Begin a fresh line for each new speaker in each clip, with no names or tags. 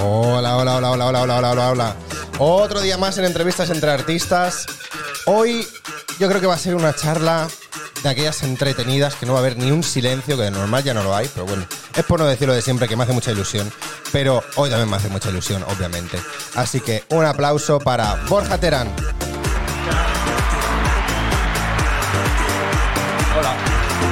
hola, hola, hola, hola, hola, hola, hola, hola. Otro día más en entrevistas entre artistas. Hoy yo creo que va a ser una charla de aquellas entretenidas que no va a haber ni un silencio, que de normal ya no lo hay, pero bueno, es por no decirlo de siempre que me hace mucha ilusión, pero hoy también me hace mucha ilusión, obviamente. Así que un aplauso para Borja Terán.
Hola.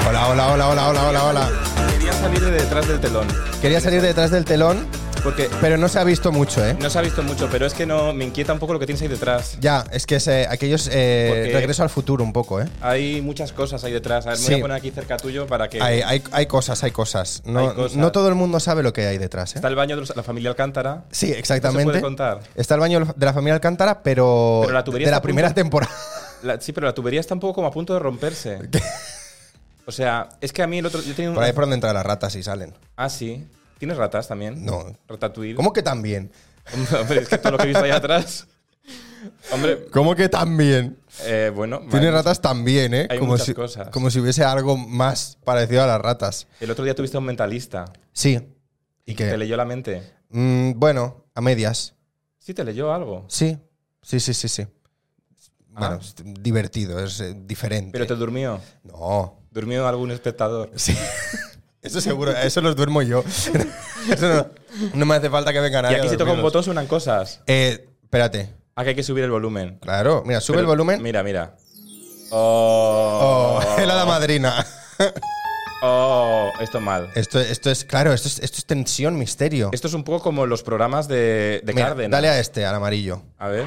Hola, hola, hola, hola, hola, hola, hola.
Quería salir de detrás del telón.
Quería salir de detrás del telón,
Porque
pero no se ha visto mucho, ¿eh?
no se ha visto mucho, pero es que no me inquieta un poco lo que tienes ahí detrás.
Ya, es que es, eh, aquellos eh,
Porque-
regreso al futuro un poco, ¿eh?
Hay muchas cosas ahí detrás. A ver, me voy
Sí.
a poner aquí cerca tuyo para que.
Hay, hay- hay cosas, hay cosas. No,
Hay cosas.
no todo el mundo sabe lo que hay detrás, ¿eh?
Está el baño de los- la familia Alcántara.
Sí, exactamente.
No se puede contar.
Está el baño de la familia Alcántara, pero,
Pero la tubería
de
está
la
a punto.
primera temporada.
La- sí, pero la tubería está un poco como a punto de romperse. O sea, es que a mí el otro. Yo tenía un.
Por ahí por donde entran las ratas y salen.
Ah, sí. ¿Tienes ratas también?
No.
Ratatouille.
¿Cómo que también?
Hombre, es que todo lo que he visto ahí atrás. Hombre,
¿Cómo que también?
eh, bueno.
Tiene
vale.
ratas también, ¿eh?
Hay
como
muchas
si,
cosas.
Como si hubiese algo más parecido a las ratas.
El otro día tuviste un mentalista.
Sí. ¿Y
Te
que
leyó la mente.
bueno, a medias.
Sí, te leyó algo.
Sí. Sí, sí, sí, sí.
Ah.
Bueno, es divertido, es eh, diferente.
Pero te durmió.
No.
Durmió algún espectador.
Sí. Eso seguro, a eso los duermo yo. Eso no, no me hace falta que venga
Y
nadie.
aquí
a
si toca un
dormirlos.
botón suenan cosas.
Eh, espérate.
Aquí hay que subir el volumen.
Claro, mira, sube
Pero-
el volumen.
Mira, mira. Oh,
Oh, el hada madrina.
oh, esto mal.
Esto, esto es, claro, esto es, esto es tensión, misterio.
Esto es un poco como los programas de, de
Mira,
Cárdenas.
dale a este, al amarillo.
A ver.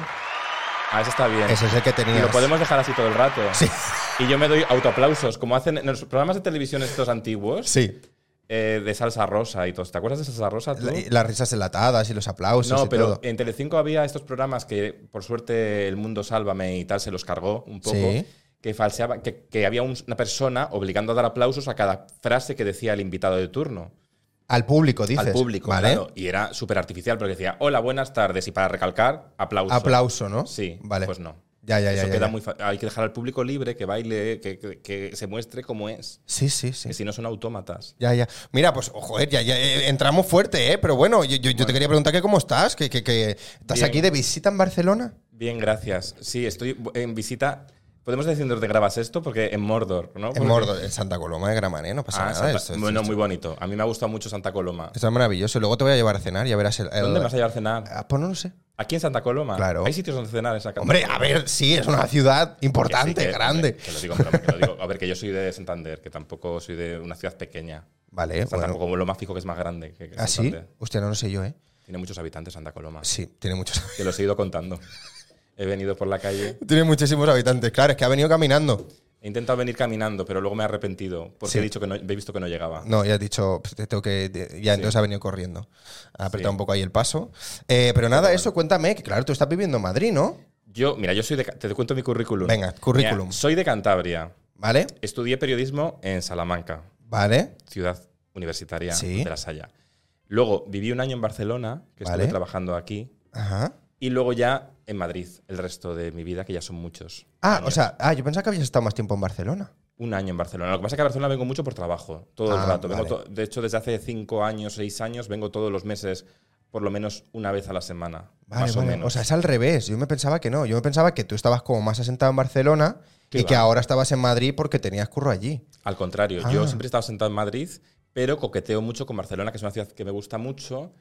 Ah, ese está bien.
Ese es el que
Y
tenías.
lo podemos dejar así todo el rato.
Sí.
Y yo me doy autoaplausos, como hacen en los programas de televisión estos antiguos,
Sí.
eh, de salsa rosa y todo. ¿Te acuerdas de salsa rosa tú?
La- y las risas enlatadas y los aplausos
No,
y
pero eh,
todo.
en Telecinco había estos programas que, por suerte, El Mundo Sálvame y tal se los cargó un poco.
Sí.
Que falseaba, que, que había un- una persona obligando a dar aplausos a cada frase que decía el invitado de turno.
Al público, dices.
al público,
¿vale?
claro. Y era súper artificial, porque decía, hola, buenas tardes. Y para recalcar, aplauso.
Aplauso, ¿no?
Sí,
Vale.
pues no.
Ya, ya, ya.
Eso
ya,
queda
ya.
muy fa- Hay que dejar al público libre, que baile, que, que- que se muestre cómo es.
Sí, sí, sí.
Que si no son autómatas.
Ya, ya. Mira, pues, oh, joder, ya, ya eh, entramos fuerte, ¿eh? Pero bueno, yo, yo- yo te quería preguntar que cómo estás, que, que- que- estás
Bien.
aquí de visita en Barcelona.
Bien, gracias. Sí, estoy en visita. Podemos decir dónde grabas esto, porque en Mordor, ¿no?
En
Porque-
Mordor, en Santa Coloma de Gramanet, no pasa
Ah,
nada.
Santa-
esto- esto-
bueno,
esto-
muy bonito. A mí me ha gustado mucho Santa Coloma.
Está maravilloso. Luego te voy a llevar a cenar, ya verás el. el-
¿Dónde me vas a llevar a cenar?
Ah, Pues no lo sé.
Aquí en Santa Coloma.
Claro.
Hay sitios donde cenar en Santa
Hombre,
Coloma?
a ver, sí, es una ciudad
Que sí,
importante,
que-
grande.
Que lo digo, en broma, que lo digo. A ver, que yo soy de Santander, que tampoco soy de una ciudad pequeña.
Vale,
Santa
bueno.
Coloma, lo más fijo que es más grande. Que, que
¿Ah, sí?
Santander.
Hostia, no lo sé yo, ¿eh?
Tiene muchos habitantes Santa Coloma.
Sí, tiene muchos.
Que los he ido contando. He venido por la calle.
tiene muchísimos habitantes. Claro, es que ha venido caminando.
He intentado venir caminando, pero luego me he arrepentido porque
Sí.
he dicho que no, he visto que no llegaba.
No, ya has dicho, pues, te tengo que. te- Ya, entonces ha venido corriendo. Ha apretado
Sí.
un poco ahí el paso. Eh, pero nada, eso, cuéntame, que claro, tú estás viviendo en Madrid, ¿no?
Yo, mira, yo soy de. Ca- Te cuento mi currículum.
Venga, currículum.
Mira, soy de Cantabria.
¿Vale?
Estudié periodismo en Salamanca,
¿Vale?
ciudad universitaria
Sí.
de La Salla. Luego viví un año en Barcelona, que
Vale.
estuve trabajando aquí.
Ajá.
Y luego ya en Madrid, el resto de mi vida, que ya son muchos.
Ah, o
años.
sea, ah, yo pensaba que habías estado más tiempo en Barcelona.
Un año en Barcelona. Lo que pasa es que a Barcelona vengo mucho por trabajo, todo
Ah,
el rato. Vengo
vale.
to- de hecho, desde hace cinco años, seis años, vengo todos los meses, por lo menos una vez a la semana.
Vale,
más
vale.
o menos.
sea, es al revés. Yo me pensaba que no. Yo me pensaba que tú estabas como más asentado en Barcelona
Qué
y que
va.
ahora estabas en Madrid porque tenías curro allí.
Al contrario,
Ah.
yo siempre he estado sentado en Madrid, pero coqueteo mucho con Barcelona, que es una ciudad que me gusta mucho,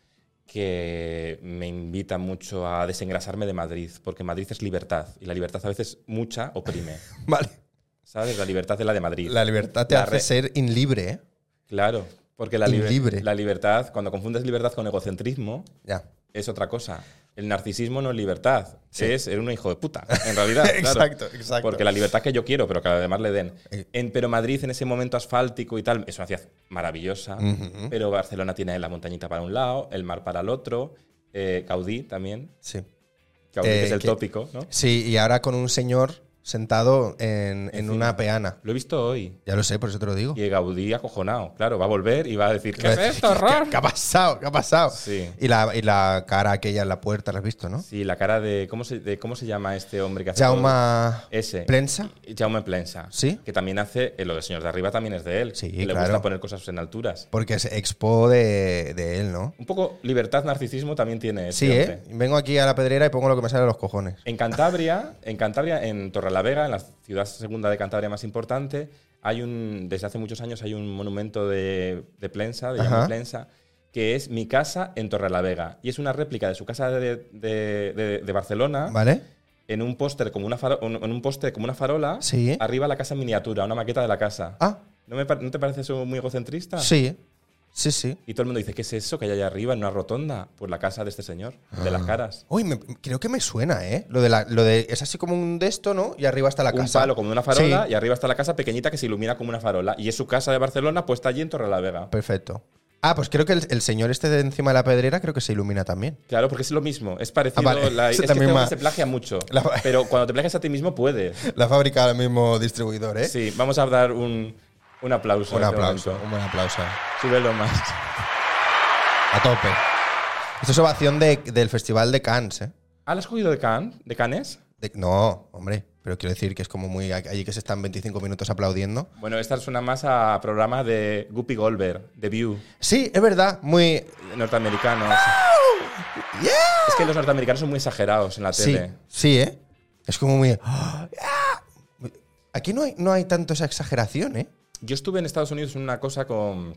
que me invita mucho a desengrasarme de Madrid, porque Madrid es libertad, y la libertad a veces mucha oprime.
Vale.
¿Sabes? La libertad es la de Madrid.
La libertad te
La
hace
re-
ser inlibre, ¿eh?
claro, porque la, liber-
Inlibre.
la libertad, cuando confundes libertad con egocentrismo,
Ya.
es otra cosa. El narcisismo no es libertad,
Sí.
es ser un hijo de puta, en realidad. claro.
Exacto, exacto.
Porque la libertad que yo quiero, pero que además le den.
Eh.
En, pero Madrid en ese momento asfáltico y tal, es una ciudad maravillosa,
Ujú.
pero Barcelona tiene la montañita para un lado, el mar para el otro, eh, Gaudí también,
Sí.
Gaudí
Eh,
que es el
que-
tópico, ¿no?
Sí, y ahora con un señor sentado en, en una peana.
Lo he visto hoy.
Ya lo sé, por eso te lo digo.
Y Gaudí acojonado. Claro, va a volver y va a decir, ¿qué
Va a
es
decir,
esto, horror?
¿Qué ha pasado? ¿Qué ha pasado?
Sí.
Y la, y la cara aquella en la puerta, ¿la has visto, no?
Sí, la cara de ¿cómo, se, de. ¿Cómo se llama este hombre que hace.
Jauma
todo? Ese.
Plensa.
Jaume Plensa.
Sí.
Que también hace. eh, lo de Señor de Arriba también es de él.
Sí,
que Le
claro.
gusta poner cosas en alturas.
Porque es expo de, de él, ¿no?
Un poco libertad, narcisismo también tiene
Sí,
este
¿eh?
hombre.
Vengo aquí a la pedrera y pongo lo que me sale a los cojones.
En Cantabria, en Cantabria, en Torrelavega, en la ciudad segunda de Cantabria más importante, hay un. Desde hace muchos años hay un monumento de, de Plensa, de Jaume
Ajá.
Plensa, que es mi casa en Torrelavega. Y es una réplica de su casa de, de- de- de Barcelona.
¿Vale?
en un póster como una faro- un- en un póster como una farola,
Sí.
arriba la casa en miniatura, una maqueta de la casa.
Ah,
¿No, me par- no te parece eso muy egocentrista?
sí. Sí, sí.
Y todo el mundo dice, ¿qué es eso que hay allá arriba en una rotonda? Pues la casa de este señor, de
Ah.
las caras.
Uy, me- creo que me suena, ¿eh? Lo de, la, lo de. Es así como un de esto, ¿no? Y arriba está la
un
casa.
palo como una farola
Sí.
y arriba está la casa pequeñita que se ilumina como una farola. Y es su casa de Barcelona puesta allí en Torrelavega.
Perfecto. Ah, pues creo que el, el señor este de encima de la pedrera creo que se ilumina también.
Claro, porque es lo mismo, es parecido.
Ah, vale.
la- es
Eso
que
también
este hombre
va.
se plagia mucho.
La-
Pero cuando te plagias a ti mismo puedes.
La fábrica ahora mismo distribuidor, ¿eh?
Sí, vamos a dar un, un aplauso.
Un
en este
aplauso,
momento.
un buen aplauso.
Súbelo más.
A tope. Esto es ovación de- del Festival de Cannes, ¿eh?
¿Ah, ¿la has cogido de Cannes? ¿De Cannes?
De- no, hombre, pero quiero decir que es como muy. Allí que se están 25 minutos aplaudiendo.
Bueno, esta suena más a programa de Guppy Goldberg, The View,
Sí, es verdad, muy.
norteamericanos. Es que los norteamericanos son muy exagerados en la
Sí,
tele.
sí, ¿eh? Es como muy. ¡Ah! Aquí no hay, no hay tanto esa exageración, ¿eh?
Yo estuve en Estados Unidos en una cosa con.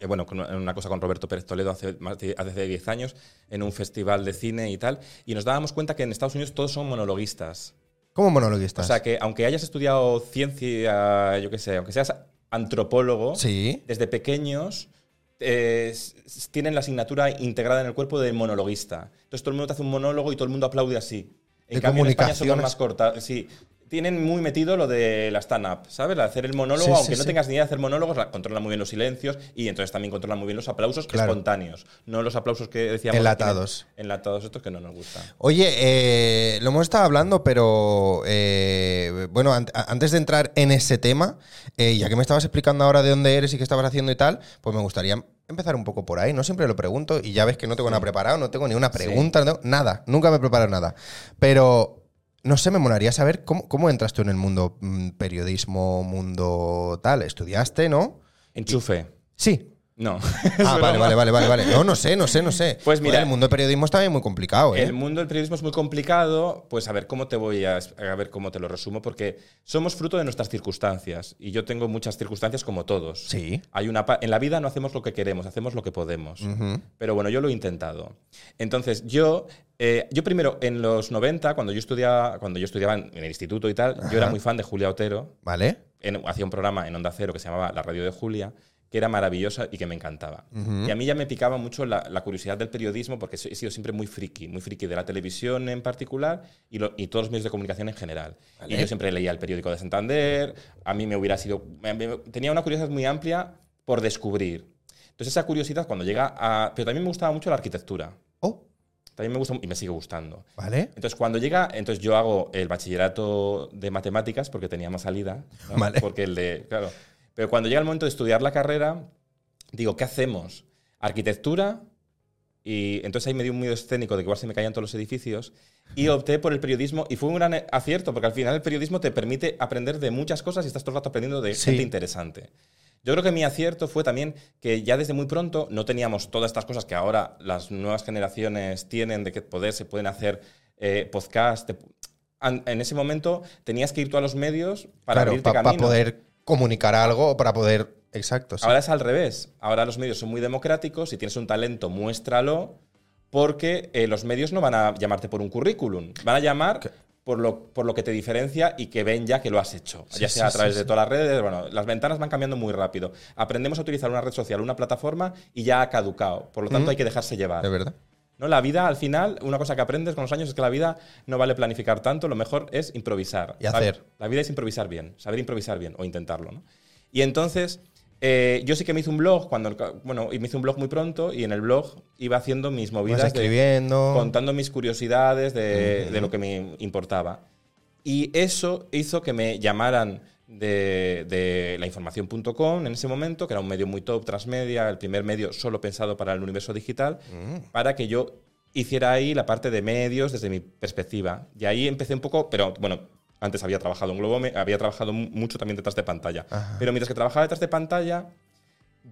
eh, bueno, con- en una cosa con Roberto Pérez Toledo hace más de- hace 10 años, en un festival de cine y tal, y nos dábamos cuenta que en Estados Unidos todos son monologuistas.
Como
O
monologuistas.
sea que aunque hayas estudiado ciencia, yo qué sé, aunque seas antropólogo,
Sí.
desde pequeños eh, s- s- tienen la asignatura integrada en el cuerpo de monologuista. Entonces todo el mundo te hace un monólogo y todo el mundo aplaude así. En
De
cambio en España
comunicaciones.
son más cortas. Sí. Tienen muy metido lo de la stand-up, ¿sabes? La de hacer el monólogo,
Sí, sí,
aunque no
sí.
tengas ni idea de hacer monólogos, la- controlan muy bien los silencios y entonces también controlan muy bien los aplausos
Claro.
espontáneos, no los aplausos que decíamos.
Enlatados.
que tienen- Enlatados, estos que no nos gustan.
Oye, eh, lo hemos estado hablando, pero eh, bueno, an- a- antes de entrar en ese tema, eh, ya que me estabas explicando ahora de dónde eres y qué estabas haciendo y tal, pues me gustaría empezar un poco por ahí. No siempre lo pregunto y ya ves que no tengo nada preparado, no tengo ni una pregunta, no tengo nada, nunca me he preparado nada. Pero no sé, me molaría saber cómo, cómo entras tú en el mundo mm, periodismo, mundo tal. ¿Estudiaste, no?
Enchufe.
Sí.
No.
Ah, vale, vale, vale, vale, vale. No, no sé, no sé, no sé.
Pues mira-
Joder, el mundo del periodismo está bien muy complicado, ¿eh?
El mundo del periodismo es muy complicado, pues a ver cómo te voy a, a ver cómo te lo resumo, porque somos fruto de nuestras circunstancias y yo tengo muchas circunstancias como todos.
Sí. Mm.
Hay una pa- en la vida no hacemos lo que queremos, hacemos lo que podemos.
Ujú.
Pero bueno, yo lo he intentado. Entonces, yo, eh, yo primero, en los 90, cuando yo estudiaba, cuando yo estudiaba en en el instituto y tal, yo era muy fan de Julia Otero.
¿Vale?
en- hacía un programa en Onda Cero que se llamaba La Radio de Julia, que era maravillosa y que me encantaba. Y a mí ya me picaba mucho la, la curiosidad del periodismo porque he sido siempre muy friki, muy friki de la televisión en particular y, lo- y todos los medios de comunicación en general. Y yo siempre leía el periódico de Santander, a mí me hubiera sido... me- me- tenía una curiosidad muy amplia por descubrir. Entonces esa curiosidad cuando llega a... Pero también me gustaba mucho la arquitectura.
Oh,
También me gusta y me sigue gustando.
¿vale?
Entonces, cuando llega, entonces yo hago el bachillerato de matemáticas porque teníamos salida. ¿no?
Vale.
Porque el de. Claro. Pero cuando llega el momento de estudiar la carrera, digo, ¿qué hacemos? Arquitectura. Y entonces ahí me dio un miedo escénico de que igual se me caían todos los edificios. Y opté por el periodismo. Y fue un gran acierto, porque al final el periodismo te permite aprender de muchas cosas y estás todo el rato aprendiendo de
Sí.
gente interesante. Yo creo que mi acierto fue también que ya desde muy pronto no teníamos todas estas cosas que ahora las nuevas generaciones tienen, de que poder se pueden hacer eh, podcast. te- an- en ese momento tenías que ir tú a los medios para
claro,
abrirte
para
camino.
poder comunicar algo o para poder. Exacto. Pues sí.
Ahora es al revés. Ahora los medios son muy democráticos. Si tienes un talento, muéstralo, porque eh, los medios no van a llamarte por un currículum. Van a llamar por lo, por lo que te diferencia y que ven ya que lo has hecho.
Sí,
ya
sí,
sea a
sí,
través
sí.
de todas las redes. Bueno, las ventanas van cambiando muy rápido. Aprendemos a utilizar una red social, una plataforma y ya ha caducado. Por lo tanto, hay que dejarse llevar.
de verdad.
¿no? La vida, al final, una cosa que aprendes con los años es que la vida no vale planificar tanto, lo mejor es improvisar.
Y hacer.
La vida es improvisar bien, saber improvisar bien o intentarlo, ¿no? Y entonces, eh, yo sí que me hice un blog cuando, bueno, y me hice un blog muy pronto y en el blog iba haciendo mis
Vas
movidas de-
escribiendo.
contando mis curiosidades de, de lo que me importaba. Y eso hizo que me llamaran de, de lainformación.com en ese momento, que era un medio muy top, transmedia, el primer medio solo pensado para el universo digital, para que yo hiciera ahí la parte de medios desde mi perspectiva. Y ahí empecé un poco, pero bueno, antes había trabajado en Globo, había trabajado mu- mucho también detrás de pantalla. Pero mientras que trabajaba detrás de pantalla,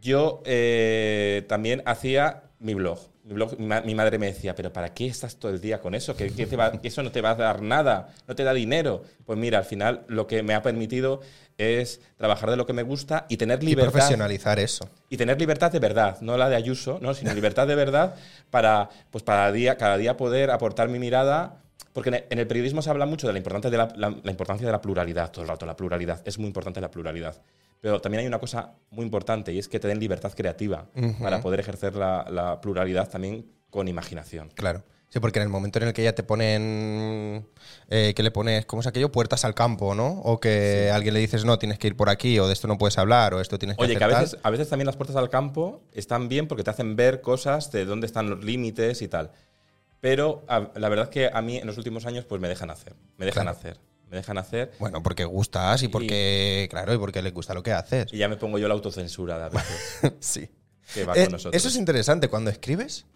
yo eh, también hacía mi blog. Mi, blog mi, ma- mi madre me decía, pero ¿para qué estás todo el día con eso? Que, que te va- que eso no te va a dar nada, no te da dinero. Pues mira, al final lo que me ha permitido es trabajar de lo que me gusta y tener
Y
libertad
profesionalizar eso.
y tener libertad de verdad, no la de Ayuso, ¿no? sino libertad de verdad para, pues para día, cada día poder aportar mi mirada. Porque en el- en el periodismo se habla mucho de la importancia de la, la- la importancia de la pluralidad, todo el rato, la pluralidad. Es muy importante la pluralidad. Pero también hay una cosa muy importante y es que te den libertad creativa para poder ejercer la, la pluralidad también con imaginación.
Claro. Sí, porque en el momento en el que ya te ponen. eh, que le pones, ¿cómo es aquello? Puertas al campo, ¿no? O que a alguien le dices, no, tienes que ir por aquí, o de esto no puedes hablar, o esto tienes que
Oye, que a
hacer tal.
veces, a veces también las puertas al campo están bien porque te hacen ver cosas de dónde están los límites y tal. Pero a- la verdad es que a mí en los últimos años pues me dejan hacer, me dejan
Claro.
hacer, me dejan hacer.
Bueno, porque gustas y porque. Claro, y porque les gusta lo que haces.
Y ya me pongo yo la autocensura de a veces
sí.
que va
Eh,
con nosotros.
eso es interesante. Cuando escribes,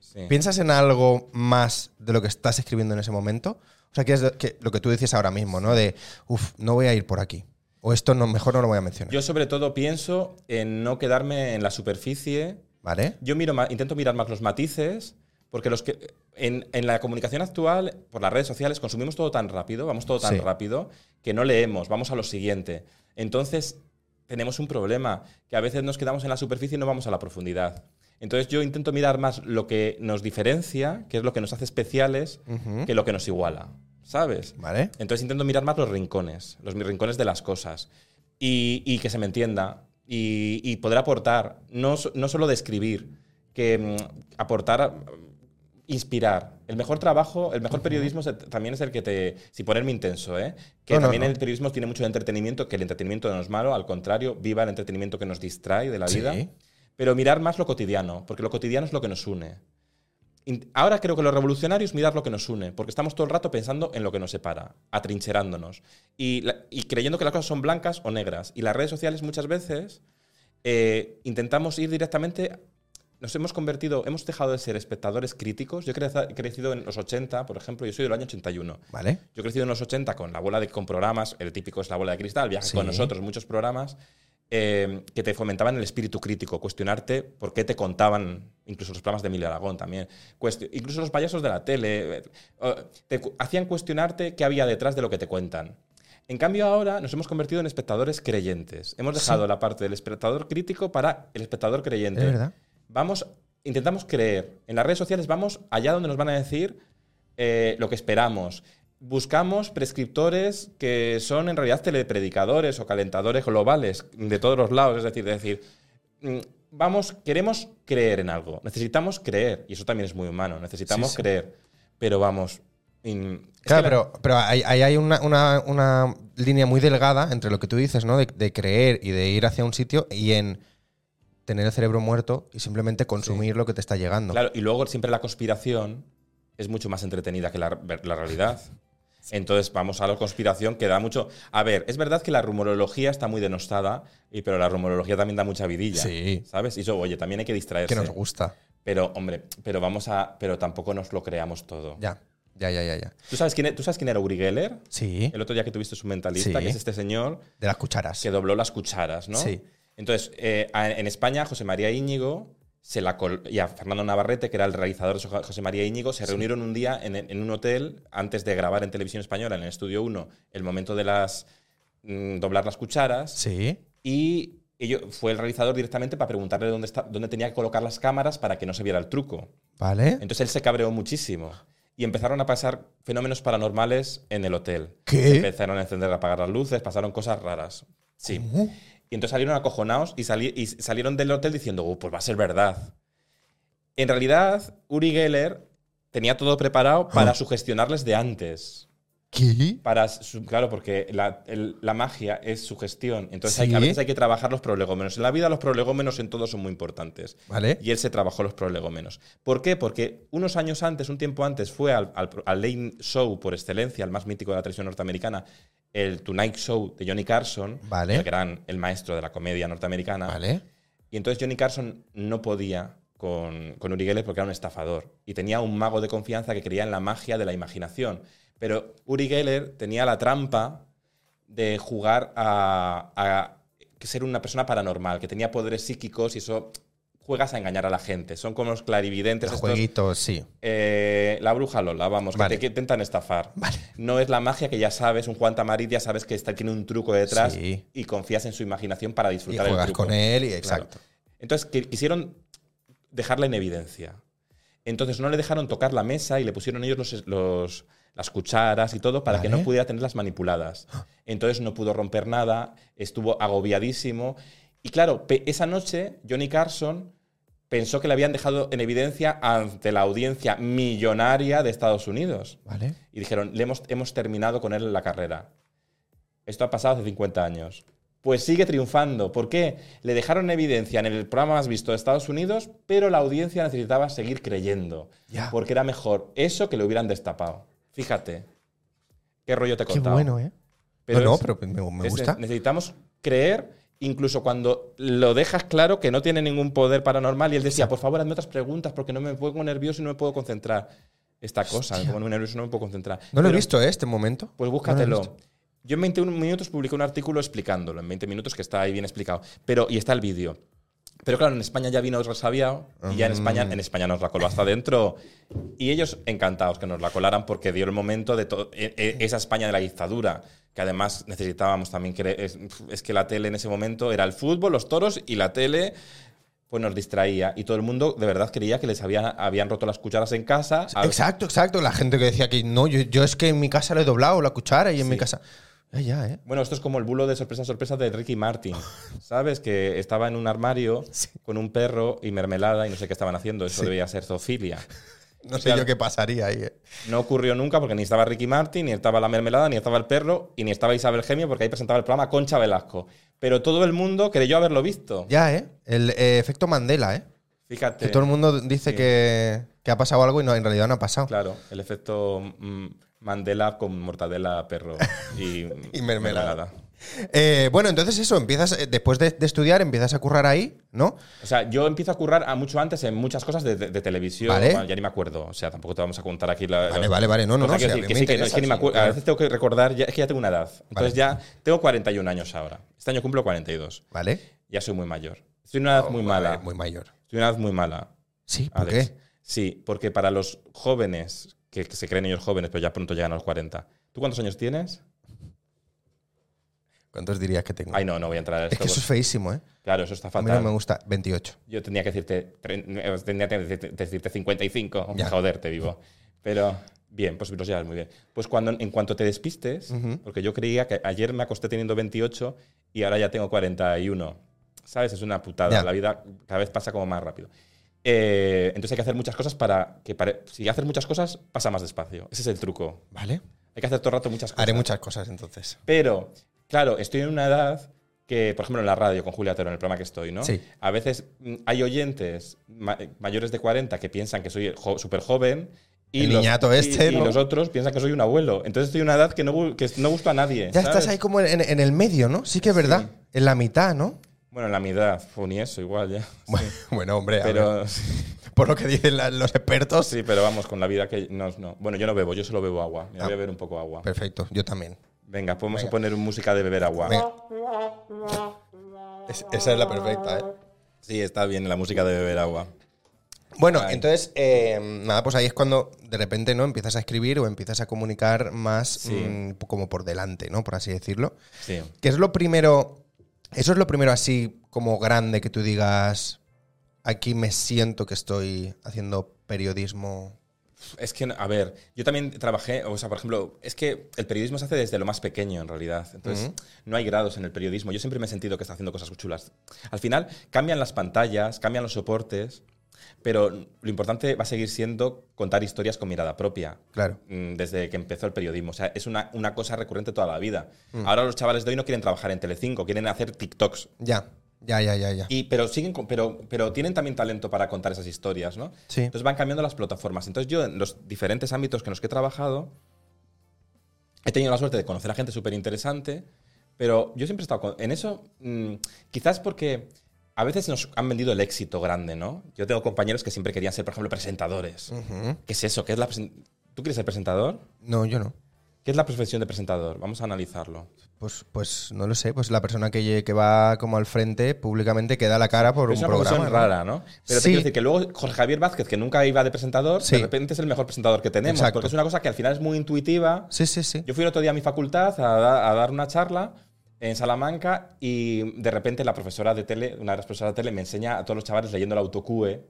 Sí.
¿piensas en algo más de lo que estás escribiendo en ese momento? O sea, que es lo que, lo que tú dices ahora mismo, ¿no? De, uff, no voy a ir por aquí. O esto no, mejor no lo voy a mencionar.
Yo sobre todo pienso en no quedarme en la superficie.
¿Vale?
Yo miro ma- intento mirar más los matices porque los que en, en la comunicación actual por las redes sociales consumimos todo tan rápido, vamos todo tan
Sí.
rápido que no leemos, vamos a lo siguiente. Entonces tenemos un problema que a veces nos quedamos en la superficie y no vamos a la profundidad. Entonces yo intento mirar más lo que nos diferencia, que es lo que nos hace especiales,
Ujú.
que lo que nos iguala, ¿sabes?
¿Vale?
Entonces intento mirar más los rincones, los rincones de las cosas. Y, y que se me entienda. Y, y poder aportar, no, so- no solo describir, que mm, aportar, mm, inspirar. El mejor trabajo, el mejor periodismo se- también es el que te. Si ponerme intenso, ¿eh? Que
No, no,
también
no.
el periodismo tiene mucho de entretenimiento, que el entretenimiento no es malo, al contrario, viva el entretenimiento que nos distrae de la
Sí.
vida. Pero mirar más lo cotidiano, porque lo cotidiano es lo que nos une. In- Ahora creo que lo revolucionario es mirar lo que nos une, porque estamos todo el rato pensando en lo que nos separa, atrincherándonos y, la- y creyendo que las cosas son blancas o negras. Y las redes sociales muchas veces eh, intentamos ir directamente, nos hemos convertido, hemos dejado de ser espectadores críticos. Yo he creza- he crecido en los 80, por ejemplo, yo soy del año 81.
¿Vale?
Yo he crecido en los 80 con la bola de, con programas, el típico es la bola de cristal, viaje
Sí.
con nosotros, muchos programas, eh, que te fomentaban el espíritu crítico, cuestionarte por qué te contaban, incluso los programas de Emilio Aragón también, cuestio- incluso los payasos de la tele, eh, eh, te cu- hacían cuestionarte qué había detrás de lo que te cuentan. En cambio ahora nos hemos convertido en espectadores creyentes. Hemos dejado la parte del espectador crítico para el espectador creyente.
Es verdad.
Vamos, intentamos creer. En las redes sociales vamos allá donde nos van a decir eh, lo que esperamos. Buscamos prescriptores que son en realidad telepredicadores o calentadores globales de todos los lados. Es decir, de decir, mm, vamos, queremos creer en algo. Necesitamos creer. Y eso también es muy humano. Necesitamos
Sí, sí.
creer. Pero vamos. in- es que
Claro,
la-
pero, pero ahí ahí hay, una, una- una línea muy delgada entre lo que tú dices, ¿no? De, de creer y de ir hacia un sitio y en tener el cerebro muerto y simplemente consumir lo que te está llegando.
Claro, y luego siempre la conspiración es mucho más entretenida que la, ver- la realidad. Entonces vamos a la conspiración que da mucho... A ver, es verdad que la rumorología está muy denostada, y, pero la rumorología también da mucha vidilla.
Sí.
¿Sabes? Y eso, oye, también hay que distraerse.
que nos gusta.
Pero, hombre, pero vamos a... Pero tampoco nos lo creamos todo.
Ya, ya, ya, ya, ya.
¿Tú, sabes quién, e- ¿Tú sabes quién era Uri Geller?
Sí.
El otro día que tuviste su mentalista,
Sí.
que es este señor
De las cucharas.
que dobló las cucharas, ¿no?
Sí.
Entonces, eh, a- en España, José María Íñigo se la col- y a Fernando Navarrete, que era el realizador de Jo- José María Íñigo, se reunieron un día en, en un hotel antes de grabar en televisión española, en el estudio 1, el momento de las mm, doblar las cucharas.
Sí.
Y ello, fue el realizador directamente para preguntarle dónde, está, dónde tenía que colocar las cámaras para que no se viera el truco.
¿Vale?
Entonces él se cabreó muchísimo. Y empezaron a pasar fenómenos paranormales en el hotel.
¿Qué?
Empezaron a encender, a apagar las luces, pasaron cosas raras. Sí.
¿Cómo?
Y entonces salieron acojonados y, sali- y salieron del hotel diciendo, "Uh, pues va a ser verdad. En realidad, Uri Geller tenía todo preparado para sugestionarles de antes.
¿Qué?
Para su- claro, porque la, el- la magia es su gestión. Entonces hay-
Sí.
a veces hay que trabajar los prolegómenos. En la vida los prolegómenos en todo son muy importantes.
Vale.
Y él se trabajó los prolegómenos. ¿Por qué? Porque unos años antes, un tiempo antes, fue al, al, al late show por excelencia, el más mítico de la televisión norteamericana, el Tonight Show de Johnny Carson,
Vale.
el gran, el maestro de la comedia norteamericana.
Vale.
Y entonces Johnny Carson no podía con, con Uri Geller porque era un estafador. Y tenía un mago de confianza que creía en la magia de la imaginación. Pero Uri Geller tenía la trampa de jugar a, a ser una persona paranormal, que tenía poderes psíquicos y eso juegas a engañar a la gente. Son como los clarividentes. estos,
Jueguitos, sí.
eh, la bruja Lola, vamos, que
Vale.
te- que intentan estafar.
Vale.
No es la magia que ya sabes, un Juan Tamariz ya sabes que está, tiene un truco detrás
Sí.
y confías en su imaginación para
Y
disfrutar el
juegas
truco.
con él y
Claro.
exacto.
Entonces qui- quisieron dejarla en evidencia. Entonces no le dejaron tocar la mesa y le pusieron ellos los, los- las cucharas y todo para que
Vale.
no pudiera tenerlas manipuladas. Entonces no pudo romper nada, estuvo agobiadísimo. Y claro, pe- esa noche Johnny Carson pensó que le habían dejado en evidencia ante la audiencia millonaria de Estados Unidos.
Vale.
Y dijeron, le hemos, hemos terminado con él en la carrera. Esto ha pasado hace 50 años. Pues sigue triunfando. ¿Por qué? Le dejaron evidencia en el programa más visto de Estados Unidos, pero la audiencia necesitaba seguir creyendo.
Ya.
Porque era mejor eso que lo hubieran destapado. Fíjate. ¿Qué rollo te he
Qué
contado?
bueno, ¿eh? no, no,
es-
pero me, me
es- este
gusta.
Necesitamos creer, incluso cuando lo dejas claro que no tiene ningún poder paranormal. Y él decía, por favor, hazme otras preguntas porque no me pongo nervioso y no me puedo concentrar. Esta cosa, me
Hostia.
pongo muy nervioso y no me puedo concentrar.
No lo he
Pero-
visto, ¿eh? Este momento.
pues
No lo
búscatelo.
he visto.
Yo en 21 minutos publiqué un artículo explicándolo, en 20 minutos que está ahí bien explicado. Pero, y está el vídeo. Pero claro, en España ya vino resabiado y ya en España, en España nos la coló hasta adentro. Y ellos encantados que nos la colaran porque dio el momento de to- e- e- esa España de la dictadura, que además necesitábamos también que es, es que la tele en ese momento era el fútbol, los toros y la tele pues nos distraía. Y todo el mundo de verdad creía que les había- habían roto las cucharas en casa. Al-
Exacto, exacto. La gente que decía que no, yo, yo es que en mi casa le he doblado la cuchara y en mi casa. Ya, ya, ¿eh?
Bueno, esto es como el bulo de sorpresa sorpresa de Ricky Martin. ¿Sabes? Que estaba en un armario
Sí.
con un perro y mermelada y no sé qué estaban haciendo. Eso debía ser zoofilia.
No sé
Claro.
yo qué pasaría ahí, ¿eh?
No ocurrió nunca porque ni estaba Ricky Martin, ni estaba la mermelada, ni estaba el perro y ni estaba Isabel Gemio porque ahí presentaba el programa Concha Velasco. Pero todo el mundo creyó haberlo visto.
Ya, ¿eh? El eh, efecto Mandela, ¿eh?
Fíjate.
Que todo el mundo dice que, que ha pasado algo y no, en realidad no ha pasado.
Claro, el efecto mm, Mandela con mortadela, perro y,
Y mermelada. Eh, bueno, entonces eso, empiezas, eh, después de, de estudiar, empiezas a currar ahí, ¿no?
O sea, yo empiezo a currar a mucho antes en muchas cosas de, de- de televisión.
Vale.
Bueno, ya ni me acuerdo. O sea, tampoco te vamos a contar aquí la.
Vale,
la-
vale, vale. No, no,
O sea,
no,
quiero
sí, a
decir
mí
que
me
sí, que- es
interesa,
que ni me
sí,
acuer- A
claro.
veces tengo que recordar. ya- es que ya tengo una edad. Entonces ya tengo 41 años ahora. Este año cumplo 42.
¿Vale?
Ya soy muy mayor. Soy una edad muy mala.
Oh, Muy mayor.
Soy una edad muy mala.
Sí, ¿por
Alex.
qué?
Sí, porque para los jóvenes, que, que se creen ellos jóvenes, pero ya pronto llegan a los 40. ¿Tú cuántos años tienes?
¿Cuántos dirías que tengo?
Ay, no, no voy a entrar a esto.
es que eso es
porque-
feísimo, ¿eh?
Claro, eso está
A mí
fatal.
no me gusta. 28.
Yo tenía que decirte, tre- eh, tenía que decirte- decirte 55.
Ya.
Joder, te vivo. Pero bien, pues los llevas muy bien. Pues cuando, en cuanto te despistes, porque yo creía que ayer me acosté teniendo 28 y ahora ya tengo 41. ¿Sabes? Es una putada.
Ya.
La vida cada vez pasa como más rápido. Eh, entonces hay que hacer muchas cosas para que pare- si haces muchas cosas pasa más despacio. Ese es el truco.
¿Vale?
Hay que hacer todo el rato muchas cosas.
Haré muchas cosas entonces.
Pero, claro, estoy en una edad que, por ejemplo, en la radio con Julia Tero, en el programa que estoy, ¿no?
Sí.
A veces mm, hay oyentes ma- mayores de 40 que piensan que soy jo- súper joven. Y
El
los,
niñato
y-
este,
y
¿no?
los otros piensan que soy un abuelo. Entonces estoy en una edad que no, gu- que no gusto a nadie.
Ya
¿sabes?
estás ahí como en, en el medio, ¿no? Sí que es verdad. En la mitad, ¿no?
Bueno, en la mitad, fue ni eso, igual ya.
Bueno, bueno, hombre, a ver,
Pero
por lo que dicen la- los expertos.
sí, pero vamos, con la vida que no, no. Bueno, yo no bebo, yo solo bebo agua. Me
Ah.
voy a beber un poco de agua.
Perfecto, yo también.
Venga, podemos poner música de beber agua.
Venga. Es- esa es la perfecta, ¿eh?
Sí, está bien la música de beber agua.
Bueno,
Ay.
entonces, eh, nada, pues ahí es cuando de repente, ¿no? Empiezas a escribir o empiezas a comunicar más
Sí.
mm, como por delante, ¿no? Por así decirlo.
Sí.
¿Qué es lo primero? Eso es lo primero así como grande que tú digas, aquí me siento que estoy haciendo periodismo.
Es que, a ver, yo también trabajé, o sea, por ejemplo, es que el periodismo se hace desde lo más pequeño en realidad. Entonces, no hay grados en el periodismo. Yo siempre me he sentido que está haciendo cosas chulas. Al final, cambian las pantallas, cambian los soportes, Pero lo importante va a seguir siendo contar historias con mirada propia.
Claro.
Mm, Desde que empezó el periodismo. O sea, es una, una cosa recurrente toda la vida. Ahora los chavales de hoy no quieren trabajar en Telecinco, quieren hacer TikToks.
Ya, ya, ya, ya, ya.
Y, pero, siguen, con- pero, pero tienen también talento para contar esas historias, ¿no?
Sí.
Entonces van cambiando las plataformas. Entonces yo en los diferentes ámbitos que en los que he trabajado, he tenido la suerte de conocer a gente súper interesante, pero yo siempre he estado con- en eso, mm, quizás porque a veces nos han vendido el éxito grande, ¿no? Yo tengo compañeros que siempre querían ser, por ejemplo, presentadores.
Ujú.
¿Qué es eso? ¿Qué es la presen- ¿Tú quieres ser presentador?
No, yo no.
¿Qué es la profesión de presentador? Vamos a analizarlo.
Pues, pues no lo sé, pues la persona que, lle- que va como al frente públicamente que da la cara por
es
un
una
programa.
profesión
¿no?
rara, ¿no?
Sí.
Pero te quiero decir que luego Jorge Javier Vázquez, que nunca iba de presentador,
Sí.
de repente es el mejor presentador que tenemos.
Exacto.
Porque es una cosa que al final es muy intuitiva.
Sí, sí, sí.
Yo fui el otro día a mi facultad a, da- a dar una charla en Salamanca y de repente la profesora de tele, una de las profesoras de tele, me enseña a todos los chavales leyendo el autocue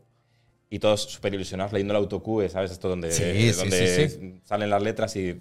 y todos súper ilusionados leyendo el autocue, ¿sabes? Esto donde,
Sí, sí,
donde
sí, sí.
salen las letras y,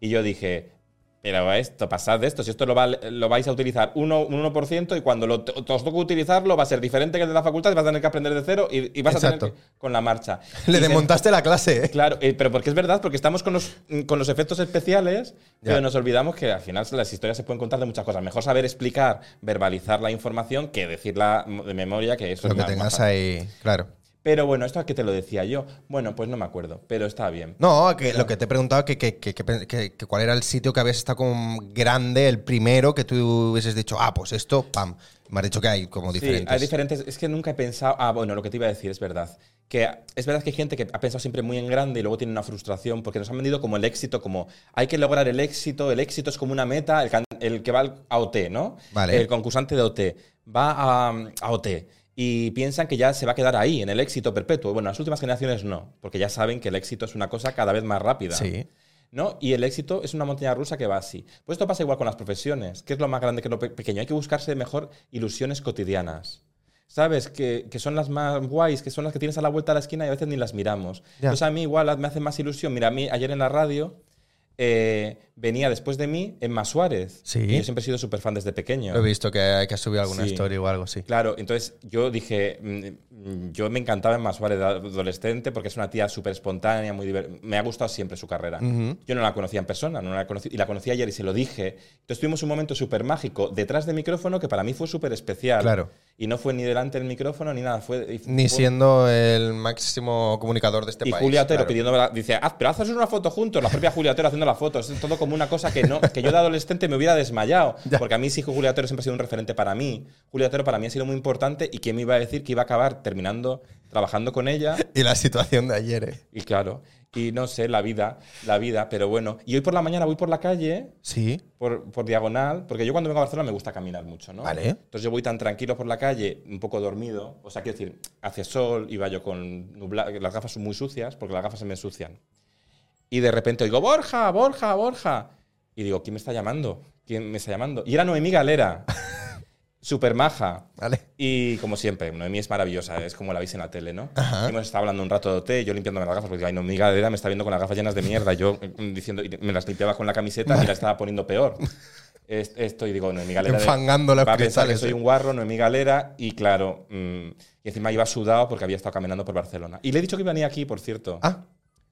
y yo dije... Pero esto, pasad de esto. Si esto lo, va- lo vais a utilizar uno, un 1% y cuando lo, te- os toque utilizarlo va a ser diferente que el de la facultad, vas a tener que aprender de cero y, y vas a
Exacto.
tener que- con la marcha.
Le
Y se-
desmontaste la clase, ¿eh?
Claro, eh, pero porque es verdad, porque estamos con los, mm, con los efectos especiales,
Ya.
pero nos olvidamos que al final las historias se pueden contar de muchas cosas. Mejor saber explicar, verbalizar la información que decirla mm, de memoria, que eso
Lo
es
que
más- más
tengas
fácil.
ahí, claro.
Pero bueno, esto a qué te lo decía yo. Bueno, pues no me acuerdo, pero está bien.
No, que lo que te he preguntado, que, que, que- que- que- que cuál era el sitio que habías estado como grande, el primero que tú hubieses dicho, ah, pues esto, pam. Me has dicho que hay como
Sí, hay
diferentes.
diferentes. Es que nunca he pensado. Ah, bueno, lo que te iba a decir es verdad. Que es verdad que hay gente que ha pensado siempre muy en grande y luego tiene una frustración porque nos han vendido como el éxito, como hay que lograr el éxito, el éxito es como una meta, el, can- el que va al- a OT, ¿no?
Vale.
El concursante de OT va a, a OT y piensan que ya se va a quedar ahí, en el éxito perpetuo. Bueno, las últimas generaciones no, porque ya saben que el éxito es una cosa cada vez más rápida.
Sí.
¿no? Y el éxito es una montaña rusa que va así. Pues esto pasa igual con las profesiones. ¿Qué es lo más grande que es lo pe- pequeño? Hay que buscarse mejor ilusiones cotidianas. ¿Sabes? Que, que son las más guays, que son las que tienes a la vuelta de la esquina y a veces ni las miramos.
Ya.
Entonces a mí igual me hace más ilusión. Mira, a mí ayer en la radio eh, venía después de mí Emma Suárez.
Sí.
Y yo siempre he sido súper fan desde pequeño.
Lo he visto que, hay- que has subido alguna
Sí.
historia o algo así.
Claro, entonces yo dije, mm, mm, yo me encantaba en Más Suárez de adolescente porque es una tía súper espontánea, muy divertida. Me ha gustado siempre su carrera. Yo no la conocía en persona, no la conocí, y la conocí ayer y se lo dije. Entonces tuvimos un momento súper mágico detrás de micrófono que para mí fue súper especial.
Claro.
Y no fue ni delante del micrófono ni nada. Fue, y
Ni
fue-
siendo el máximo comunicador de este
y
país.
Julia Otero
claro.
pidiéndome la- dice, haz, pero haces una foto juntos, la propia Julia Otero haciendo la foto. Es todo como una cosa que, no, que yo de adolescente me hubiera desmayado.
Ya.
Porque a mí sí que Julia Otero siempre ha sido un referente para mí. Julia Otero para mí ha sido muy importante y quién me iba a decir que iba a acabar terminando trabajando con ella.
Y la situación de ayer, ¿eh?
Y claro, y no sé, la vida, la vida, pero bueno. Y hoy por la mañana voy por la calle
Sí.
por, por diagonal, porque yo cuando vengo a Barcelona me gusta caminar mucho, ¿no?
Vale.
Entonces yo voy tan tranquilo por la calle, un poco dormido, o sea, quiero decir, hace sol, iba yo con nubla, las gafas son muy sucias, porque las gafas se me ensucian. Y de repente oigo, Borja, Borja, Borja. Y digo, ¿quién me está llamando? ¿Quién me está llamando? Y era Noemí Galera, super maja.
Vale.
Y como siempre, Noemí es maravillosa, es como la veis en la tele, ¿no?
Ajá.
Hemos estado hablando un rato de té, yo limpiándome las gafas, porque ay, no, mi galera me está viendo con las gafas llenas de mierda, yo eh, diciendo, y me las limpiaba con la camiseta y me las estaba poniendo peor. Es- Esto, y digo, no, mi galera. de-
Enfangando los
va a pensar que
cristales,
soy
eh.
un guarro, no mi galera, y claro, mm, y encima iba sudado porque había estado caminando por Barcelona. Y le he dicho que venía aquí, por cierto.
Ah,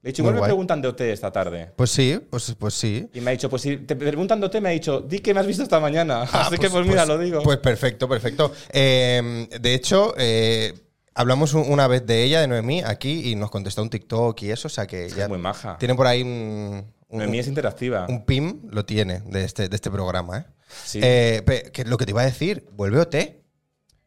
le he dicho,
muy
igual me
guay.
preguntan de OT esta tarde.
pues sí, pues, pues sí.
Y me ha dicho, pues si te preguntan de OT, me ha dicho, di que me has visto esta mañana.
Ah,
Así que, pues mira, lo digo.
Pues perfecto, perfecto. Eh, de hecho, eh, hablamos un- una vez de ella, de Noemí, aquí, y nos contestó un TikTok y eso, o sea que ya
es muy maja.
tiene por ahí un, un-
Noemí es interactiva.
un PIM, lo tiene, de este, de este programa. ¿eh?
Sí.
Eh, pe- que lo que te iba a decir, vuelve OT.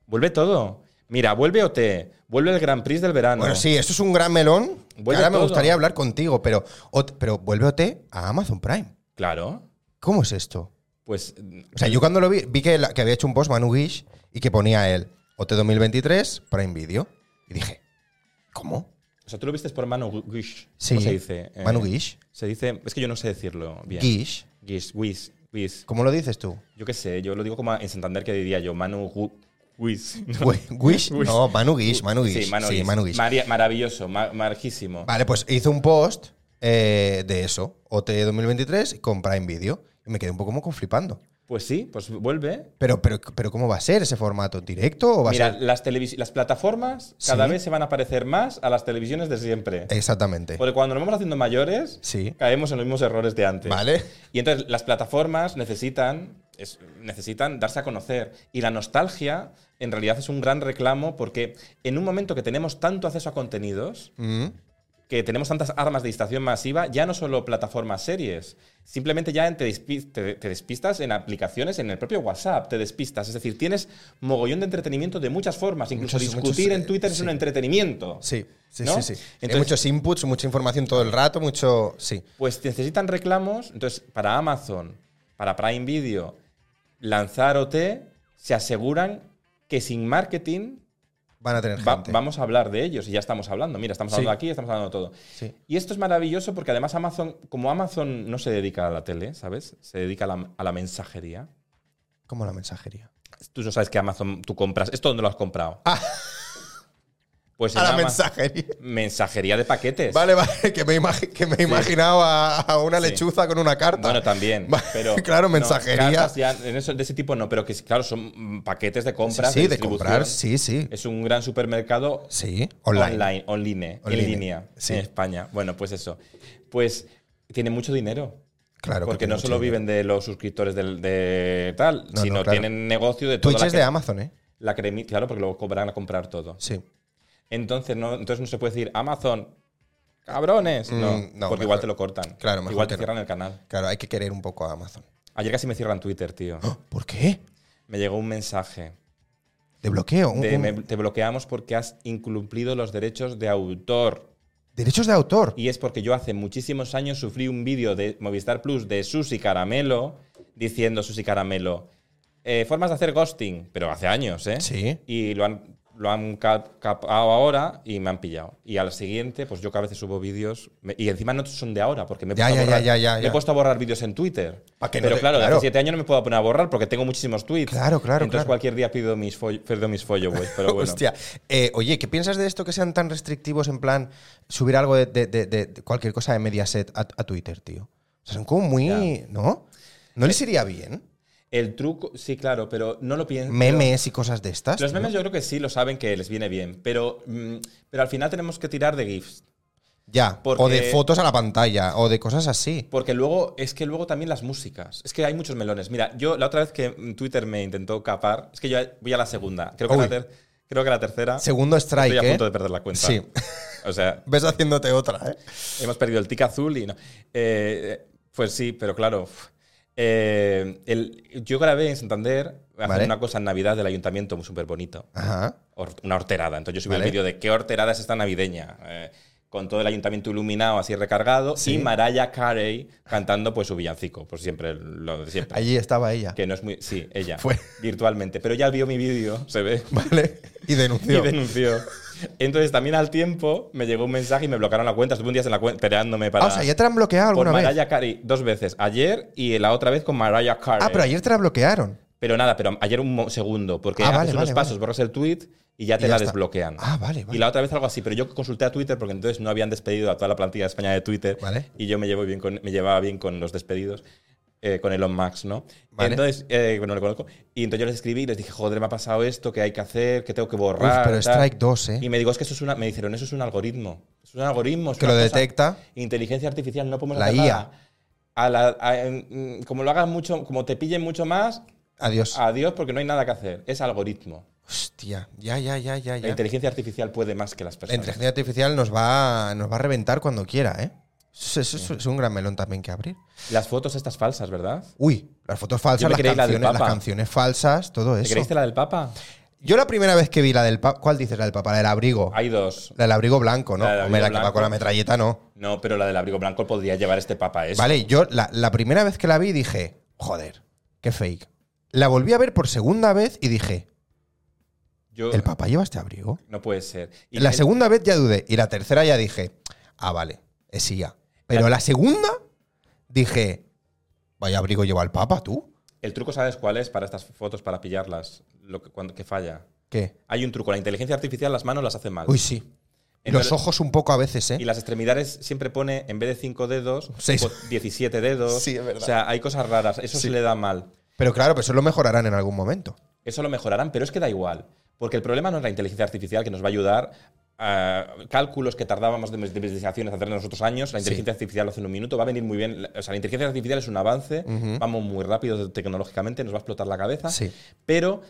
Vuelve todo. Mira, vuelve OT, vuelve el Grand Prix del verano.
Bueno, sí, eso es un gran melón. que
Vuelve
ahora me
todo.
gustaría hablar contigo, pero, ot- pero vuelve OT a Amazon Prime.
Claro.
¿Cómo es esto?
Pues
O sea, yo cuando lo vi, vi que, la- que había hecho un post Manu Guish y que ponía él OT 2023 Prime Video. Y dije, ¿cómo?
O sea, tú lo viste por Manu Guish.
Sí.
¿Cómo se dice? Eh,
Manu Guish.
Se dice. Es que yo no sé decirlo bien.
Guish.
Guish, Guish, Guish.
¿Cómo lo dices tú?
Yo qué sé, yo lo digo como en Santander que diría yo, Manu Gu- Guish.
Gu- Guish.
Guish.
No, Manu Guish, Manu Guish.
Sí, Manu Guish.
Guish.
Maria- maravilloso, ma- marquísimo.
Vale, pues hizo un post eh, de eso, OT 2023 con Prime Video. Y me quedé un poco como flipando.
Pues sí, pues vuelve.
Pero, pero, pero ¿cómo va a ser ese formato? ¿En directo o va a
Mira,
ser...?
las, televis- las plataformas cada
Sí.
vez se van a parecer más a las televisiones de siempre.
Exactamente.
Porque cuando nos vamos haciendo mayores,
Sí.
caemos en los mismos errores de antes.
Vale.
Y entonces las plataformas necesitan, es- necesitan darse a conocer. Y la nostalgia en realidad es un gran reclamo porque en un momento que tenemos tanto acceso a contenidos,
Mm.
que tenemos tantas armas de distracción masiva, ya no solo plataformas series, simplemente ya te, despi- te- te despistas en aplicaciones, en el propio WhatsApp, te despistas. Es decir, tienes mogollón de entretenimiento de muchas formas. Incluso
Muchos-
discutir
muchos,
en Twitter
eh,
es
sí.
un entretenimiento.
Sí, sí,
¿no?
sí, sí. Hay
Entonces-
muchos inputs, mucha información todo el rato, mucho... Sí.
Pues necesitan reclamos. Entonces, para Amazon, para Prime Video, lanzar OT, se aseguran que sin marketing
Van a tener
va-
gente.
vamos a hablar de ellos. Y ya estamos hablando. Mira, estamos hablando
Sí.
aquí, estamos hablando de todo.
Sí.
Y esto es maravilloso porque además Amazon, como Amazon no se dedica a la tele, ¿sabes? Se dedica a la, a la mensajería.
Como la mensajería.
Tú no sabes que Amazon tú compras. Esto dónde lo has comprado.
Ah.
Pues
a
en
la
Ama-
mensajería.
Mensajería de paquetes.
Vale, vale, que me, imagi- que me he imaginado a, a una
Sí.
lechuza con una carta.
Bueno, también.
Va-
Pero,
claro,
no,
mensajería.
cartas ya, en eso- de ese tipo no, pero que claro, son mm, paquetes de
Sí,
compras.
sí, de
distribución.
comprar, sí, sí.
Es un gran supermercado
Sí, online.
online, online, online,
Online,
en línea,
sí.
en España. Bueno, pues eso. Pues tiene mucho dinero.
Claro. que
porque
tiene
no
mucho
solo
dinero.
viven de los suscriptores del, de tal,
No, no,
sino
claro.
tienen negocio de toda
Twitch
la,
es de
cre-
Amazon, ¿eh?
la cremi- Claro, porque luego van a comprar todo.
Sí.
Entonces no, entonces no se puede decir Amazon, cabrones. No,
Mm, no,
porque
mejor-
igual te lo cortan.
Claro, mejor
igual te
que no.
cierran el canal.
Claro, hay que querer un poco a Amazon.
Ayer casi me cierran Twitter, tío.
¿Por qué?
Me llegó un mensaje.
¿De bloqueo? un-
de
un-
me- te bloqueamos porque has incumplido los derechos de autor.
Derechos de autor.
Y es porque yo hace muchísimos años sufrí un vídeo de Movistar Plus de Susi Caramelo diciendo Susi Caramelo. eh, formas de hacer ghosting, pero hace años, ¿eh?
Sí.
Y lo han, lo han cap- capado ahora y me han pillado. Y al siguiente, pues yo que a veces subo vídeos. me- y encima no son de ahora, porque me he
Ya,
puesto,
ya,
a,
ya,
borrar,
ya, ya,
me
ya.
he puesto a borrar vídeos en Twitter.
Pa' que no
pero
te-
claro, de
claro.
hace siete años no me puedo poner a borrar porque tengo muchísimos tweets.
Claro, claro,
Entonces
claro.
cualquier día pido mis, follo- pierdo mis followers. Pero bueno.
Hostia. Eh, oye, ¿qué piensas de esto que sean tan restrictivos en plan subir algo de, de- de- de- de cualquier cosa de Mediaset a, a Twitter, tío? O sea, son como muy.
Ya.
¿No? ¿No les iría bien?
El truco, sí, claro, pero no lo pienso.
Memes y cosas de estas.
Los
tío.
memes yo creo que sí lo saben que les viene bien, pero, mm, pero al final tenemos que tirar de GIFs.
Ya. O de
porque-
fotos a la pantalla. O de cosas así.
Porque luego, es que luego también las músicas. Es que hay muchos melones. Mira, yo la otra vez que mm, Twitter me intentó capar, es que yo voy a la segunda. Creo que,
Uy.
la, ter- creo que la tercera.
Segundo strike.
estoy a
¿eh?
punto de perder la cuenta.
Sí.
O sea,
Ves haciéndote otra, ¿eh?
Hemos perdido el tic azul y no. Eh, pues sí, pero claro. uf. Eh, el- yo grabé en Santander hacer
Vale. Ah.
una cosa en Navidad del ayuntamiento muy súper bonito.
Ajá.
Or- una horterada. Entonces yo subí
Vale.
el vídeo de qué horterada es esta navideña. eh, con todo el ayuntamiento iluminado así recargado
Sí.
y Mariah Carey cantando pues su villancico, pues siempre lo de siempre.
Allí estaba ella.
Que no es muy sí, ella
Fue.
virtualmente, pero ya vio mi vídeo, se ve.
Vale. Y
Y
denunció.
denunció. Entonces, también al tiempo me llegó un mensaje y me bloquearon la cuenta. Estuve un día en la cuenta peleándome para.
Ah, o sea, ya te la han bloqueado
por
alguna vez.
Mariah Carey dos veces. Ayer y la otra vez con Mariah Carey.
Ah, pero ayer te la bloquearon.
Pero nada, pero ayer un mo- segundo. Porque
Ah,
haces
vale,
unos
vale,
pasos,
vale.
borras el tweet y ya te
Y ya
la
está.
desbloquean.
Ah, vale, vale.
Y la otra vez algo así. Pero yo consulté a Twitter porque entonces no habían despedido a toda la plantilla de España de Twitter.
Vale.
Y yo me, llevo bien con, me llevaba bien con los despedidos. eh, con Elon Musk, ¿no?
Vale.
Entonces, eh, bueno, lo conozco. Y entonces yo les escribí y les dije, joder, me ha pasado esto, que hay que hacer, que tengo que
Uf,
borrar.
pero
tal".
strike 2, ¿eh?
Y me digo, es que eso es una. Me dijeron, eso es un algoritmo. Es un algoritmo. es
Que
una
lo
cosa-
detecta.
Inteligencia artificial, no podemos
La
hacer
IA.
nada. A la- a- en- mm, como lo hagas mucho, como te pillen mucho más,
Adiós.
adiós, porque no hay nada que hacer. Es algoritmo.
Hostia. Ya, ya, ya, ya,
La
ya.
inteligencia artificial puede más que las
La
personas.
inteligencia artificial nos va, nos va a reventar cuando quiera, ¿eh? Eso es, eso es un gran melón también que abrir.
Las fotos estas falsas, ¿verdad?
Uy, las fotos
Yo
falsas,
me
las
creí la del
canciones, las
Papa.
canciones falsas, todo
¿Te
eso.
creíste la del Papa?
Yo la primera vez que vi la del Papa, ¿cuál dices la del Papa? La del abrigo.
Hay dos.
La del abrigo blanco, ¿no?
La del
Hombre, la
abrigo
que va con la
blanco.
metralleta, no.
No, pero la del abrigo blanco podría llevar este Papa. Eso.
Vale, yo la, la primera vez que la vi dije, joder, qué fake. La volví a ver por segunda vez y dije,
Yo-
¿el papá lleva este abrigo?
No puede ser. Y
La
el-
segunda vez ya dudé y la tercera ya dije, ah, vale, es ella. Pero la segunda dije, vaya abrigo lleva el papa, tú.
El truco, ¿sabes cuál es para estas fotos, para pillarlas? Lo que, cuando, que falla.
¿Qué?
Hay un truco. La inteligencia artificial las manos las hace mal.
Uy, sí.
Entonces-
Los ojos un poco a veces, ¿eh?
Y las extremidades siempre pone, en vez de 5 dedos,
Seis.
po- 17 dedos.
Sí, es verdad.
O sea, hay cosas raras. Eso
Sí.
se le da mal.
Pero claro, pues eso lo mejorarán en algún momento.
Eso lo mejorarán, pero es que da igual. Porque el problema no es la inteligencia artificial que nos va a ayudar a cálculos que tardábamos de investigaciones hacer nosotros años. La inteligencia artificial lo hace en un minuto, va a venir muy bien. O sea, la inteligencia artificial es un avance, vamos muy rápido tecnológicamente, nos va a explotar la cabeza.
Sí.
Pero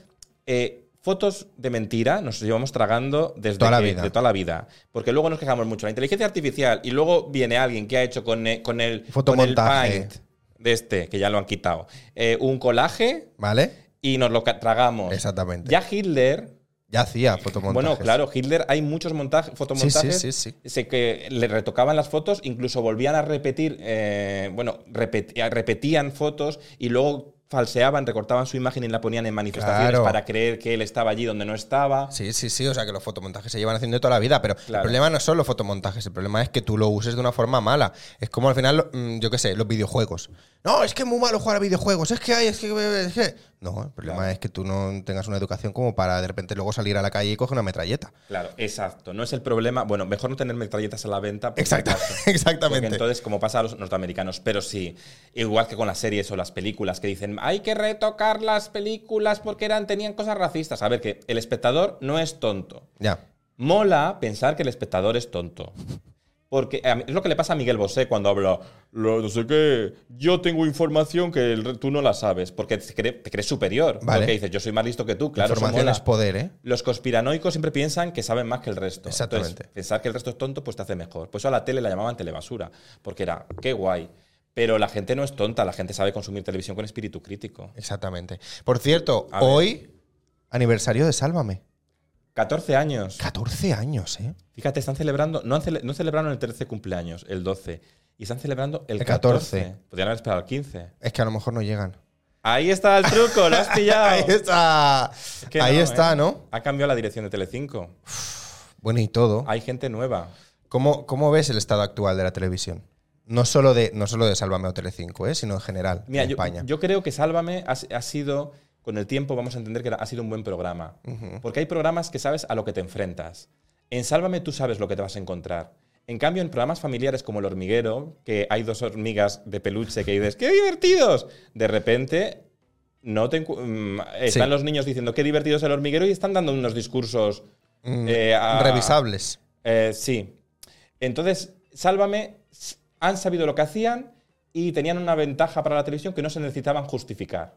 eh, fotos de mentira nos llevamos tragando desde
Toda la
que-
vida.
de toda la vida. Porque luego nos quejamos mucho. La inteligencia artificial y luego viene alguien que ha hecho con, eh, con el, con el
Fotomontaje.
Paint de este, que ya lo han quitado, eh, un colaje
¿Vale?
y nos lo ca- tragamos.
Exactamente. Ya,
Ya Hitler,
hacía fotomontajes.
bueno, claro, Hitler hay muchos montajes, fotomontajes.
sí, sí,
se que le retocaban las fotos, incluso volvían a repetir, eh, bueno, repet- repetían fotos y luego falseaban, recortaban su imagen y la ponían en manifestaciones
Claro.
para creer que él estaba allí donde no estaba.
Sí, sí, sí, o sea que los fotomontajes se llevan haciendo toda la vida, pero el
Claro.
problema no son los fotomontajes, el problema es que tú lo uses de una forma mala. Es como al final, mm, yo qué sé, los videojuegos. No, es que es muy malo jugar a videojuegos, es que hay, es que... es que-". No, el problema
Claro.
es que tú no tengas una educación como para de repente luego salir a la calle y coger una metralleta.
Claro, exacto. No es el problema. Bueno, mejor no tener metralletas a la venta. porque-
Exacta-
Porque
exactamente.
entonces, como pasa a los norteamericanos, pero sí, igual que con las series o las películas que dicen hay que retocar las películas porque eran, tenían cosas racistas. A ver, que el espectador no es tonto.
Ya.
Mola pensar que el espectador es tonto. Porque a mí- es lo que le pasa a Miguel Bosé cuando habla, "Lo- no sé qué, yo tengo información que el re- tú no la sabes, porque te, cre- te crees superior.
Vale.
Porque dices, yo soy más listo que tú, claro, eso
Información
mola.
es poder, ¿eh?
Los conspiranoicos siempre piensan que saben más que el resto.
Exactamente.
Entonces, pensar que el resto es tonto, pues te hace mejor. Por eso a la tele la llamaban telebasura, porque era, qué guay. Pero la gente no es tonta, la gente sabe consumir televisión con espíritu crítico.
Exactamente. Por cierto,
A ver.
hoy, aniversario de Sálvame.
14 años.
14 años, ¿eh?
Fíjate, están celebrando, no, han cele- no celebraron el 13 cumpleaños, el 12, y están celebrando el,
El 14.
14. Podrían haber esperado el 15.
Es que a lo mejor no llegan.
Ahí está el truco, lo has
Ahí
pillado.
está.
que
Ahí
no,
está,
¿eh?
¿no?
Ha cambiado la dirección de Telecinco.
Bueno, y todo.
Hay gente nueva.
¿Cómo, cómo ves el estado actual de la televisión? No solo de, no solo de Sálvame o Telecinco, ¿eh? sino en general
Mira,
en
yo,
España.
yo creo que Sálvame ha, ha sido, con el tiempo vamos a entender que ha sido un buen programa. Porque hay programas que sabes a lo que te enfrentas. En Sálvame tú sabes lo que te vas a encontrar. En cambio, en programas familiares como El Hormiguero, que hay dos hormigas de peluche que dices, ¡qué divertidos! De repente, no te encu- mm, están
Sí.
los niños diciendo, ¡qué divertido es El Hormiguero! y están dando unos discursos.
Mm,
eh, a-
Revisables.
eh, sí. Entonces, Sálvame s- han sabido lo que hacían y tenían una ventaja para la televisión que no se necesitaban justificar.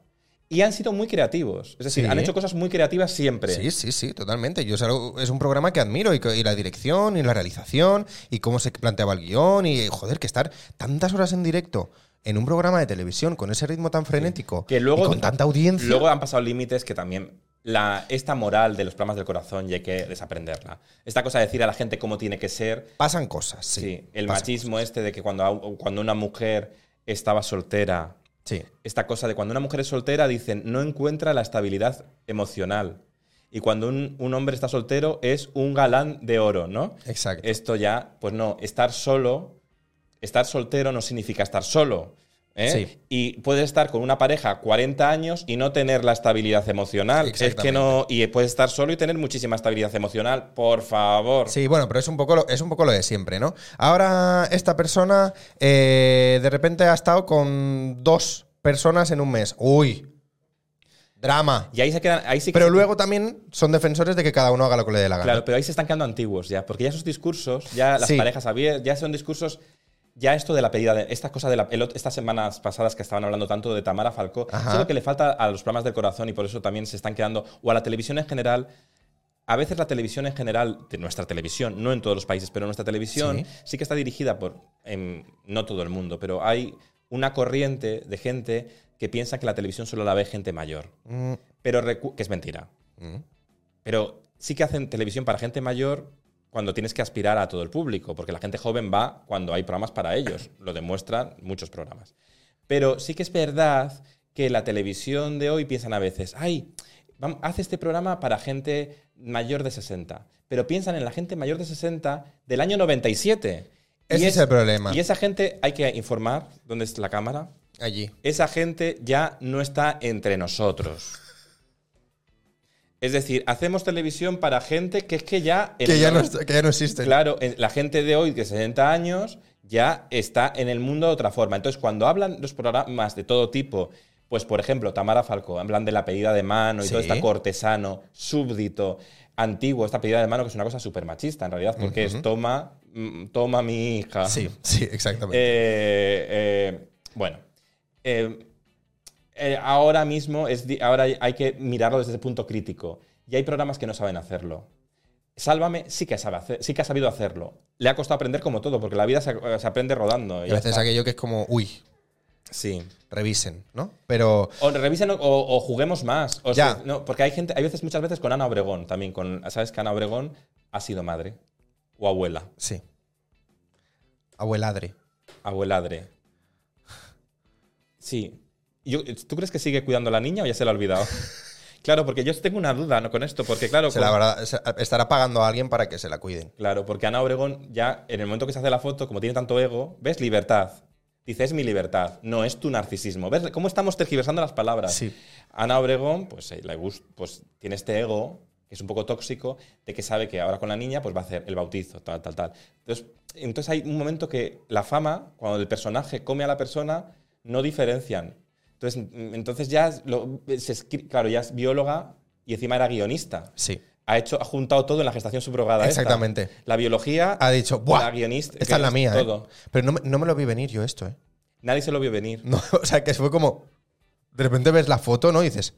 Y han sido muy creativos. Es decir,
Sí.
han hecho cosas muy creativas siempre.
Sí, sí, sí, totalmente. Yo es, algo- es un programa que admiro y, que- y la dirección y la realización y cómo se planteaba el guión y joder, que estar tantas horas en directo en un programa de televisión con ese ritmo tan frenético
Que luego-
y con tanta audiencia.
Luego han pasado límites que también la, esta moral de los programas del corazón y hay que desaprenderla. Esta cosa de decir a la gente cómo tiene que ser
pasan cosas, sí.
Sí, el
pasan
machismo este de que cuando, a- cuando una mujer estaba soltera,
cosas. Sí.
esta cosa de cuando una mujer es soltera dicen no encuentra la estabilidad emocional. Y cuando un, un hombre está soltero es un galán de oro, ¿no?
Exacto.
Esto ya, pues no, estar solo, estar soltero no significa estar solo. ¿eh?
Sí.
Y puedes estar con una pareja 40 años y no tener la estabilidad emocional. Es que
Exactamente.
no. Y puedes estar solo y tener muchísima estabilidad emocional. Por favor.
Sí, bueno, pero es un poco lo, es un poco lo de siempre, ¿no? Ahora esta persona eh, de repente ha estado con dos personas en un mes. Uy, drama.
Y ahí se quedan. Ahí sí que
Pero
se-
luego también son defensores de que cada uno haga lo que le dé la gana.
Claro, pero ahí se están quedando antiguos ya, porque ya esos discursos, ya las
Sí.
parejas abiertas, ya son discursos, ya esto de la pedida, de, esta cosa de la, el ot- estas semanas pasadas que estaban hablando tanto de Tamara Falcó,
Ajá.
eso es lo que le falta a los programas del corazón y por eso también se están quedando, o a la televisión en general. A veces la televisión en general, de nuestra televisión, no en todos los países, pero nuestra televisión
Sí.
sí, que está dirigida por, em, no todo el mundo, pero hay una corriente de gente que piensa que la televisión solo la ve gente mayor,
Mm,
pero recu- que es mentira.
mm.
Pero sí que hacen televisión para gente mayor cuando tienes que aspirar a todo el público, porque la gente joven va cuando hay programas para ellos. Lo demuestran muchos programas. Pero sí que es verdad que la televisión de hoy piensan a veces, ay, vam- hace este programa para gente mayor de 60. Pero piensan en la gente mayor de 60 del año 97. Y
Ese es el problema.
Y esa gente hay que informar, ¿dónde es la cámara?
Allí.
esa gente ya no está entre nosotros. Es decir, hacemos televisión para gente que es que ya... en
Que
el
ya, no,
noven-
que ya no existe.
Claro, en- la gente de hoy, de 60 años, ya está en el mundo de otra forma. Entonces, cuando hablan los programas de todo tipo, Pues, por ejemplo, Tamara Falcó, en plan de la pedida de mano y
Sí.
todo este cortesano, súbdito, antiguo, esta pedida de mano que es una cosa súper machista, en realidad, porque es toma, mm, toma mi hija.
Sí, sí, exactamente.
Eh, eh, bueno, eh, eh, ahora mismo es di- ahora hay- hay que mirarlo desde ese punto crítico. Y hay programas que no saben hacerlo. Sálvame sí que, sabe hacer- sí que ha sabido hacerlo. Le ha costado aprender como todo, porque la vida se, se aprende rodando. y ya
Gracias a
está.
aquello que es como, uy,
Sí.
revisen, ¿no? Pero
O revisen o, o- o juguemos más. O
Ya.
sea, no, porque hay gente, hay veces, muchas veces con Ana Obregón también. Con, ¿Sabes que Ana Obregón ha sido madre? O abuela.
sí. Abueladre.
Abueladre. Sí. Yo- ¿Tú crees que sigue cuidando a la niña o ya se la ha olvidado? claro, porque yo tengo una duda ¿no? con esto, porque claro,
Se la
con-
habrá- se- estará pagando a alguien para que se la cuiden.
claro, porque Ana Obregón ya en el momento que se hace la foto, como tiene tanto ego, ves libertad. Dice, es mi libertad, no es tu narcisismo. ¿Ves cómo estamos tergiversando las palabras?
Sí.
Ana Obregón, pues, eh, le gust- pues tiene este ego, que es un poco tóxico, de que sabe que ahora con la niña pues va a hacer el bautizo, tal, tal, tal. Entonces, entonces hay un momento que la fama, cuando el personaje come a la persona, no diferencian. Entonces, mm, entonces ya, es lo- se escri- claro, ya es bióloga y encima era guionista.
Sí.
Ha, hecho, ha juntado todo en la gestación subrogada. esta.
Exactamente.
La biología,
Ha dicho, ¡buah!
la guionista.
Esta es la mía. ¿eh?
todo.
Pero no, me- no me lo vi venir yo esto, ¿eh?
Nadie se lo vio venir.
No, o sea, que fue como. De repente ves la foto, ¿no? Y dices,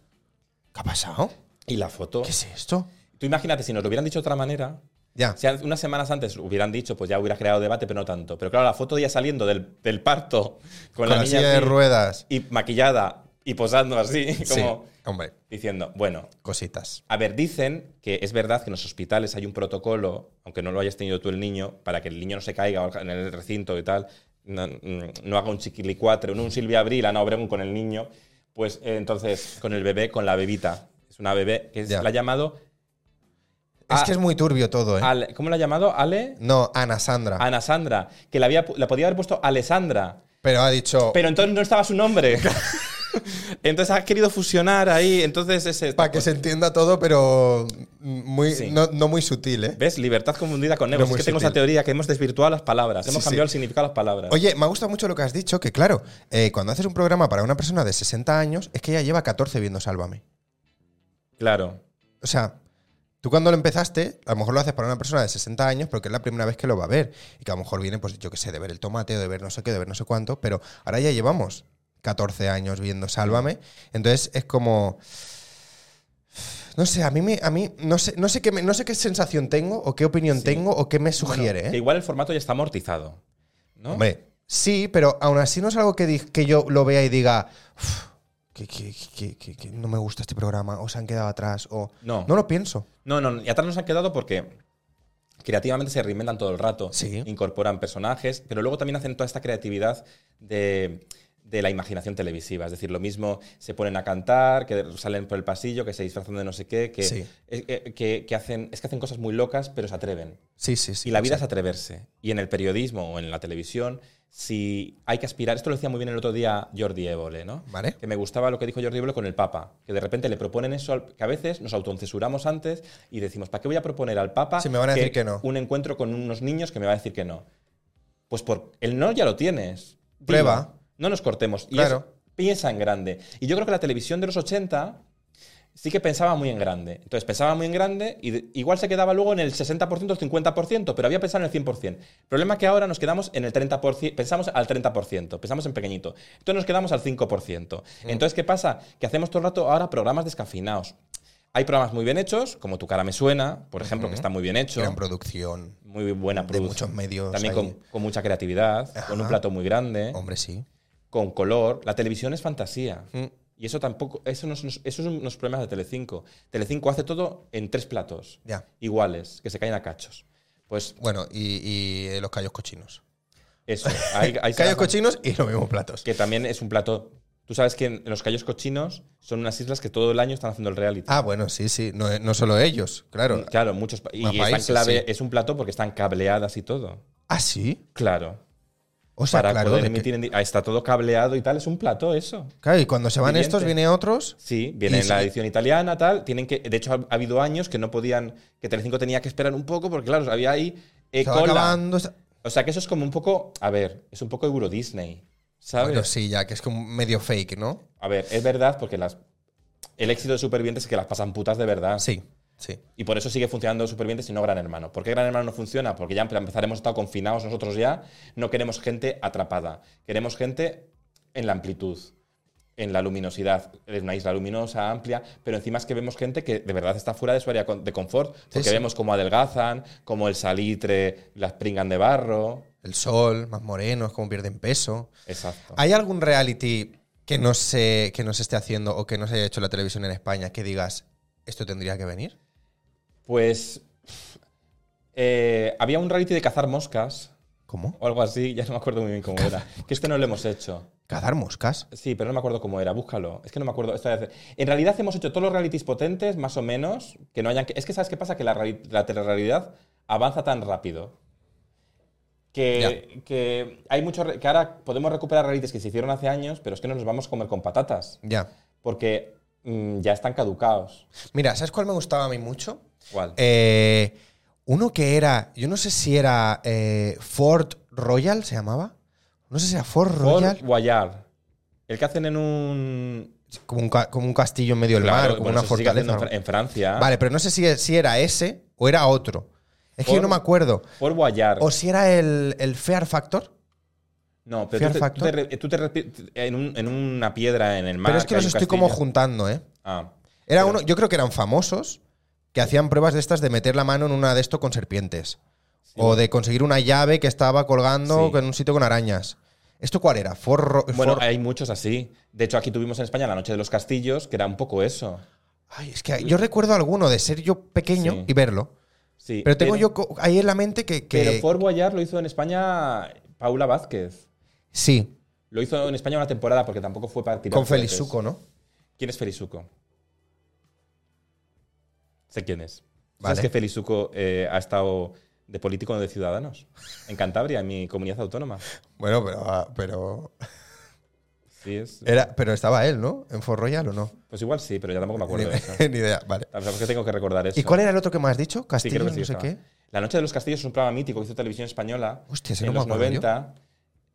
¿qué ha pasado?
Y la foto.
¿Qué es esto?
Tú imagínate, si nos lo hubieran dicho de otra manera,
Ya.
Si an- unas semanas antes hubieran dicho, pues ya hubiera creado debate, pero no tanto. Pero claro, la foto de ella saliendo del, del parto con,
con
la,
la,
niña
silla de
así,
ruedas.
y maquillada y posando así, como
Sí. Hombre,
diciendo, bueno,
cositas.
a ver, dicen que es verdad que en los hospitales hay un protocolo, aunque no lo hayas tenido tú el niño, para que el niño no se caiga en el recinto y tal, no, mm, no haga un chiquilicuatre, no un Silvia Abril, Ana Obregón con el niño, pues eh, entonces con el bebé, con la bebita. Es una bebé que es-
Ya.
la ha llamado,
Es
Ah.
que es muy turbio todo, ¿eh?
Ale- ¿cómo la ha llamado? Ale.
No, Ana Sandra.
Ana Sandra, que la, había, pu- la podía haber puesto Alessandra,
Pero ha dicho,
pero entonces no estaba su nombre. entonces ha querido fusionar ahí, entonces ese...
para que se entienda todo, pero muy,
Sí.
no, no muy sutil, ¿eh?
¿Ves? Libertad confundida con
No,
negro.
muy
es que tengo
sutil.
esa teoría que hemos desvirtuado las palabras, hemos
Sí,
cambiado
sí.
el significado de las palabras.
Oye, me ha gustado mucho lo que has dicho, que claro, eh, cuando haces un programa para una persona de 60 años, es que ya lleva 14 viendo Sálvame.
Claro.
O sea, tú cuando lo empezaste, a lo mejor lo haces para una persona de 60 años, pero que es la primera vez que lo va a ver. Y que a lo mejor viene, pues yo qué sé, de ver el tomate, o de ver no sé qué, de ver no sé cuánto, pero ahora ya llevamos 14 años viendo Sálvame. Entonces es como. No sé, a mí, me, a mí no, sé, no, sé qué me- no sé qué sensación tengo, o qué opinión tengo, o qué me sugiere. ¿eh?
Que igual el formato ya está amortizado. ¿no?
Hombre, sí, pero aún así no es algo que, di- que yo lo vea y diga. "Uf, Que, que- que- que- que no me gusta este programa, o se han quedado atrás, o.
No.
No lo pienso.
No, no, y atrás nos han quedado porque creativamente se reinventan todo el rato.
Sí.
Incorporan personajes, pero luego también hacen toda esta creatividad de, de la imaginación televisiva. Es decir, lo mismo se ponen a cantar, que salen por el pasillo, que se disfrazan de no sé qué, que,
Sí.
eh, eh, que- que hacen, es que hacen cosas muy locas, pero se atreven.
Sí, sí, sí.
y la vida es atreverse. Y en el periodismo o en la televisión, si hay que aspirar, esto lo decía muy bien el otro día Jordi Évole, ¿no?
Vale.
Que me gustaba lo que dijo Jordi Évole con el Papa, que de repente le proponen eso, al- que a veces nos autocensuramos antes y decimos, ¿para qué voy a proponer al Papa
Sí, me van a decir que no.
un encuentro con unos niños que me va a decir que no? Pues por el no ya lo tienes. Dilo.
Prueba.
No nos cortemos. Y
Claro.
es- piensa en grande. Y yo creo que la televisión de los 80 sí que pensaba muy en grande. Entonces pensaba muy en grande y de- igual se quedaba luego en el 60% o 50%, pero había pensado en el 100%. El problema es que ahora nos quedamos en el 30%, pensamos al 30%, pensamos en pequeñito. Entonces nos quedamos al 5%.
Mm.
Entonces, ¿qué pasa? Que hacemos todo el rato ahora programas descafinados. Hay programas muy bien hechos, como Tu cara me suena, por ejemplo, que está muy bien hecho.
Gran producción.
Muy buena
de muchos
producción.
medios
También
ahí.
con, con mucha creatividad, con un
Ajá.
plato muy grande
Hombre, sí.
con color. La televisión es fantasía.
Mm.
Y eso tampoco, eso, nos- nos- eso es uno de los problemas de Telecinco. Telecinco hace todo en tres platos
Ya.
iguales, que se caen a cachos. Pues
Bueno, y, y los callos cochinos.
eso, hay, hay
callos
sarajos
cochinos y los mismos platos.
que también es un plato. Tú sabes que en- los callos cochinos son unas islas que todo el año están haciendo el reality.
Ah, bueno, sí, sí. No, eh, no solo ellos, claro.
claro, muchos pa- y
Más
están
países,
clave,
sí.
es un plato porque están cableadas y todo.
Ah, sí.
Claro.
O sea,
para
claro.
poder
de que-
emitir en di- ah, está todo cableado y tal, es un plato eso.
claro, y cuando se van
Siguiente.
estos, viene otros.
Sí, viene
Y
en la
sí.
edición italiana, tal. Tienen que, de hecho, ha, ha habido años que no podían, que Telecinco tenía que esperar un poco, porque claro, había ahí eh,
se va
cola.
acabando. se-
O sea que eso es como un poco, a ver, es un poco Euro Disney. ¿Sabes?
Bueno, sí, ya, que es como medio fake, ¿no?
A ver, es verdad porque las, el éxito de Supervivientes es que las pasan putas de verdad.
Sí, sí.
Y por eso sigue funcionando Supervivientes y no Gran Hermano. ¿Por qué Gran Hermano no funciona? Porque ya empezaremos a estar confinados nosotros ya. No queremos gente atrapada. Queremos gente en la amplitud, en la luminosidad. Es una isla luminosa, amplia, pero encima es que vemos gente que de verdad está fuera de su área con- de confort. Porque
sí.
vemos cómo adelgazan, cómo el salitre las pringan de barro.
El sol, más morenos, cómo pierden peso.
Exacto.
¿Hay algún reality que no, se, que no se esté haciendo o que no se haya hecho en la televisión en España que digas, esto tendría que venir?
Pues eh, había un reality de cazar moscas
¿Cómo?
o algo así, ya no me acuerdo muy bien cómo era. Que este no lo hemos hecho.
¿Cazar moscas?
Sí, pero no me acuerdo cómo era, búscalo. Es que no me acuerdo. Esta vez- En realidad hemos hecho todos los realities potentes, más o menos, que no hayan... que- Es que ¿sabes qué pasa? Que la, reali- la telerrealidad avanza tan rápido. Que, que hay mucho re- que ahora podemos recuperar realities que se hicieron hace años, pero es que no nos vamos a comer con patatas,
Ya.
porque mm, ya están caducados.
Mira, ¿sabes cuál me gustaba a mí mucho?
¿Cuál?
Eh, uno que era, yo no sé si era eh, Ford Royal, se llamaba. No sé si era Ford,
Fort
Royal.
Guayar. El que hacen en un.
Como un, ca- como un castillo en medio del
Claro,
mar, como
bueno,
una
eso se sigue haciendo
fortaleza.
en Fra- En Francia.
Vale, pero no sé si, si era ese o era otro. Es que yo
Ford-
no me acuerdo.
Fort Guayar.
O si era el, el Fear Factor.
No,
Fear
pero tú te, tú
Factor.
te re- tú te repi- en, un- en una piedra en el mar.
Pero es que
hay
los
un
estoy como
castillo.
juntando, ¿eh?
Ah.
Era uno, yo creo que eran famosos que hacían pruebas de estas de meter la mano en una de esto con serpientes. o de conseguir una llave que estaba colgando
Sí.
en un sitio con arañas. ¿Esto cuál era? Ford, Ro-
Bueno, eh,
Ford-
hay muchos así. De hecho, aquí tuvimos en España la Noche de los Castillos, que era un poco eso.
Ay, es que yo recuerdo alguno de ser yo pequeño
Sí.
y verlo.
Sí,
Pero tengo yo co- ahí en la mente que. que-
Pero Fort Boyard lo hizo en España Paula Vázquez.
sí,
Lo hizo en España una temporada porque tampoco fue para tirar
con
cohetes.
Felizuco, ¿no?
¿Quién es Felizuco? Sé quién es.
Vale.
¿Sabes que Felizuco eh, ha estado de político de Ciudadanos? En Cantabria, en mi comunidad autónoma.
Bueno, pero. ah, pero,
Sí, es.
era, pero estaba él, ¿no? ¿En Fort Royal o no?
Pues igual sí, pero ya tampoco me
Eh.
acuerdo de eso.
Ni, ni idea, vale.
Tampoco es que tengo que recordar eso.
¿Y cuál era el otro que me has dicho?
Sí,
Castillo,
creo que sí
no sé
estaba.
qué.
La Noche de los Castillos es un programa mítico que hizo Televisión Española.
Hostia, ese no
en
me
los
acuerdo yo.
90.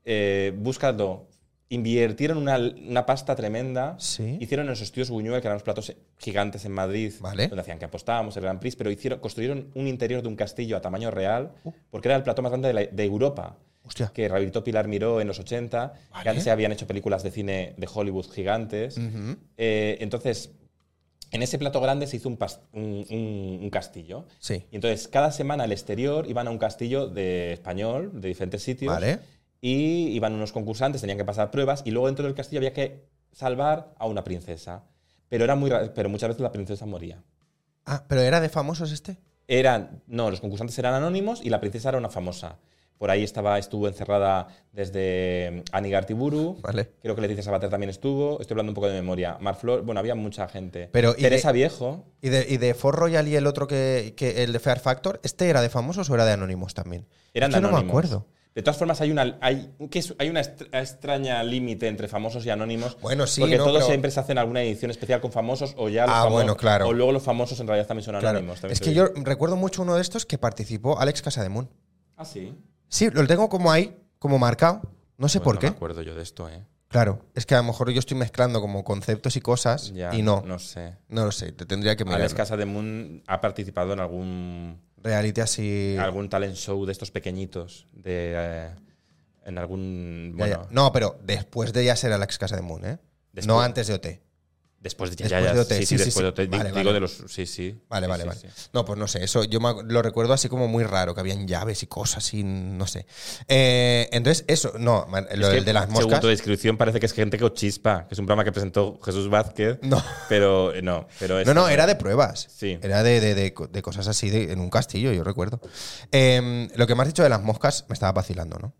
Eh, buscando. Invirtieron una, una pasta tremenda.
Sí.
Hicieron en los estudios Buñuel, que eran unos platos gigantes en Madrid,
Vale.
donde hacían que apostábamos el Gran Prix, pero hicieron, construyeron un interior de un castillo a tamaño real,
Uh.
porque era el plato más grande de, la- de Europa,
Hostia.
que rehabilitó Pilar Miró en los 80,
Vale.
que antes se habían hecho películas de cine de Hollywood gigantes.
Ujú.
Eh, entonces, en ese plato grande se hizo un, pas- un- un- un castillo.
Sí.
Y entonces, cada semana al exterior iban a un castillo de español, de diferentes sitios.
Vale.
Y iban unos concursantes, tenían que pasar pruebas. Y luego dentro del castillo había que salvar a una princesa. Pero, era muy ra- pero muchas veces la princesa moría.
Ah, pero era de famosos este.
Eran, no, los concursantes eran anónimos y la princesa era una famosa. Por ahí estaba, estuvo encerrada desde mm, Annie Gartiburu.
Vale.
Creo que Leticia Sabater también estuvo. Estoy hablando un poco de memoria. Marflor, bueno, había mucha gente.
Pero, ¿y de-
Teresa Viejo.
¿Y de, y de Fort Royal y el otro que, que el de Fair Factor, este era de famosos o era de anónimos también?
Eran
Es que no me
anónimos.
acuerdo.
De todas formas, hay una, hay, que es- hay una estra- extraña límite entre famosos y anónimos.
Bueno, sí,
Porque
no,
todos
pero-
siempre se hacen alguna edición especial con famosos o ya los
Ah,
famo-
bueno, claro.
O luego los famosos en realidad también son
Claro.
anónimos. también
Es
te
que
digo.
yo recuerdo mucho uno de estos que participó Alex Casademón.
Ah, sí.
Sí, lo tengo como ahí, como marcado. No sé
Pues
por
no
qué.
me acuerdo yo de esto, ¿eh?
Claro, es que a lo mejor yo estoy mezclando como conceptos y cosas
Ya,
y no, no.
No sé.
lo sé, te tendría que mirar.
Alex Casa de Moon ha participado en algún,
Reality así.
algún talent show de estos pequeñitos. De, eh, en algún.
Ya, ya.
Bueno,
No, pero después de ya ser Alex Casademón, ¿eh?
Después-
No antes de OT.
Después de,
Después
ya, ya,
de OT,
Sí,
sí,
sí,
sí,
después
sí.
de OT. Di-
Vale,
digo
vale.
de los. Sí, sí.
Vale,
Sí,
vale,
sí,
vale.
sí.
No, pues no sé, eso yo me ac- lo recuerdo así como muy raro, que habían llaves y cosas y no sé. Eh, entonces, eso, no, man, lo
Es que,
del de las
Según
moscas.
tu descripción, parece que es gente que chispa, que es un programa que presentó Jesús Vázquez.
No.
Pero eh, no, pero es-
No, no, era de pruebas.
Sí.
Era de, de- de co- de cosas así de- en un castillo, yo recuerdo. Eh, lo que me has dicho de las moscas me estaba vacilando, ¿no?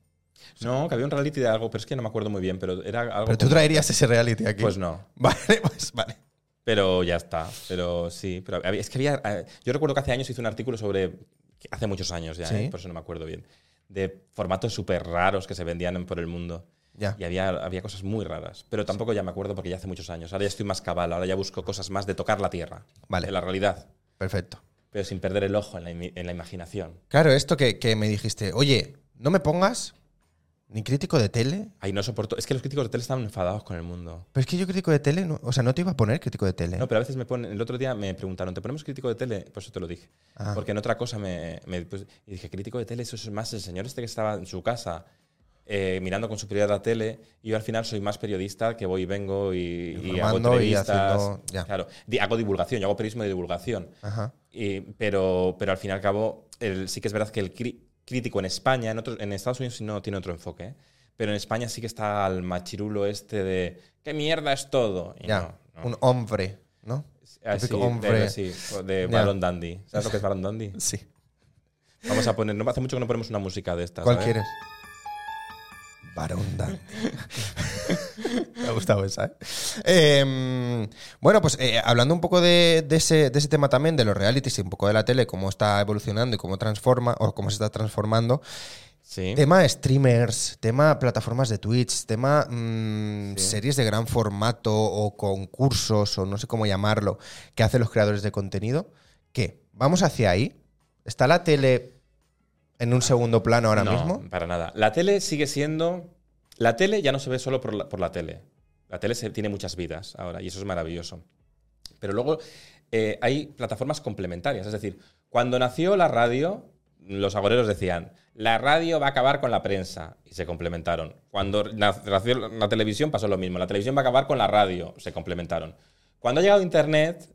No, que había un reality de algo, pero es que no me acuerdo muy bien, pero era algo.
Pero tú
como-
traerías ese reality aquí.
Pues no.
Vale, pues vale.
Pero ya está. Pero sí. Pero había- es que había. eh, Yo recuerdo que hace años hice un artículo sobre. que Hace muchos años ya,
Sí.
eh, por eso no me acuerdo bien. De formatos súper raros que se vendían en- por el mundo.
Ya.
Y había, había cosas muy raras. Pero tampoco ya me acuerdo porque ya hace muchos años. Ahora ya estoy más cabal, ahora ya busco cosas más de tocar la tierra.
Vale.
De la realidad.
Perfecto.
Pero sin perder el ojo en la imi- en la imaginación.
Claro, esto que, que me dijiste, oye, no me pongas ni crítico de tele.
Ahí no soporto. Es que los críticos de tele están enfadados con el mundo.
Pero es que yo crítico de tele, no- o sea, no te iba a poner crítico de tele.
No, pero a veces me ponen. El otro día me preguntaron, ¿te ponemos crítico de tele? Pues eso te lo dije.
Ah.
Porque en otra cosa me, me puse- y dije, crítico de tele, eso es más el señor este que estaba en su casa eh, mirando con su prioridad la tele. Y yo al final soy más periodista que voy y vengo y, y hago
Informando y
entrevistas.
haciendo- ya.
Claro, Di- hago divulgación, yo hago periodismo de divulgación.
Ajá.
Y- pero, pero al fin y al cabo, el- sí que es verdad que el cri- crítico en España, en, otros- en Estados Unidos no tiene otro enfoque, ¿eh? pero en España sí que está al machirulo este de ¿qué mierda es todo? Y
Ya.
no, no.
Un hombre, ¿no?
Así,
típico
de-
hombre.
así, de
Ya.
Balón Dandy. ¿Sabes lo que es Balón Dandy?
Sí.
Vamos a poner, no hace mucho que no ponemos una música de estas. ¿eh?
¿Cuál
¿sabes?
quieres? Barón Dandy. Me ha gustado esa, ¿eh? Eh, bueno, pues eh, hablando un poco de, de ese, de ese tema también, de los realities y un poco de la tele, cómo está evolucionando y cómo transforma, o cómo se está transformando,
Sí.
Tema streamers, tema plataformas de Twitch, tema mm,
Sí.
series de gran formato o concursos o no sé cómo llamarlo que hacen los creadores de contenido. ¿Qué? ¿Vamos hacia ahí? ¿Está la tele en un segundo plano ahora
No,
mismo?
Para nada. La tele sigue siendo. La tele ya no se ve solo por la, por la tele. La tele se- tiene muchas vidas ahora y eso es maravilloso. Pero luego eh, hay plataformas complementarias. Es decir, cuando nació la radio, los agoreros decían: la radio va a acabar con la prensa. Y se complementaron. Cuando na- nació la televisión pasó lo mismo. La televisión va a acabar con la radio. Se complementaron. Cuando ha llegado Internet,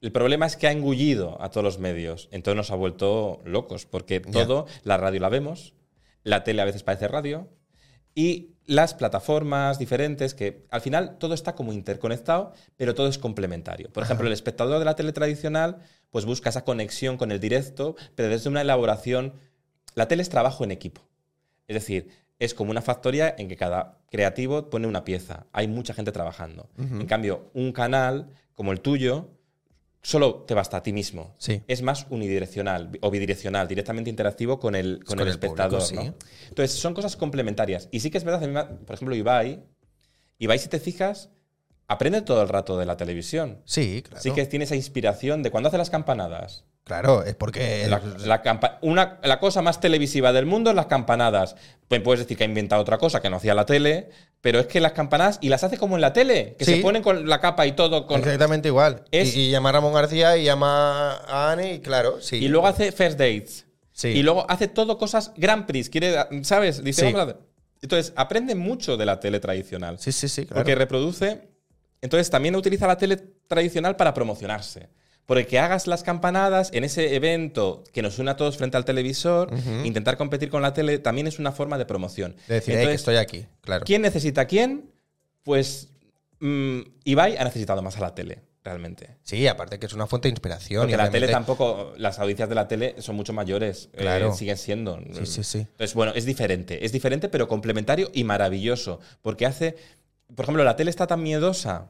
el problema es que ha engullido a todos los medios. Entonces nos ha vuelto locos, porque
Ya.
todo, la radio la vemos, la tele a veces parece radio, y las plataformas diferentes, que al final todo está como interconectado, pero todo es complementario. Por ejemplo, el espectador de la tele tradicional, pues busca esa conexión con el directo, pero desde una elaboración. La tele es trabajo en equipo. Es decir, es como una factoría en que cada creativo pone una pieza. Hay mucha gente trabajando. En cambio, un canal como el tuyo solo te basta a ti mismo.
Sí.
Es más unidireccional bi- o bidireccional, directamente interactivo con el, con
con
el
el
espectador.
público,
¿no? Entonces, son cosas complementarias. Y sí que es verdad, a mí me ha- por ejemplo, Ibai, Ibai, si te fijas, aprende todo el rato de la televisión.
Sí, claro.
Sí que tiene esa inspiración de cuando hace las campanadas.
Claro, es porque
La, la campa- una, la cosa más televisiva del mundo es las campanadas. Pues puedes decir que ha inventado otra cosa que no hacía la tele, pero es que las campanadas, y las hace como en la tele, que
Sí.
se ponen con la capa y todo. Con,
exactamente igual.
Es-
y, y llama a Ramón García y llama a Anne y claro, sí.
y luego hace first dates.
Sí.
Y luego hace todo cosas Grand Prix. Quiere, ¿Sabes? Dice,
Sí.
"Vamos a hacer". Entonces, aprende mucho de la tele tradicional.
Sí, sí, sí, claro.
Porque reproduce. Entonces también utiliza la tele tradicional para promocionarse. Porque que hagas las campanadas en ese evento que nos une a todos frente al televisor, intentar competir con la tele también es una forma de promoción.
De decir, "Eh, que
Entonces,
estoy aquí, claro.
¿quién necesita a quién? Pues mm, Ibai ha necesitado más a la tele, realmente.
Sí, aparte que es una fuente de inspiración.
Porque
y
la tele
obviamente-
tampoco, las audiencias de la tele son mucho mayores, eh,
Claro.
siguen siendo.
Sí, sí, sí.
Entonces, bueno, es diferente, es diferente pero complementario y maravilloso, porque hace, por ejemplo, la tele está tan miedosa,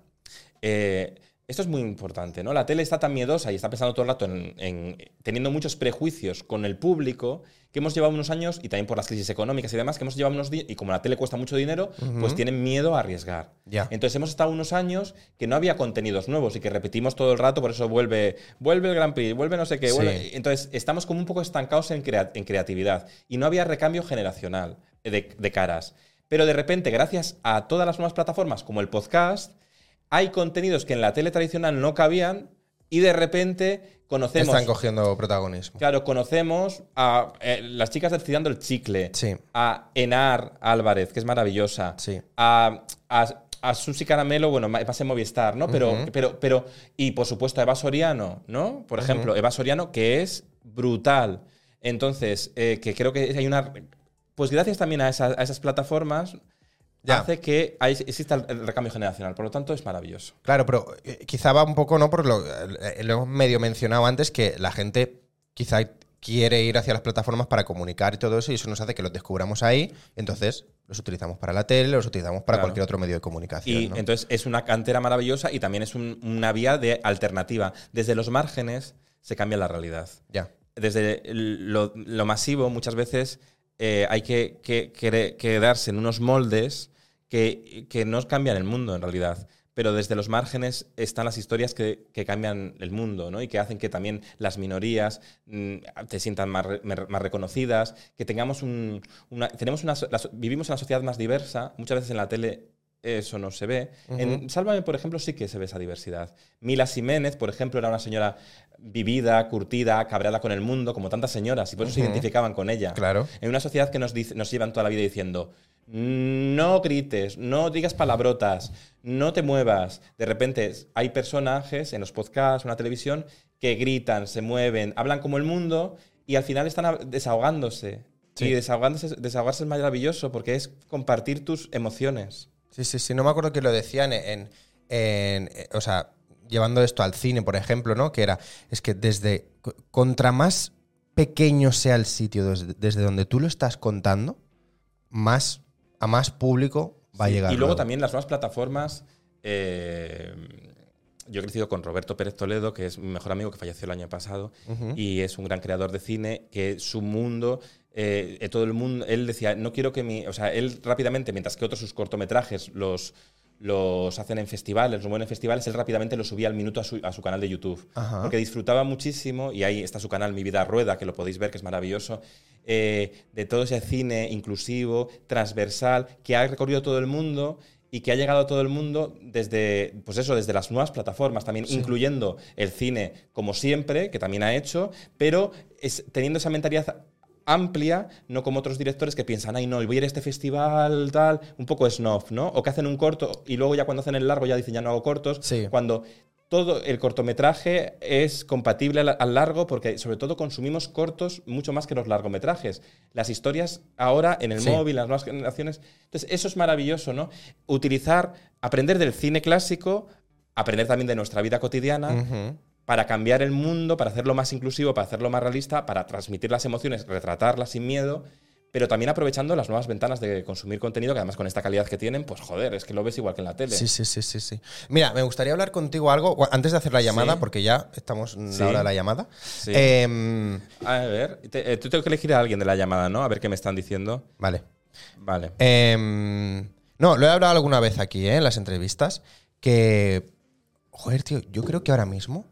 eh, esto es muy importante, ¿no? La tele está tan miedosa y está pensando todo el rato en, en- teniendo muchos prejuicios con el público, que hemos llevado unos años, y también por las crisis económicas y demás, que hemos llevado unos días, y como la tele cuesta mucho dinero, pues tienen miedo a arriesgar.
Ya.
Entonces hemos estado unos años que no había contenidos nuevos y que repetimos todo el rato, por eso vuelve, vuelve el Grand Prix, vuelve no sé qué.
Sí.
vuelve- Entonces estamos como un poco estancados en, crea- en creatividad y no había recambio generacional de, de caras. Pero de repente, gracias a todas las nuevas plataformas como el podcast, hay contenidos que en la tele tradicional no cabían y de repente conocemos...
Están cogiendo protagonismo.
Claro, conocemos a eh, las chicas estirando el chicle,
Sí.
a Enar Álvarez, que es maravillosa,
Sí.
a, a, a Susi Caramelo, bueno, ma- va a ser Movistar, ¿no? Pero, pero, pero, y por supuesto a Eva Soriano, ¿no? Por ejemplo, Eva Soriano, que es brutal. Entonces, eh, que creo que hay una... Pues gracias también a, esa- a esas plataformas,
Ya.
hace que hay- exista el- el recambio generacional. Por lo tanto, es maravilloso.
Claro, pero eh, quizá va un poco, ¿no? Por lo, eh, lo hemos medio mencionado antes, que la gente quizá quiere ir hacia las plataformas para comunicar y todo eso, y eso nos hace que los descubramos ahí, entonces los utilizamos para la tele, los utilizamos para
Claro.
cualquier otro medio de comunicación.
Y
¿no?
entonces es una cantera maravillosa y también es un- una vía de alternativa. Desde los márgenes se cambia la realidad.
ya.
Desde el- lo, lo masivo muchas veces eh, hay que, que- que- quedarse en unos moldes que, que no cambian el mundo en realidad. pero desde los márgenes están las historias que, que cambian el mundo, ¿no? Y que hacen que también las minorías mm, te sientan más, re- mer- más reconocidas, que tengamos un, una, tenemos una, so- la so- vivimos en una sociedad más diversa. Muchas veces en la tele eso no se ve. En Sálvame, por ejemplo, sí que se ve esa diversidad. Mila Jiménez, por ejemplo, era una señora vivida, curtida, cabreada con el mundo, como tantas señoras, y por eso se identificaban con ella.
Claro.
En una sociedad que nos, dice- nos llevan toda la vida diciendo, no grites, no digas palabrotas, no te muevas. De repente hay personajes en los podcasts, en la televisión, que gritan, se mueven, hablan como el mundo y al final están a- desahogándose.
Sí.
Y desahogándose, desahogarse es maravilloso porque es compartir tus emociones.
Sí, sí, sí, no me acuerdo que lo decían en, en- eh, o sea, llevando esto al cine, por ejemplo, ¿no? Que era, es que desde, co- contra más pequeño sea el sitio desde, desde donde tú lo estás contando, más, a más público va a
Sí,
llegar.
Y luego también las nuevas plataformas. eh, yo he crecido con Roberto Pérez Toledo, que es mi mejor amigo que falleció el año pasado, y es un gran creador de cine, que su mundo, eh, eh, todo el mundo, él decía, no quiero que mi, o sea, él rápidamente, mientras que otros sus cortometrajes los, los hacen en festivales, los mueven en festivales, él rápidamente los subía al minuto a su, a su canal de YouTube,
Ajá.
porque disfrutaba muchísimo, y ahí está su canal Mi Vida Rueda, que lo podéis ver, que es maravilloso, eh, de todo ese cine inclusivo, transversal, que ha recorrido todo el mundo y que ha llegado a todo el mundo desde, pues eso, desde las nuevas plataformas, también incluyendo el cine como siempre, que también ha hecho, pero es, teniendo esa mentalidad amplia, no como otros directores que piensan, ay no, voy a ir a este festival, tal, un poco snob, ¿no? O que hacen un corto y luego ya cuando hacen el largo ya dicen, ya no hago cortos,
Sí.
cuando todo el cortometraje es compatible al, al largo porque sobre todo consumimos cortos mucho más que los largometrajes. Las historias ahora en el
Sí.
móvil, las nuevas generaciones. Entonces, eso es maravilloso, ¿no? Utilizar, aprender del cine clásico, aprender también de nuestra vida cotidiana
Ujú.
para cambiar el mundo, para hacerlo más inclusivo, para hacerlo más realista, para transmitir las emociones, retratarlas sin miedo, pero también aprovechando las nuevas ventanas de consumir contenido, que además con esta calidad que tienen, pues joder, es que lo ves igual que en la tele.
Sí, sí, sí, sí, sí. Mira, me gustaría hablar contigo algo, gua- antes de hacer la llamada,
Sí.
porque ya estamos en
Sí.
la hora de la llamada.
Sí.
Em,
A ver, te- eh, tú tengo que elegir a alguien de la llamada, ¿no? A ver qué me están diciendo.
vale.
Vale.
Em, no, lo he hablado alguna vez aquí, ¿eh? en las entrevistas, que... Joder, tío, yo creo que ahora mismo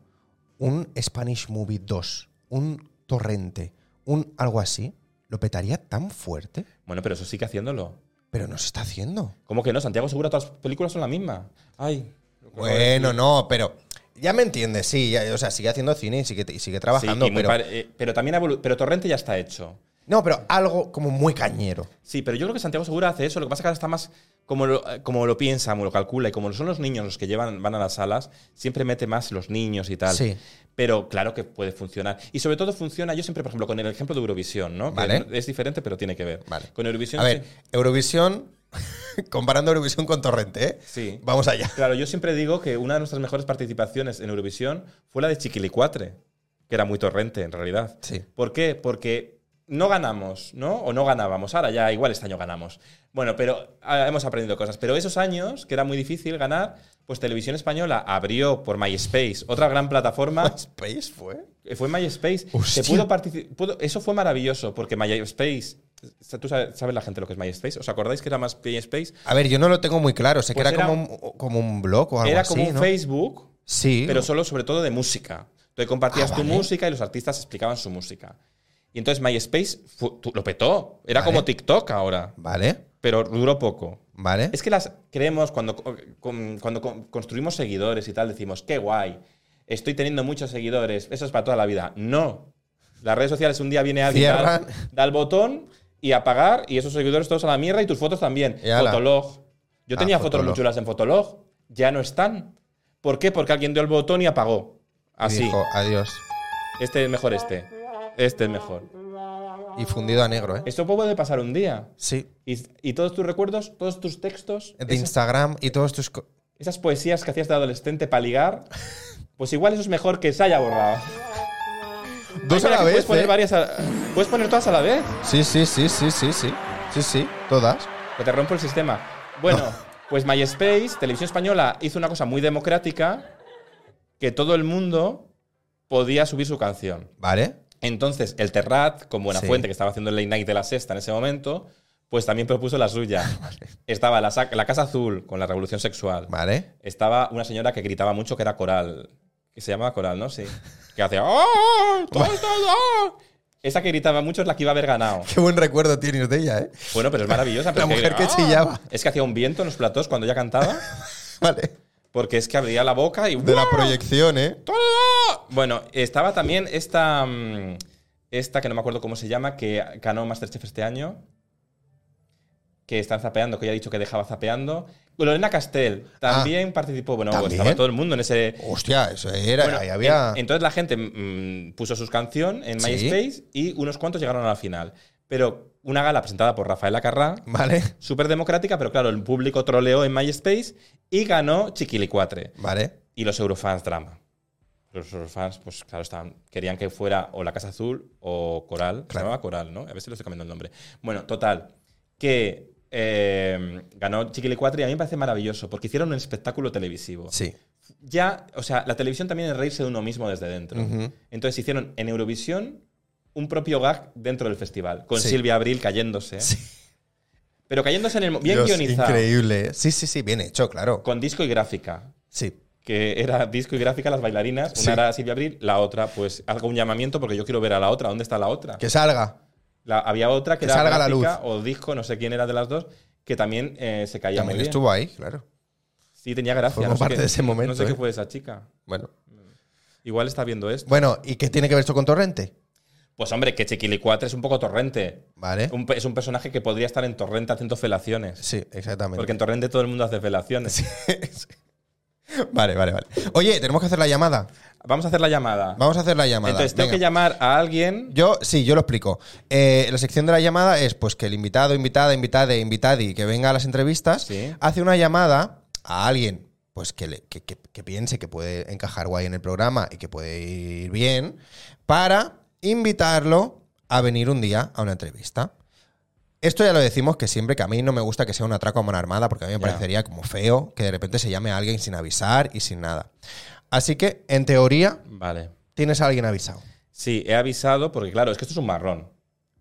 un Spanish Movie 2, un torrente, un algo así, lo petaría tan fuerte,
Bueno, pero eso sigue haciéndolo.
pero no se está haciendo.
¿Cómo que no? Santiago Segura, todas las películas son la misma. Ay. lo que acabo de decir.
Bueno, no, pero... Ya me entiendes, sí, ya- o sea, sigue haciendo cine y sigue, y sigue
Sí,
trabajando,
y muy
pero...
pare- eh, pero también ha evolu- pero Torrente ya está hecho.
No, pero algo como muy cañero.
Sí, pero yo creo que Santiago Segura hace eso. Lo que pasa es que ahora está más como lo, eh, como lo piensa, como lo calcula y como son los niños los que llevan, van a las salas, siempre mete más los niños y tal.
Sí.
Pero claro que puede funcionar. Y sobre todo funciona, yo siempre, por ejemplo, con el ejemplo de Eurovisión, ¿no? Que
Vale.
es diferente, pero tiene que ver.
Vale.
Con Eurovisión.
A
sí-
ver, Eurovisión, comparando Eurovisión con Torrente, ¿eh?
Sí.
Vamos allá.
Claro, yo siempre digo que una de nuestras mejores participaciones en Eurovisión fue la de Chiquilicuatre, que era muy torrente en realidad.
Sí.
¿Por qué? Porque no ganamos, ¿no? O no ganábamos. Ahora ya igual este año ganamos. Bueno, pero ah, hemos aprendido cosas. Pero esos años, que era muy difícil ganar, pues Televisión Española abrió por MySpace, otra gran plataforma.
Space fue.
Eh, Fue MySpace.
Hostia.
Se pudo partici- pudo- eso fue maravilloso, porque MySpace. ¿Tú sabes, sabes la gente lo que es MySpace? ¿Os acordáis que era más MySpace?
A ver, yo no lo tengo muy claro. Sé
Pues
que era,
era-
como, un, como un blog o algo
Era
así.
como un
¿no?
Facebook,
Sí.
pero solo sobre todo de música. Entonces compartías
Ah,
tu
vale.
música y los artistas explicaban su música. Y entonces MySpace fu- tu- lo petó. Era
Vale.
como TikTok ahora,
Vale,
pero duró poco.
vale.
Es que las creemos cuando, co- con- cuando co- construimos seguidores y tal, decimos, qué guay, estoy teniendo muchos seguidores, eso es para toda la vida. No. Las redes sociales un día viene alguien, da,
Cierran.
da el botón y apagar y esos seguidores todos a la mierda y tus fotos también.
Y ala.
Fotolog. Yo
Ah,
tenía fotos
Fotolog.
muy chulas en Fotolog, ya no están. ¿Por qué? Porque alguien dio el botón y apagó. Así.
Dijo, adiós.
Este es mejor este. Este es mejor.
Y fundido a negro, ¿eh?
Esto puede pasar un día.
Sí.
Y, y todos tus recuerdos, todos tus textos,
De
esas-
Instagram y todos tus. co-
esas poesías que hacías de adolescente para ligar, pues igual eso es mejor que se haya borrado.
Dos
Ay,
a
mira,
la vez.
que Puedes poner,
¿eh?
varias a- puedes poner todas a la vez.
Sí, sí, sí, sí, sí, sí. Sí, sí, todas.
Que te rompo el sistema. Bueno, pues MySpace, Televisión Española, hizo una cosa muy democrática que todo el mundo podía subir su canción.
Vale.
Entonces, el Terrat, con Buenafuente,
Sí.
que estaba haciendo el late night de la sexta en ese momento, Pues también propuso la suya. Estaba la, sa- la Casa Azul con la revolución sexual.
Vale.
Estaba una señora que gritaba mucho que era coral. Que se llamaba coral, ¿no? Sí. Que hacía. "¡Ah! ¡Todo, todo!". Esa que gritaba mucho es la que iba a haber ganado.
Qué buen recuerdo tienes de ella, ¿eh?
Bueno, pero es maravillosa. pero
La
es "Ah".
mujer que chillaba.
Es que hacía un viento en los platós cuando ella cantaba.
Vale.
Porque es que abría la boca y.
De la
"¡Guau!
proyección, ¿eh?
¡Todo!". Bueno, estaba también esta. mm, Esta que no me acuerdo cómo se llama, que ganó Masterchef este año. Que están zapeando, que ya he dicho que dejaba zapeando. Lorena Castell también participó. Bueno,
Ah. ¿también?
estaba todo el mundo en ese.
Hostia, eso era.
Bueno,
ahí había.
en- entonces la gente mm, puso sus canción en
Sí.
MySpace y unos cuantos llegaron a la final. Pero una gala presentada por Rafaela Carrá,
Vale.
súper democrática, pero claro, el público troleó en MySpace y ganó Chiquilicuatre.
Vale.
Y los Eurofans drama. Los Eurofans, pues claro, estaban, querían que fuera o la Casa Azul o Coral. Se
Claro.
llamaba Coral, ¿no? A ver si lo estoy cambiando el nombre. Bueno, total, que eh, ganó Chiquilicuatre y a mí me parece maravilloso porque hicieron un espectáculo televisivo
Sí.
ya, o sea, la televisión también es reírse de uno mismo desde dentro.
Ujú.
Entonces hicieron en Eurovisión un propio gag dentro del festival, con
Sí.
Silvia Abril cayéndose.
Sí.
Pero cayéndose en el. mo- Bien
Dios,
guionizado.
Increíble. ¿eh? Sí, sí, sí, bien hecho, claro.
Con disco y gráfica.
Sí.
Que era disco y gráfica las bailarinas. Una
Sí.
era Silvia Abril, la otra, pues hago un llamamiento porque yo quiero ver a la otra. ¿Dónde está la otra?
Que salga.
La- había otra que,
que
era
salga la
gráfica o disco, no sé quién era de las dos, que también eh, se caía
También
muy bien.
estuvo ahí, claro.
Sí, tenía gracia.
Formó
no sé
parte
qué-
de ese momento,
No sé
¿eh?
qué fue esa chica.
Bueno.
Igual está viendo esto.
Bueno, ¿y qué tiene que ver esto con Torrente?
Pues hombre, que Chiquilicuatre es un poco torrente.
Vale.
Un pe- es un personaje que podría estar en Torrente haciendo felaciones.
Sí, exactamente.
Porque en Torrente todo el mundo hace felaciones.
Vale, vale, vale. Oye, tenemos que hacer la llamada.
Vamos a hacer la llamada.
Vamos a hacer la llamada.
Entonces, tengo
Venga.
que llamar a alguien.
Yo, sí, yo lo explico. Eh, la sección de la llamada es pues que el invitado, invitada, invitada, invitadi que venga a las entrevistas
Sí.
hace una llamada a alguien pues que, le- que- que- que piense que puede encajar guay en el programa y que puede ir bien para invitarlo a venir un día a una entrevista. Esto ya lo decimos que siempre que a mí no me gusta que sea un atraco a mano armada porque a mí me
Ya.
parecería como feo que de repente se llame a alguien sin avisar y sin nada. Así que, en teoría,
Vale.
tienes a alguien avisado.
Sí, he avisado porque, claro, es que esto es un marrón.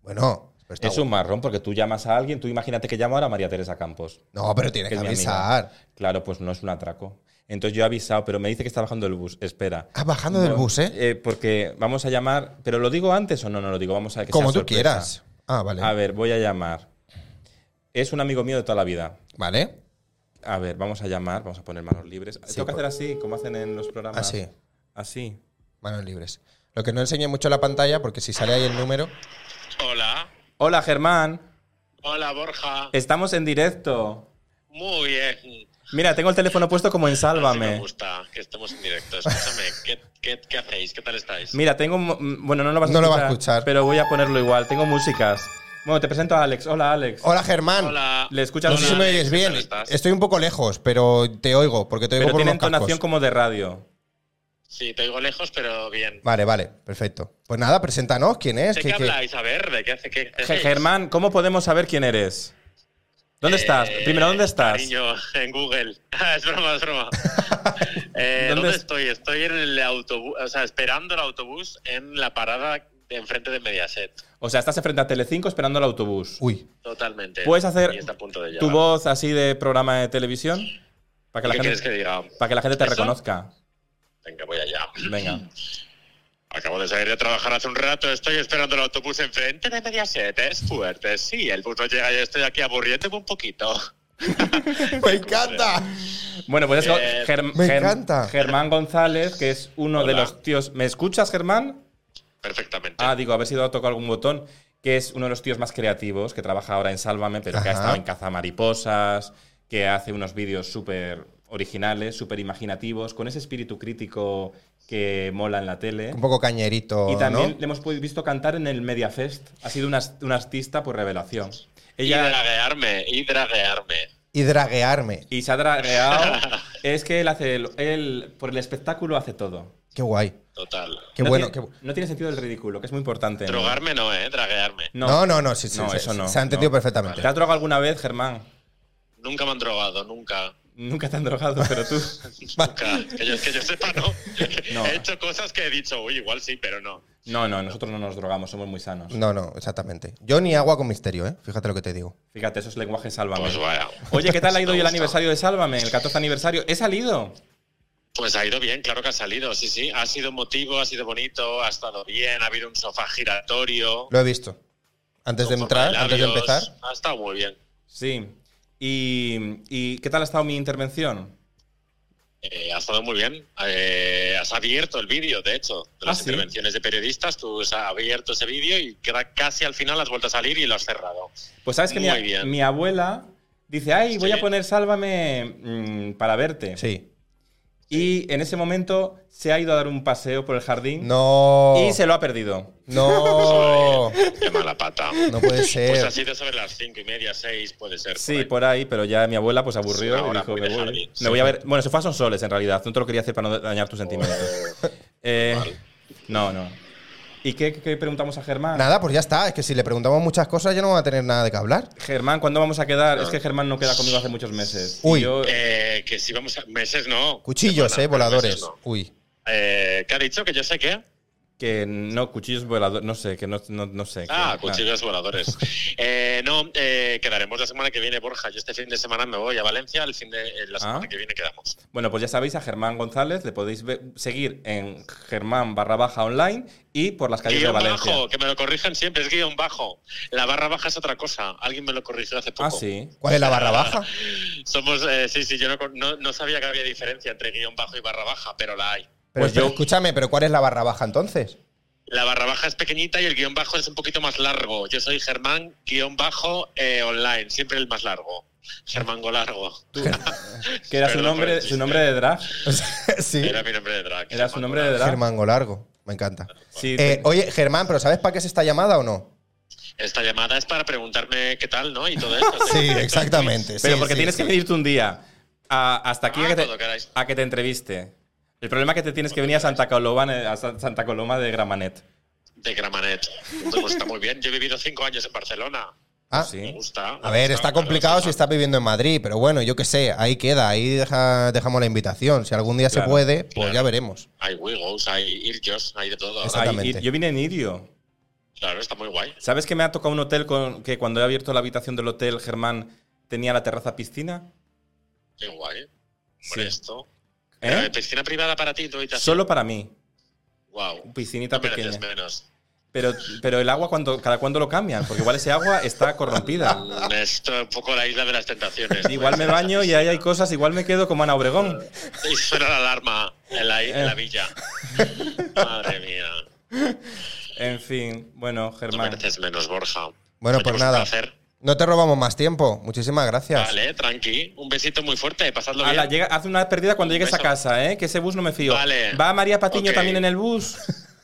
Bueno, pero está
es un marrón porque tú llamas a alguien, tú imagínate que llamo ahora a María Teresa Campos.
No, pero tienes
que
que
es mi
avisar.
Claro, pues no es un atraco. Entonces yo he avisado, pero me dice que está bajando del bus. Espera.
Ah, bajando del
Bueno,
bus, ¿eh?
Porque vamos a llamar. ¿Pero lo digo antes o no? No lo digo. Vamos a ver que
Como
sea
tú
sorpresa.
quieras. Ah, vale.
A ver, voy a llamar. Es un amigo mío de toda la vida.
Vale.
A ver, vamos a llamar, vamos a poner manos libres.
Sí,
Tengo que
por- Ah,
hacer así, como hacen en los programas.
Así,
Así.
manos libres. Lo que no enseñe mucho la pantalla, porque si sale ahí el número.
Hola,
Hola, Germán.
hola Borja.
Estamos en directo.
Muy bien.
Mira, tengo el teléfono puesto como en
Así me
Sálvame.
gusta que estemos en directo. Escúchame, ¿qué, qué, qué hacéis? ¿Qué tal estáis?
Mira, tengo. mu- mm, Bueno, no lo vas a
No lo
escuchar.
va a escuchar.
Pero voy a ponerlo igual. Tengo músicas. Bueno, te presento a Alex. Hola, Alex.
Hola, Germán.
hola.
¿Le escuchas?
No sé si me
Alex,
oyes
¿qué
bien.
tal estás?
Estoy un poco lejos, pero te oigo, porque te oigo
Pero
por
tiene
unos
entonación
cascos.
como de radio.
Sí, te oigo lejos, pero bien.
Vale, vale, perfecto. Pues nada, preséntanos quién es.
¿De
qué-
qué
qué-
habláis? A ver, ¿de qué hace? ¿Qué
Ge-
hacéis?
Germán, ¿cómo podemos saber quién eres? ¿Dónde
Eh,
estás? Primero, ¿dónde estás?
Cariño, en Google. Ah, es broma, es broma. Eh,
¿Dónde
¿Dónde,
es-
estoy? Estoy en el autobús, o sea, esperando el autobús en la parada de enfrente de Mediaset.
O sea, estás enfrente a Telecinco esperando el autobús.
Uy,
Totalmente.
¿Puedes hacer
Y está a punto de
tu
llegar.
voz así de programa de televisión? Para que la
¿Qué
gente,
quieres que diga?
para que la gente te
¿Eso?
reconozca.
Venga, voy allá.
Venga.
Acabo de salir de trabajar hace un rato, estoy esperando el autobús enfrente de Mediaset. Es fuerte, sí, el bus no llega y estoy aquí aburriéndome un poquito.
me encanta.
Bueno, pues eso,
Eh,
Germ-
me
Germ-
encanta.
Germán González, que es uno de
Hola.
los tíos. ¿Me escuchas, Germán?
Perfectamente.
Ah, digo, haber sido a tocar algún botón. Que es uno de los tíos más creativos, que trabaja ahora en Sálvame, pero que ha
Ajá.
estado en Caza Mariposas, que hace unos vídeos súper originales, súper imaginativos, con ese espíritu crítico que mola en la tele.
Un poco cañerito.
Y también
¿no?
le hemos pu- visto cantar en el Mediafest. Ha sido una, una artista por revelación.
y
Ella
draguearme, y draguearme.
Y draguearme.
y se ha dragueado. es que él hace el- él por el espectáculo hace todo.
Qué guay.
Total.
Qué
no
bueno.
Tiene,
qué bu-
No tiene sentido el ridículo, que es muy importante. ¿no?
Drogarme no, eh, draguearme.
No,
No, no, no, sí, sí,
No,
sí,
eso
sí,
no,
Se ha entendido
no.
perfectamente.
¿Te has drogado alguna vez, Germán?
Nunca me han drogado, nunca.
Nunca te han drogado, pero tú.
Nunca. Que yo, que yo sepa, no.
No.
He hecho cosas que he dicho, uy, igual sí, pero no.
No, no, nosotros no nos drogamos, somos muy sanos.
No, no, exactamente. Yo ni agua con misterio, ¿eh? Fíjate lo que te digo.
Fíjate, esos lenguajes sálvame.
Pues vaya.
Oye, ¿qué tal ha ido
Me
hoy el
gusta.
aniversario de Sálvame? El 14 aniversario. ¿He salido?
Pues ha ido bien, claro que ha salido, sí, sí. Ha sido motivo, ha sido bonito, ha estado bien, ha habido un sofá giratorio.
Lo he visto. Antes de
con forma
entrar, antes de
labios.
empezar.
Ha estado muy bien.
Sí. ¿Y, y qué tal ha estado mi intervención?
Eh, ha estado muy bien. Eh, has abierto el vídeo, de hecho, de las
Ah, ¿sí?
intervenciones de periodistas. Tú has abierto ese vídeo y queda casi al final has vuelto a salir y lo has cerrado.
Pues sabes que mi,
Muy bien.
mi abuela dice, ay, voy
Sí.
a poner Sálvame mm, para verte.
Sí.
Y en ese momento se ha ido a dar un paseo por el jardín
No.
y se lo ha perdido.
No.
Qué mala pata.
No puede
Pues
ser.
ha sido sobre las cinco y media, seis, puede ser.
Sí,
por ahí.
por ahí, pero ya mi abuela pues aburrió
Sí,
y
ahora
dijo,
voy
me
de
voy.
jardín". Oh.
Me voy a ver. Bueno, se fue a Sonsoles en realidad. No te lo quería hacer para no dañar tus sentimientos. Eh,
Vale.
No, no. ¿Y qué, qué preguntamos a Germán?
Nada, pues ya está. Es que si le preguntamos muchas cosas, ya no va a tener nada de qué hablar.
Germán, ¿cuándo vamos a quedar? Es que Germán no queda conmigo hace muchos meses.
Uy.
Y yo-
Ah. Eh, que si vamos a. Meses no.
pues- Cuchillos,
Semanas,
¿eh?
pero
Voladores.
meses no.
Uy.
Eh, ¿Qué ha dicho? Que yo sé qué.
que no, cuchillos voladores, no sé, que no, no, no sé.
Ah,
que-
cuchillos voladores. Eh, no, eh, quedaremos la semana que viene, Borja. Yo este fin de semana me voy a Valencia. El fin de eh, la semana
Ah.
que viene quedamos.
Bueno, pues ya sabéis, a Germán González le podéis ve- seguir en Germán barra baja online y por las calles de
Guión
Valencia.
bajo, que me lo corrijan siempre, es guión bajo. La barra baja es otra cosa. Alguien me lo corrigió hace poco.
Ah, sí.
¿Cuál es la barra baja?
Somos, eh, sí, sí, yo no, con- no- no sabía que había diferencia entre guión bajo y barra baja, pero la hay.
Pero
Pues yo-
escúchame, pero ¿cuál es la barra baja entonces?
La barra baja es pequeñita y el guión bajo es un poquito más largo. Yo soy Germán, guión bajo eh, online, siempre el más largo. Germán Golargo.
Que era su
Perdón por el
nombre,
chiste.
su nombre de drag.
sí.
Era mi nombre de drag.
Era su
Germán
nombre de
Golargo.
drag.
Germán Golargo. Me encanta.
Sí,
Eh,
te-
oye, Germán, ¿pero sabes para qué es esta llamada o no?
Esta llamada es para preguntarme qué tal, ¿no? Y todo esto.
Sí, exactamente.
Pero
sí,
porque
sí,
tienes
sí.
que venirte un día a- hasta aquí
Ah,
a, que
cuando
te,
queráis.
a que te entreviste. El problema es que te tienes que venir a Santa Coloma, eh, a Sa- Santa Coloma de Gramanet.
De Gramanet. Pues está muy bien. Yo he vivido cinco años en Barcelona.
Ah,
Me
Sí.
gusta.
A ver, está complicado si estás viviendo en Madrid, pero bueno, yo qué sé, ahí queda, ahí deja- dejamos la invitación. Si algún día se
Claro,
puede, pues
claro.
ya veremos.
Hay Wiggles, hay Irjos, hay de todo.
Exacto.
Ahí-
Exactamente.
yo vine en Irio.
Claro, está muy guay.
¿Sabes que me ha tocado un hotel con, que cuando he abierto la habitación del hotel, Germán tenía la terraza piscina?
Qué guay. ¿eh? Por
Sí.
esto. Pero,
¿Eh?
eh, Piscina privada para ti, tú y
Solo para mí.
Wow.
Piscinita pequeña.
menos.
Pero, pero el agua, cuando, ¿cada cuándo lo cambian? Porque igual ese agua está corrompida.
Mm, Esto es un poco la isla de las tentaciones.
Igual me baño y ahí hay cosas, igual me quedo como Ana Obregón.
Y suena la alarma en la,
Eh.
en la villa. Madre mía.
En fin, bueno,
Tú
Germán.
mereces menos, Borja.
Bueno,
Oye,
pues
un
nada.
placer.
No te robamos más tiempo. Muchísimas gracias.
Vale, tranqui. Un besito muy fuerte. Pasadlo
Ala,
bien.
llega- haz una pérdida cuando
Un
llegues a
beso.
casa, ¿eh? Que ese bus no me fío.
Vale.
¿Va María Patiño
Ok.
también en el bus?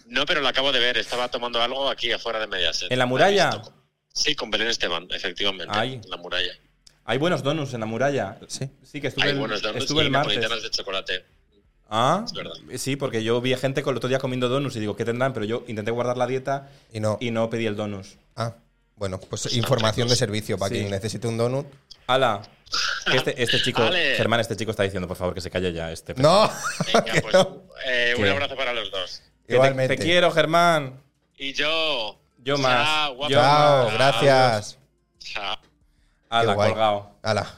No, pero lo acabo de ver. Estaba tomando algo aquí afuera de Mediaset.
¿En la muralla?
he visto. Sí, con Belén Esteban, efectivamente.
Ay.
En la muralla.
Hay buenos donuts en la muralla.
Sí.
Sí, que estuve
Hay
el,
buenos donuts
estuve
y
el martes.
napolitanas de chocolate.
Ah,
Es verdad.
sí, porque yo vi a gente con el otro día comiendo donuts y digo, ¿qué tendrán? Pero yo intenté guardar la dieta
Y no.
y no pedí el donus.
Ah, bueno, pues información de servicio para
Sí.
quien necesite un donut.
Ala, que este, este chico,
Ale.
Germán, este chico está diciendo, por favor, que se calle ya este. pe-
No,
Venga,
que
pues,
no.
eh, un
¿Qué?
abrazo para los dos.
Que te-
Igualmente.
Te, quiero, Germán.
Y yo.
Yo más.
Chao, guapo.
Yo
Chao,
más.
gracias.
Chao.
Ala,
Qué guay.
colgado.
Ala,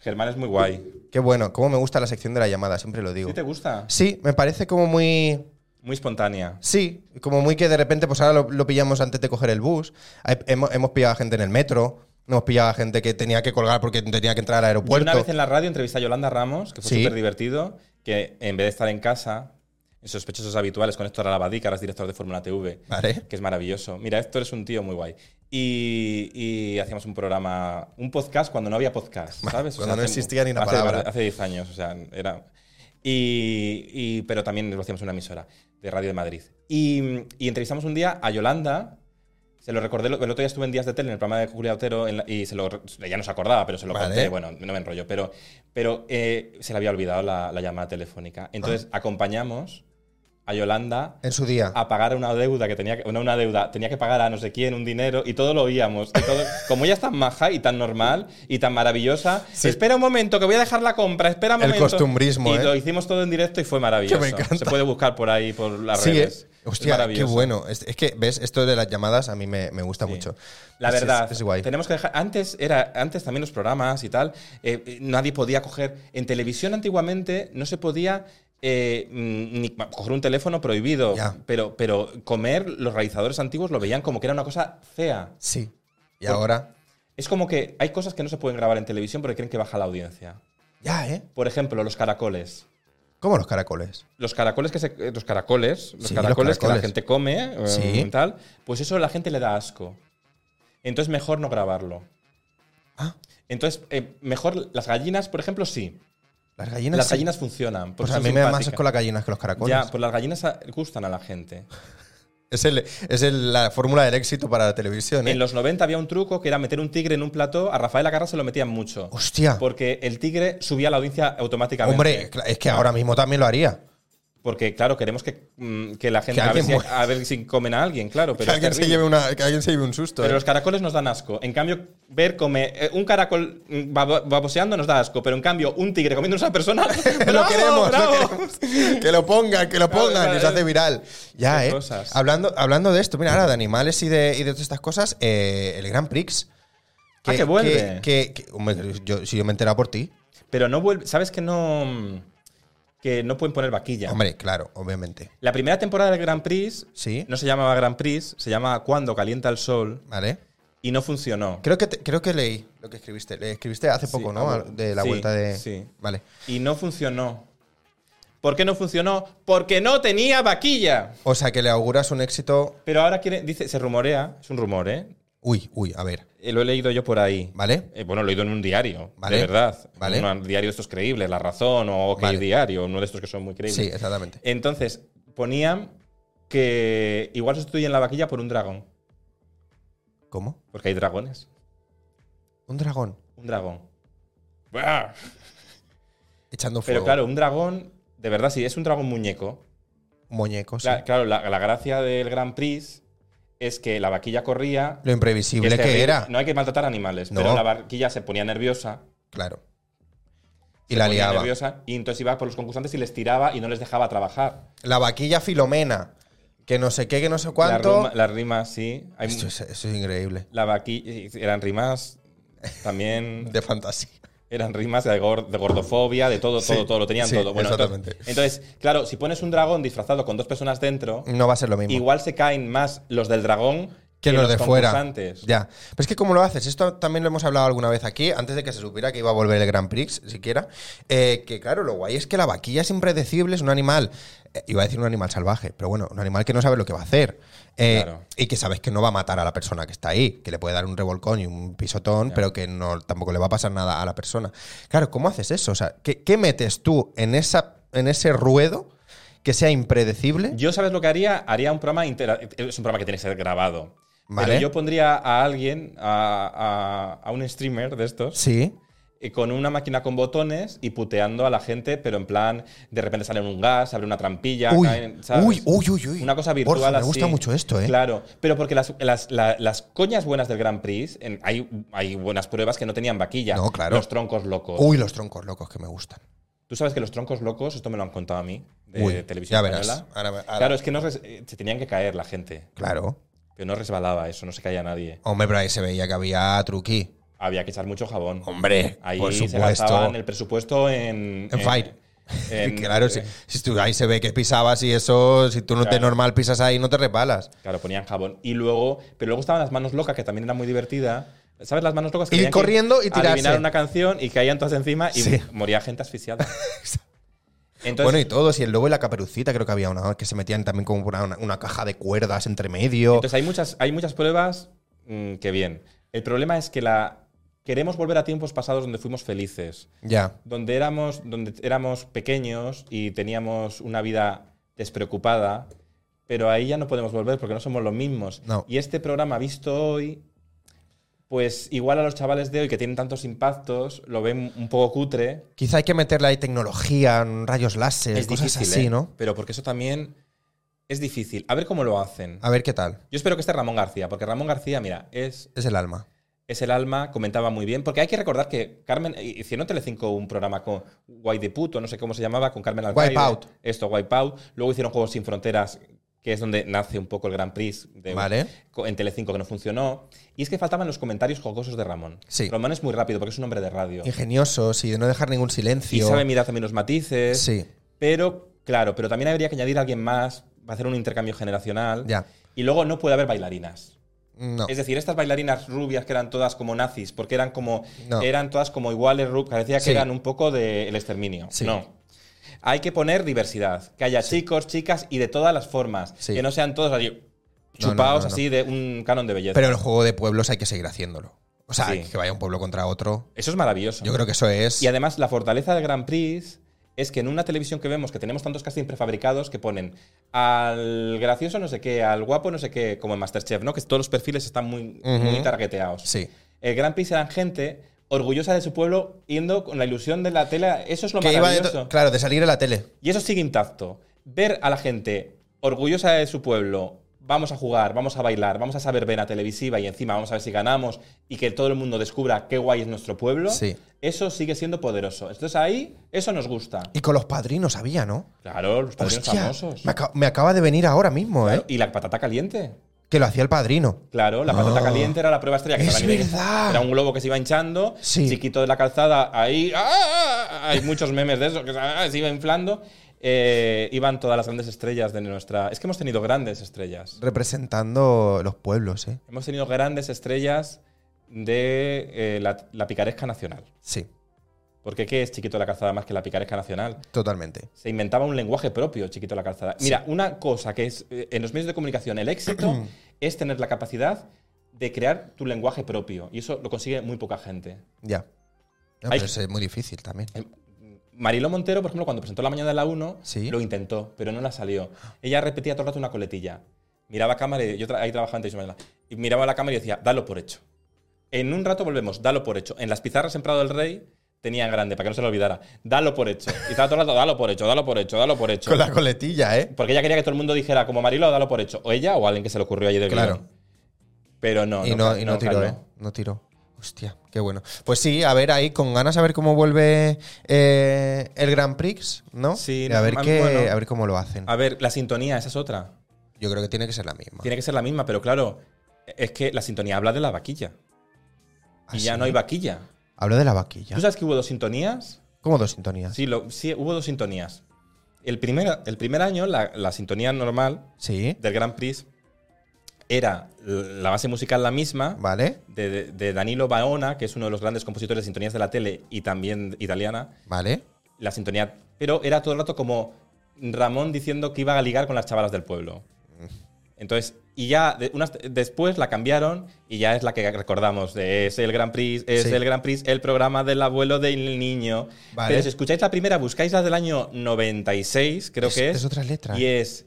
Germán es muy guay.
qué bueno. Cómo me gusta la sección de la llamada, siempre lo digo.
¿Sí te gusta?
Sí, me parece como muy
Muy espontánea.
Sí, como muy que de repente, pues ahora lo, lo pillamos antes de coger el bus. Hay- Hemos, hemos pillado a gente en el metro, hemos pillado a gente que tenía que colgar porque tenía que entrar al
Yo
aeropuerto.
Una vez en la radio entrevisté a Yolanda Ramos, que fue
Sí.
súper divertido, que en vez de estar en casa, en sospechosos habituales con Héctor Alabadí, que ahora es director de Fórmula TV,
Vale.
que es maravilloso. Mira, Héctor es un tío muy guay. Y, y hacíamos un programa, un podcast cuando no había podcast, ¿sabes?
cuando no
hace-
existía ni la
hace-
palabra.
Hace 10 años, o sea, era... Y, y- pero también lo hacíamos en una emisora de Radio de Madrid. Y, y entrevistamos un día a Yolanda, se lo recordé, el otro día estuve en Días de Tele en el programa de Julia Otero en la- y se lo, ya no se acordaba, pero se lo
Vale.
conté, bueno, no me enrollo, pero,
Ah.
pero eh, se le había olvidado la, la llamada telefónica. Entonces acompañamos a Yolanda
en su día.
a pagar una deuda que tenía que, no, una deuda, tenía que pagar a no sé quién un dinero y todo lo oíamos. y todo- como ella es tan maja y tan normal y tan maravillosa, "Pues
Sí.
espera un momento que voy a dejar la compra, espera un
El
momento.
costumbrismo,
Y
¿eh?
lo hicimos todo en directo y fue maravilloso.
Que me encanta.
Se puede buscar por ahí por las
Sí, ¿eh?
redes. Es
Hostia, qué
maravilloso.
bueno. Es, es que, ¿ves? Esto de las llamadas a mí me, me gusta
Sí.
mucho.
La
Es- es-
verdad,
Es, guay.
tenemos que dejar. Antes era, antes también los programas y tal, eh, eh, nadie podía coger. En televisión antiguamente no se podía eh, mm, ni ma- coger un teléfono prohibido.
Ya.
Pero, pero comer, los realizadores antiguos lo veían como que era una cosa fea.
Sí. Y ahora.
Es como que hay cosas que no se pueden grabar en televisión porque creen que baja la audiencia.
Ya, ¿eh?
Por ejemplo, los caracoles.
Como los caracoles.
Los caracoles que se, eh, los caracoles, los
Sí, los
caracoles que la
caracoles.
gente come, eh,
Sí.
tal, pues eso a la gente le da asco. Entonces mejor no grabarlo.
Ah,
Entonces, eh, mejor las gallinas, por ejemplo, sí.
las gallinas.
Las
sí.
gallinas funcionan.
Pues
porque
a
son
mí me da más
simpáticas.
asco las gallinas que los caracoles.
Ya, pues las gallinas a- gustan a la gente.
Es, el, es el- la fórmula del éxito para la televisión, ¿eh?
En los 90 había un truco que era meter un tigre en un plató. A Rafael Acarra se lo metían mucho.
Hostia.
Porque el tigre subía la audiencia automáticamente.
Hombre, cla- es que ahora mismo también lo haría.
Porque, claro, queremos que, mm, que la
Que
gente. a, ver
alguien
si,
muera.
a ver si comen a alguien, claro. Pero
que,
es
alguien se
terrible.
lleve una- que alguien se lleve un susto.
Pero
¿eh?
los caracoles nos dan asco. En cambio, ver come eh, un caracol mm, babo- baboseando nos da asco. Pero en cambio, un tigre comiendo a una persona.
lo
¡bravo,
queremos,
bravo!
lo queremos. Que lo pongan, que lo
Claro,
pongan, que se
claro. eh.
hace viral. Ya,
Qué
¿eh?
cosas.
Hablando, hablando de esto, mira, ahora de animales y de, y de todas estas cosas, eh, el Grand Prix.
Ah, que vuelve.
que- que- hombre, yo, si yo me he enterado por ti.
Pero no vuelve. ¿Sabes que no. que no pueden poner vaquilla?
Hombre, claro, obviamente.
La primera temporada del Grand Prix
Sí.
no se llamaba Grand Prix, se llama Cuando calienta el sol
Vale.
y no funcionó.
Creo que, te- creo que leí lo que escribiste. Le escribiste hace poco, ¿no?
algo-
De la
sí,
vuelta de.
sí.
Vale.
Y no funcionó. ¿Por qué no funcionó? Porque no tenía vaquilla.
O sea, que le auguras un éxito.
Pero ahora quiere, dice, se rumorea, es un rumor, ¿eh?
Uy, uy, a ver.
Eh, Lo he leído yo por ahí.
Vale.
Eh, bueno, lo he leído en un diario,
Vale.
de verdad.
Vale.
Un diario de estos creíbles, La Razón o OK
Vale.
Diario, uno de estos que son muy creíbles.
Sí, exactamente.
Entonces, ponían que igual sustituyen la vaquilla por un dragón,
¿Cómo?
porque hay dragones.
Un dragón
Un dragón. ¡Buah!
echando fuego.
Pero claro, un dragón, de verdad, si es un dragón muñeco,
Muñecos.
cla- claro, la, la gracia del Grand Prix es que la vaquilla corría.
Lo
que
imprevisible
es
que,
terrible.
era.
Este No hay que maltratar animales,
No.
pero la vaquilla se ponía nerviosa.
Claro. Y
se
la
ponía
liaba.
nerviosa, y entonces iba por los concursantes y les tiraba y no les dejaba trabajar.
La vaquilla filomena. Que no sé qué, que no sé
La
cuánto.
rima- Las rimas, sí. Hay
Esto
mu-
es, esto es increíble.
La vaquilla. Eran rimas también.
De fantasía.
Eran rimas de, gor- de gordofobia, de todo,
Sí,
todo, todo, lo tenían
sí,
todo. Bueno,
exactamente.
Entonces, entonces, claro, si pones un dragón disfrazado con dos personas dentro,
No va a ser lo mismo.
igual se caen más los del dragón
Mm, que los de fuera.
concursantes.
Ya. Pero es que como lo haces, esto también lo hemos hablado alguna vez aquí, antes de que se supiera que iba a volver el Grand Prix, siquiera, eh, que claro, lo guay es que la vaquilla es impredecible, es un animal, eh, iba a decir un animal salvaje, pero bueno, un animal que no sabe lo que va a hacer. eh,
Claro.
Y que sabes que no va a matar a la persona que está ahí, que le puede dar un revolcón y un pisotón, pero que no, tampoco le va a pasar nada a la persona. Claro, ¿cómo haces eso? O sea, ¿qué, qué metes tú en, esa, en ese ruedo que sea impredecible?
Yo, ¿sabes lo que haría? Haría un programa. intera- Es un programa que tiene que ser grabado.
Vale.
Pero yo pondría a alguien, a, a- a un streamer de estos,
sí.
eh, con una máquina con botones y puteando a la gente, pero en plan, de repente sale un gas, abre una trampilla.
Uy,
caen, ¿sabes?
uy, uy, uy, uy.
Una cosa virtual
Borja, me
así.
gusta mucho esto, ¿eh?
Claro, pero porque las, las- la- las coñas buenas del Grand Prix, en- hay, hay buenas pruebas que no tenían vaquilla.
No, claro.
Los troncos locos.
Uy, los troncos locos que me gustan.
Tú sabes que los troncos locos, esto me lo han contado a mí, de
Uy,
televisión
ya verás. Ah,
española.
Ahora me- ahora-
Claro, es que no res- eh, se tenían que caer la gente.
Claro.
Pero no resbalaba eso, no se caía nadie.
Hombre, pero ahí se veía que había truqui.
Había que echar mucho jabón.
Hombre,
Ahí
por
se
supuesto.
gastaban el presupuesto en.
En Fire.
en-
claro, si, si tú ahí se ve que pisabas y eso, si tú no te
Claro.
normal pisas ahí, no te repalas.
Claro, ponían jabón. Y luego. Pero luego estaban las manos locas, que también era muy divertida. ¿Sabes las manos locas? Que
Ir
tenían
corriendo y tirarse.
Adivinar una canción y caían todas encima y
Sí.
moría gente asfixiada. Entonces,
bueno, y todos, y el lobo y la caperucita, creo que había una que se metían también como por una, una caja de cuerdas entre medio.
Entonces hay muchas, hay muchas pruebas mm, que bien. El problema es que la queremos volver a tiempos pasados donde fuimos felices,
ya.
donde éramos, donde éramos pequeños y teníamos una vida despreocupada, pero ahí ya no podemos volver porque no somos los mismos.
No.
Y este programa visto hoy, pues igual a los chavales de hoy que tienen tantos impactos, lo ven un poco cutre.
Quizá hay que meterle ahí tecnología, rayos láser,
Es
cosas
difícil,
así,
¿eh?
¿no?
Pero porque eso también es difícil. A ver cómo lo hacen.
A ver qué tal.
Yo espero que esté Ramón García, porque Ramón García, mira, es,
Es el alma.
es el alma, comentaba muy bien, porque hay que recordar que Carmen eh, hicieron en Telecinco un programa con Guay de Puto, no sé cómo se llamaba, con Carmen Alcaide.
Wipeout.
Esto, Wipeout. Luego hicieron Juegos sin Fronteras, que es donde nace un poco el Grand Prix de,
Vale.
co- en Telecinco que no funcionó. Y es que faltaban los comentarios jocosos de Ramón.
Sí.
Ramón es muy rápido porque es un hombre de radio.
Ingeniosos y de no dejar ningún
Y
silencio.
sabe mirar también los matices.
Sí,
Pero, claro, pero también habría que añadir a alguien más, va a hacer un intercambio generacional.
Ya.
Y luego no puede haber bailarinas.
no.
Es decir, estas bailarinas rubias que eran todas como nazis, porque eran como
No.
eran todas como iguales, ru- parecía que
Sí.
eran un poco del exterminio.
Sí.
No. Hay que poner diversidad, que haya chicos, chicas y de todas las formas,
Sí.
que no sean todos así
No, no,
chupados
no, no.
así de un canon de belleza.
Pero el juego de pueblos hay que seguir haciéndolo. O sea,
Sí.
que vaya un pueblo contra otro.
Eso es maravilloso.
Yo creo que eso es.
Y además, la fortaleza del Grand Prix es que en una televisión que vemos que tenemos tantos castings prefabricados que ponen al gracioso no sé qué, al guapo no sé qué, como en Masterchef, ¿no? Que todos los perfiles están muy,
Ujú.
muy targeteados.
Sí.
El Grand Prix eran gente orgullosa de su pueblo, yendo con la ilusión de la tela. Eso es lo
Que iba de to-
maravilloso.
claro, de salir en la tele.
Y eso sigue intacto. Ver a la gente orgullosa de su pueblo, vamos a jugar, vamos a bailar, vamos a saber verbena televisiva y encima vamos a ver si ganamos y que todo el mundo descubra qué guay es nuestro pueblo,
Sí.
eso sigue siendo poderoso. Entonces ahí, eso nos gusta.
Y con los padrinos había, ¿no?
Claro, los padrinos
Hostia,
famosos.
Me, aca- me acaba de venir ahora mismo,
Claro,
¿eh?
Y la patata caliente.
Que lo hacía el padrino.
Claro, la patata
Ah.
caliente era la prueba estrella. Que
Es
estaba en inglés.
verdad.
Era un globo que se iba hinchando,
Sí.
chiquito de la calzada, ahí. ¡ah, ah, ah! Hay muchos memes de eso, que ah, se iba inflando. Eh, iban todas las grandes estrellas de nuestra. Es que hemos tenido grandes estrellas.
Representando los pueblos, ¿eh?
Hemos tenido grandes estrellas de eh, la, la picaresca nacional.
Sí,
Porque ¿qué es Chiquito de la Calzada más que la picaresca nacional?
totalmente.
Se inventaba un lenguaje propio, Chiquito de la Calzada. Mira, una cosa que es eh, en los medios de comunicación el éxito es tener la capacidad de crear tu lenguaje propio. Y eso lo consigue muy poca gente.
Ya. No,
Hay-
pero eso es muy difícil también.
Eh, Mariló Montero, por ejemplo, cuando presentó La Mañana de la 1,
Sí.
lo intentó, pero no la salió. Ella repetía todo el rato una coletilla. Miraba a cámara, y yo tra- ahí trabajaba antes de Ismael, y miraba a la cámara y decía, dalo por hecho. En un rato volvemos, dalo por hecho. En las pizarras en Prado del Rey tenía en grande, para que no se lo olvidara, dalo por hecho. Y estaba todo el rato, dalo por hecho, dalo por hecho, dalo por hecho.
Con la coletilla, ¿eh?
Porque ella quería que todo el mundo dijera, como Mariló, dalo por hecho. O ella o alguien que se le ocurrió allí de
Claro.
Pero no,
y no,
ca-
y no tiró,
caló.
¿eh? No tiró. Hostia, qué bueno. Pues sí, a ver ahí, con ganas a ver cómo vuelve eh, el Grand Prix, ¿no?
Sí,
Y a ver,
mm,
qué,
bueno.
a ver cómo lo hacen.
A ver, la sintonía, esa es otra.
Yo creo que tiene que ser la misma.
Tiene que ser la misma, pero claro, es que la sintonía habla de la vaquilla.
¿Ah,
y ya
sí?
no hay vaquilla.
Hablo de la vaquilla.
¿Tú sabes que hubo dos sintonías?
¿Cómo dos sintonías?
Sí, lo- sí, hubo dos sintonías. El primer, el primer año, la, la sintonía normal
Sí,
del Grand Prix era l- la base musical la misma
Vale,
de, de- de Danilo Baona, que es uno de los grandes compositores de sintonías de la tele y también italiana.
vale.
La sintonía, pero era todo el rato como Ramón diciendo que iba a ligar con las chavalas del pueblo. Entonces, y ya de- unas- después la cambiaron y ya es la que recordamos de es el Gran Prix, es
Sí.
el Gran Prix, el programa del abuelo del niño.
Vale.
Pero si escucháis la primera, buscáis la del año 96, creo
Es-
que es.
es otra letra.
Y es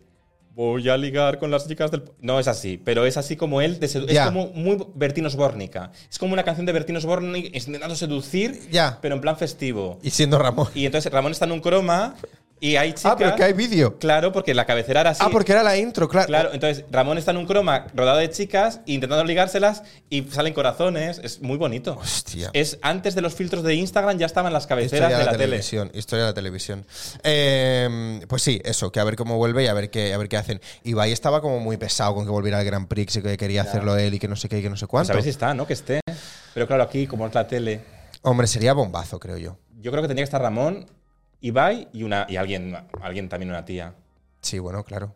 voy a ligar con las chicas del pu-". No es así, pero es así como él de sedu-
Ya.
es como muy Bertinos Bornica. Es como una canción de Bertinos Bornica intentando seducir,
Ya.
pero en plan festivo.
Y siendo Ramón.
Y entonces Ramón está en un croma y hay chicas
ah, pero que hay vídeo.
Claro, porque la cabecera era así.
Ah, porque era la intro, claro.
Claro, entonces Ramón está en un croma rodado de chicas intentando ligárselas y salen corazones. Es muy bonito.
Hostia.
Es antes de los filtros de Instagram ya estaban las
Historia
cabeceras
de
de
la,
la tele.
televisión, historia de la televisión. Eh, pues sí, eso, que a ver cómo vuelve y a ver qué, a ver qué hacen. Ibai estaba como muy pesado con que volviera al Grand Prix y que quería hacerlo él y que no sé qué y que no sé
Pues
cuánto.
a ver si está, ¿no? Que esté. Pero claro, aquí, como es la tele,
Hombre, sería bombazo, creo yo.
yo creo que tendría que estar Ramón, Ibai y una y alguien, alguien también una tía.
Sí, bueno, claro.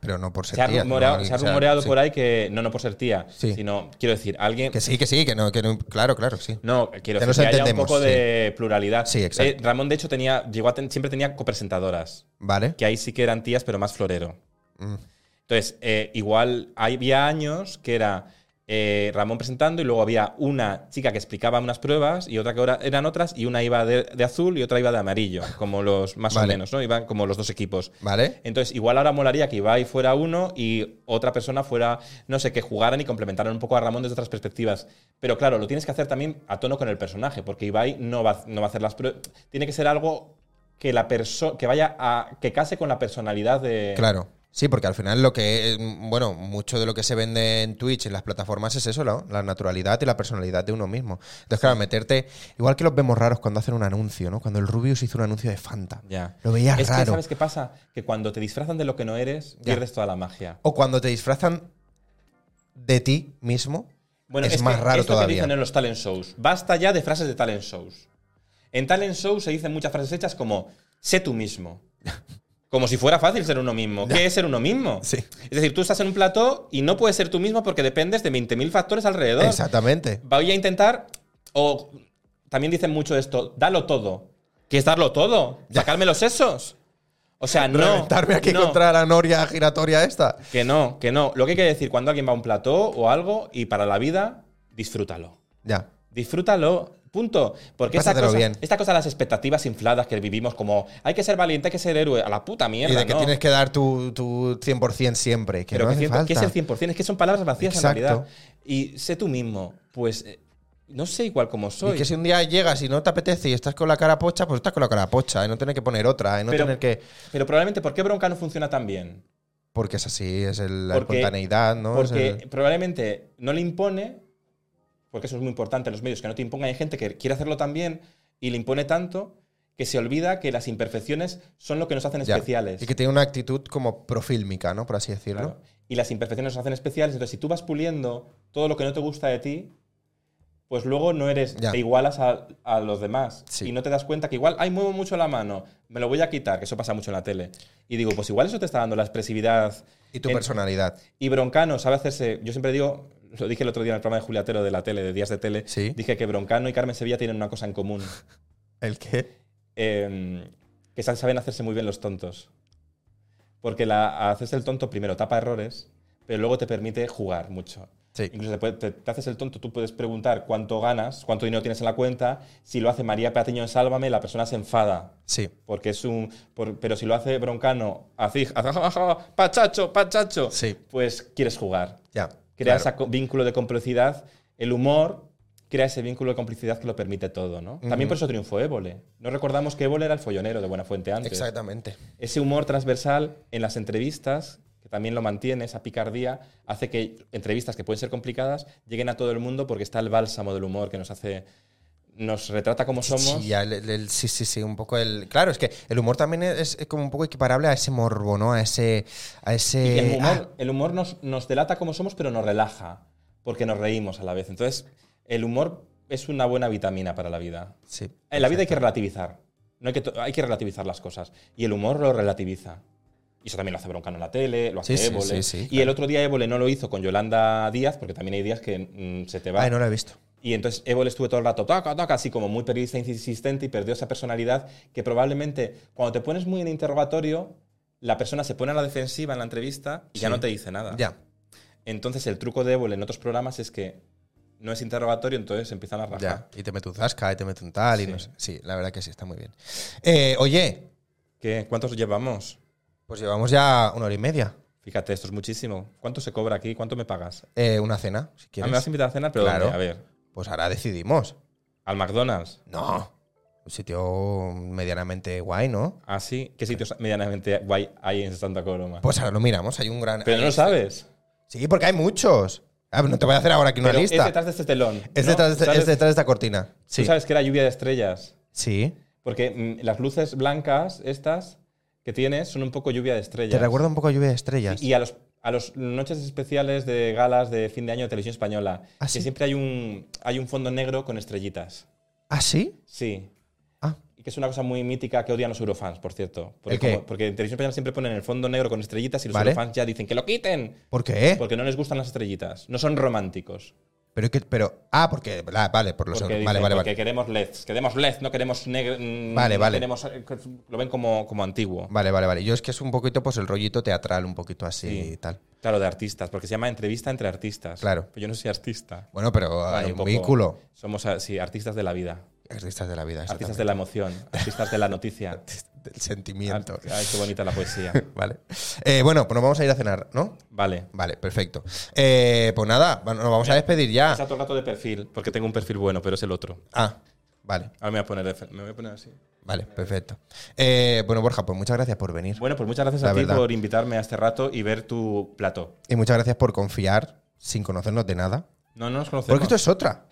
Pero no por ser
Se ha
tía,
rumoreado,
no,
se ha
o sea,
rumoreado
sí.
por ahí que no, no por ser tía,
Sí.
sino quiero decir, alguien
Que sí, que sí, que no, que no. Claro, claro, sí.
No, quiero
Ya
decir
nos
que haya un
entendemos,
poco
sí.
de pluralidad.
Sí, exacto.
Eh, Ramón, de hecho, tenía, llegó a ten- siempre tenía copresentadoras,
Vale.
que ahí sí que eran tías, pero más florero.
Mm.
Entonces, eh, igual había años que era eh, Ramón presentando y luego había una chica que explicaba unas pruebas y otra que ahora eran otras y una iba de, de azul y otra iba de amarillo, como los más
Vale.
o menos, ¿no? Iban como los dos equipos.
Vale.
Entonces, igual ahora molaría que Ibai fuera uno y otra persona fuera, no sé, que jugaran y complementaran un poco a Ramón desde otras perspectivas. Pero claro, lo tienes que hacer también a tono con el personaje, porque Ibai no va, no va a hacer las pruebas. Tiene que ser algo que la perso- que vaya a. que case con la personalidad de.
Claro. Sí, porque al final lo que, mm, bueno, mucho de lo que se vende en Twitch, en las plataformas, es eso, ¿no? la naturalidad y la personalidad de uno mismo. Entonces, claro, meterte, igual que los vemos raros cuando hacen un anuncio, ¿no? Cuando el Rubius hizo un anuncio de Fanta.
Ya.
Lo veías
es que
raro.
sabes qué pasa, que cuando te disfrazan de lo que no eres,
Ya.
pierdes toda la magia.
O cuando te disfrazan de ti mismo,
Bueno,
es,
que
más raro
esto que
todavía.
dicen en los talent shows. Basta ya de frases de talent shows. En talent shows se dicen muchas frases hechas como sé tú mismo. Como si fuera fácil ser uno mismo. ¿Qué es ser uno mismo?
Sí.
Es decir, tú estás en un plató y no puedes ser tú mismo porque dependes de 20.000 factores alrededor.
Exactamente.
Voy a intentar, o también dicen mucho esto, dalo todo. ¿Qué es darlo todo?
Ya.
Sacarme los sesos. O sea, no.
Reventarme aquí
no.
contra la noria giratoria esta.
Que no, que no. Lo que hay que decir cuando alguien va a un plató o algo y para la vida, disfrútalo.
Ya.
Disfrútalo. Punto. Porque esta
Pásatelo
cosa,
bien.
esta cosa de las expectativas infladas que vivimos como hay que ser valiente, hay que ser héroe, a la puta mierda.
y de que
¿no?
tienes que dar tu, tu 100% siempre. Que
Pero
no
que,
hace
siento- que
falta.
es el 100%, es que son palabras vacías
Exacto.
en realidad. Y sé tú mismo, pues eh, no sé igual como soy.
Y que si un día llegas y no te apetece y estás con la cara pocha, pues estás con la cara pocha. Y no tener que poner otra. Y no
Pero-
tener que.
Pero probablemente, ¿por qué bronca no funciona tan bien?
Porque es así, es el- la
Porque-
espontaneidad, ¿no? Es
Porque
el-
probablemente no le impone, porque eso es muy importante en los medios, que no te impongan. Hay gente que quiere hacerlo también y le impone tanto que se olvida que las imperfecciones son lo que nos hacen
ya.
especiales.
Y que tiene una actitud como profílmica, ¿no? Por así decirlo.
Claro. Y las imperfecciones nos hacen especiales. Entonces, si tú vas puliendo todo lo que no te gusta de ti, pues luego no eres,
Ya.
te igualas a, a los demás.
Sí.
Y no te das cuenta que igual, ay, muevo mucho la mano, me lo voy a quitar, que eso pasa mucho en la tele. Y digo, pues igual eso te está dando la expresividad.
Y tu
En-
personalidad.
Y Broncano sabe hacerse, yo siempre digo, lo dije el otro día en el programa de Juliatero de la tele, de Días de Tele,
Sí.
dije que Broncano y Carmen Sevilla tienen una cosa en común,
¿El qué?
eh, que sa- saben hacerse muy bien los tontos. Porque la, hacerse el tonto primero tapa errores, pero luego te permite jugar mucho.
Sí.
Incluso te, puede- te- te haces el tonto, tú puedes preguntar cuánto ganas, cuánto dinero tienes en la cuenta. Si lo hace María Patiño en Sálvame, la persona se enfada.
Sí.
Porque es un. por- pero si lo hace Broncano, así, pachacho, pachacho,
Sí.
pues quieres jugar.
Ya.
Crea
claro.
ese co- vínculo de complicidad. El humor crea ese vínculo de complicidad que lo permite todo, ¿no? También por eso triunfó Évole. No recordamos que Évole era el follonero de Buenafuente antes.
Exactamente.
Ese humor transversal en las entrevistas, que también lo mantiene, esa picardía, hace que entrevistas que pueden ser complicadas lleguen a todo el mundo porque está el bálsamo del humor que nos hace. nos retrata como somos.
Sí, eh, ya, el- el- el- sí, sí, sí, un poco el. Claro, es que el humor también es, es como un poco equiparable a ese morbo, ¿no? A ese. A ese
Y el
ah,
humor, el humor nos, nos delata como somos, pero nos relaja, porque nos reímos a la vez. Entonces, el humor es una buena vitamina para la vida.
sí.
En la vida hay que relativizar. No hay, que to- hay que relativizar las cosas. Y el humor lo relativiza. Y eso también lo hace Broncano en la tele, lo hace
Sí, sí, sí,
Évole.
sí,
y
claro.
el otro día Évole no lo hizo con Yolanda Díaz, porque también hay días que mm, se te va.
Ay, Ah, no lo he visto.
Y entonces Évole estuvo todo el rato, toca, toca, así como muy periodista insistente y perdió esa personalidad que probablemente cuando te pones muy en interrogatorio, la persona se pone a la defensiva en la entrevista y ya
Sí.
no te dice nada.
Ya.
Entonces el truco de Évole en otros programas es que no es interrogatorio, entonces empiezan a rajar.
Ya, y te mete un zasca, y te mete un tal, y
Sí.
no sé. Sí, la verdad que sí, está muy bien. Eh, oye,
¿Qué? ¿Cuántos llevamos?
pues llevamos ya una hora y media.
Fíjate, esto es muchísimo. ¿Cuánto se cobra aquí? ¿Cuánto me pagas?
Eh, una cena, si
Ah, me vas
quieres.
a invitar a cenar, pero
Claro.
¿dónde? a ver.
Pues ahora decidimos.
Al McDonald's.
No. Un sitio medianamente guay, ¿no?
Así, ¿qué sitios medianamente guay hay en Santa Coloma?
Pues eh, ahora lo miramos, hay un gran.
pero no lo sabes.
Sí, porque hay muchos. Ah, pero no te voy a hacer ahora aquí una
Pero es
lista.
detrás de este telón.
Es
¿no?
detrás, de,
¿Sabes?
es detrás de esta cortina. Sí.
Tú sabes que era lluvia de estrellas.
Sí.
Porque mm, las luces blancas, estas que tienes, son un poco lluvia de estrellas.
Te recuerda un poco a lluvia de estrellas.
Y a los a las noches especiales de galas de fin de año de televisión española.
¿Ah,
que
sí?
siempre hay un, hay un fondo negro con estrellitas.
¿Ah, sí?
Sí.
Ah,
Y que es una cosa muy mítica que odian los eurofans, por cierto. Porque,
¿El qué?
como- porque en televisión española siempre ponen el fondo negro con estrellitas y los
Vale.
eurofans ya dicen que lo quiten.
¿por qué?
Porque no les gustan las estrellitas. No son románticos.
Pero, que, pero. Ah, porque. la- vale, por los.
Porque,
Vale,
dicen,
vale, vale.
porque queremos LEDs, queremos LED, no queremos negro. mm,
Vale,
no
vale.
queremos- eh, lo ven como, como antiguo.
Vale, vale, vale. Yo es que es un poquito pues el rollito teatral, un poquito así
Sí.
y tal.
Claro, de artistas, porque se llama entrevista entre artistas.
Claro.
Pero yo no soy artista.
Bueno, pero
Bueno,
hay
un
un,
poco-
vínculo.
Somos ah, sí, artistas de la vida,
Artistas de la vida,
artistas
exactamente.
de la emoción, artistas de la noticia.
del sentimiento.
Ay, qué bonita la poesía.
Vale. Eh, bueno, pues nos vamos a ir a cenar, ¿no?
Vale.
Vale, perfecto. Eh, pues nada, va- nos vamos a despedir
Está
ya.
todo el rato de perfil, porque tengo un perfil bueno, pero es el otro.
Ah, vale.
Ahora me voy a poner, de fe- me voy a poner así.
Vale, perfecto. Eh, bueno, Borja, pues muchas gracias por venir.
Bueno, pues muchas gracias
La
a ti
verdad.
por invitarme a este rato y ver tu plató.
Y muchas gracias por confiar sin conocernos de nada.
No, no nos conocemos.
Porque esto es otra.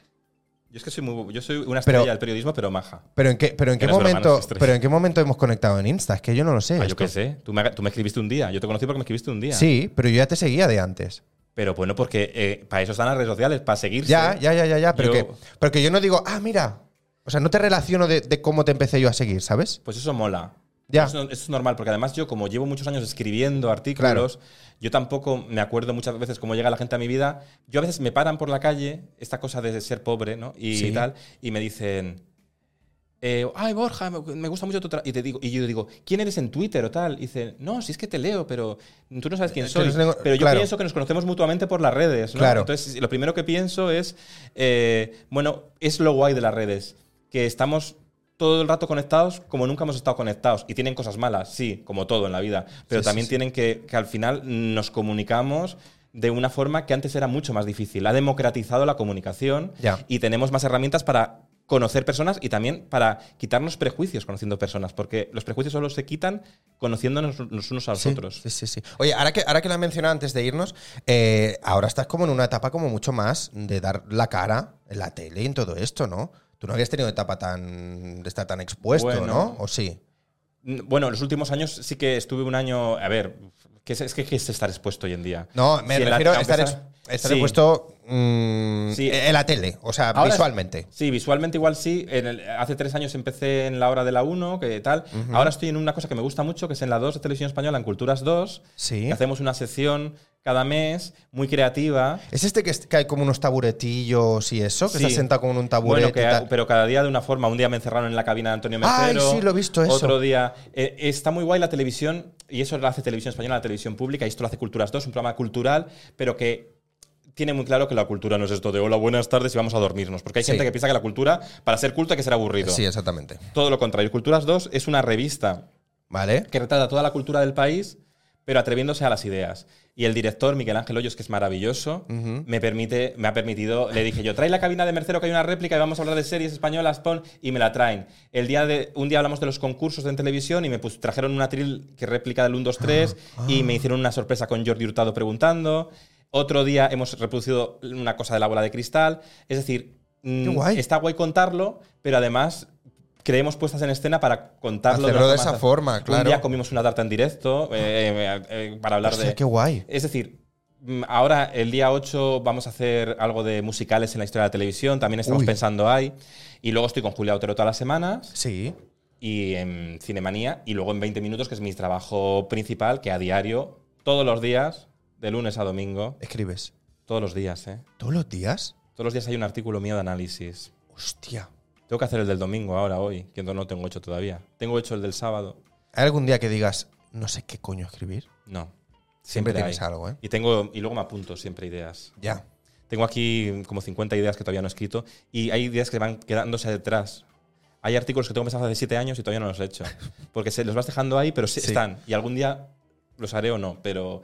Yo es que soy, muy, yo soy una
Pero-
estrella del periodismo, pero maja.
Pero en qué, pero en qué
Eres broma, no
momento,
es estrella.
pero en qué momento hemos conectado en Insta, es que yo no lo sé.
Ah, yo
esto.
qué sé. Tú me, tú me escribiste un día. Yo te conocí porque me escribiste un día.
Sí, pero yo ya te seguía de antes.
Pero bueno, porque eh, para eso están las redes sociales, para seguirse.
Ya, ya, ya, ya, ya. Pero,
Yo-
que, pero que yo no digo, ah, mira. O sea, no te relaciono de, de cómo te empecé yo a seguir, ¿sabes?
Pues eso mola.
Ya.
Eso, eso es normal, porque además yo, como llevo muchos años escribiendo artículos, yo tampoco me acuerdo muchas veces cómo llega la gente a mi vida. Yo a veces me paran por la calle, esta cosa de ser pobre, ¿no? Y,
Sí.
tal, y me dicen. eh, Ay, Borja, me me gusta mucho tu trabajo. Y, te digo- y yo digo, ¿quién eres en Twitter o tal? Y dicen, no, si es que te leo, pero tú no sabes quién
Eh, que
soy.
nos tengo-
Pero yo
claro.
pienso que nos conocemos mutuamente por las redes. ¿no?
Claro.
Entonces, lo primero que pienso es, eh, bueno, es lo guay de las redes, que estamos todo el rato conectados como nunca hemos estado conectados. Y tienen cosas malas, sí, como todo en la vida, pero
Sí, sí,
también
sí.
tienen que, que al final nos comunicamos de una forma que antes era mucho más difícil. Ha democratizado la comunicación
Ya.
y tenemos más herramientas para conocer personas y también para quitarnos prejuicios conociendo personas, porque los prejuicios solo se quitan conociéndonos los unos a los
Sí,
otros.
Sí, sí, sí. Oye, ahora que, ahora que la he mencionado antes de irnos, eh, ahora estás como en una etapa como mucho más de dar la cara en la tele y en todo esto, ¿no? Tú no habías tenido etapa tan de estar tan expuesto,
Bueno.
¿no? ¿O sí?
Mm, Bueno, los últimos años sí que estuve un año. A ver, que es, es que ¿qué es estar expuesto hoy en día.
No, me
Si en la-
refiero a
aunque
estar, ex-
sea-
estar
Sí.
expuesto mm,
Sí.
en la tele, o sea,
Ahora es-
visualmente.
Sí, visualmente igual sí. En el- hace tres años empecé en la hora de la 1, que tal. Ahora estoy en una cosa que me gusta mucho, que es en la 2 de Televisión Española, en Culturas 2.
Sí.
que hacemos una sección cada mes, muy creativa.
¿Es este que, es- que hay como unos taburetillos y eso? Que
Sí.
estás sentado como en un taburete
Bueno, que-
y tal.
pero cada día de una forma. Un día me encerraron en la cabina de Antonio
Ay,
Mercero.
sí, lo he visto eso.
Otro día. eh, está muy guay la televisión, y eso lo hace Televisión Española, la televisión pública, y esto lo hace Culturas 2, un programa cultural, pero que tiene muy claro que la cultura no es esto de hola, buenas tardes y vamos a dormirnos. Porque hay
Sí.
gente que piensa que la cultura, para ser culta, hay que ser aburrido.
Sí, exactamente.
Todo lo contrario. Culturas 2 es una revista
¿Vale?
que retrata toda la cultura del país, pero atreviéndose a las ideas. Y el director, Miguel Ángel Hoyos, que es maravilloso, me, permite, me ha permitido, le dije yo, trae la cabina de Mercero que hay una réplica y vamos a hablar de series españolas, pon, y me la traen. El día de, un día hablamos de los concursos en televisión y me pus- trajeron una tril que réplica del 1, 2, 3
Ah,
y me hicieron una sorpresa con Jordi Hurtado preguntando. Otro día hemos reproducido una cosa de la bola de cristal. Es decir, mm,
Qué guay.
está guay contarlo, pero además creemos puestas en escena para contarlo
Hacerlo
una
de esa forma,
Un
claro.
día comimos una tarta en directo eh, eh, eh, para hablar
Hostia,
de.
qué guay.
Es decir, mm, ahora el día 8 vamos a hacer algo de musicales en la historia de la televisión, también estamos
Uy.
pensando ahí. Y luego estoy con Julia Otero todas las semanas
Sí.
y en Cinemanía y luego en 20 minutos, que es mi trabajo principal, que a diario, todos los días, de lunes a domingo,
Escribes.
todos los días, ¿eh?
¿Todos los días?
Todos los días hay un artículo mío de análisis.
Hostia.
Tengo que hacer el del domingo ahora, hoy, que no lo tengo hecho todavía. Tengo hecho el del sábado.
¿Hay algún día que digas, no sé qué coño escribir?
No.
Siempre tienes
hay.
algo, ¿eh?
Y, tengo, y luego me apunto siempre ideas.
Ya.
Tengo aquí como 50 ideas que todavía no he escrito y hay ideas que van quedándose detrás. Hay artículos que tengo pensados hace 7 años y todavía no los he hecho. Porque se los vas dejando ahí, pero sí
Sí.
están. Y algún día los haré o no, pero,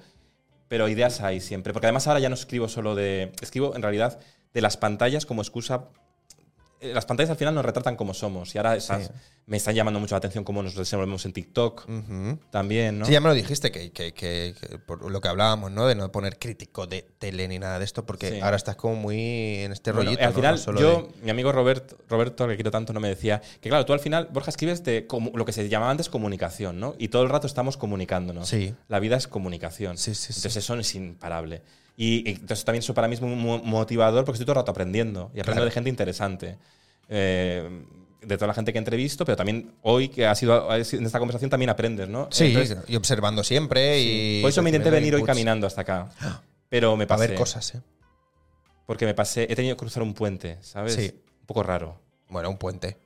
pero ideas hay siempre. Porque además ahora ya no escribo solo de. Escribo en realidad de las pantallas como excusa. Eh, Las pantallas al final nos retratan como somos. Y ahora esas-
Sí.
me están llamando mucho la atención cómo nos desenvolvemos en TikTok
Ujú.
también, ¿no?
Sí, ya me lo dijiste, que, que- que- que por lo que hablábamos, ¿no? De no poner crítico de tele ni nada de esto, porque
Sí.
ahora estás como muy en este
Bueno,
rollito.
al
¿no?
final,
No solo
yo,
de-
mi amigo Robert, Roberto, al que quiero tanto, no me decía que, claro, tú al final, Borja, escribes de comu- lo que se llamaba antes comunicación, ¿no? Y todo el rato estamos comunicándonos.
Sí.
La vida es comunicación.
Sí, sí, sí.
Entonces, eso es imparable. Y, y entonces también eso para mí es muy mo- motivador porque estoy todo el rato aprendiendo y aprendo
Claro.
de gente interesante. Eh, de toda la gente que entrevisto, pero también hoy que ha sido ha sido- en esta conversación también aprendes, ¿no?
Sí,
Entonces,
y observando siempre. Y
por eso me intenté
recibiendo
venir hoy
inputs.
caminando hasta acá. Pero me
A
pasé.
ver cosas, ¿eh?
Porque me pasé, he tenido que cruzar un puente, ¿sabes?
Sí.
Un poco raro.
Bueno, un puente.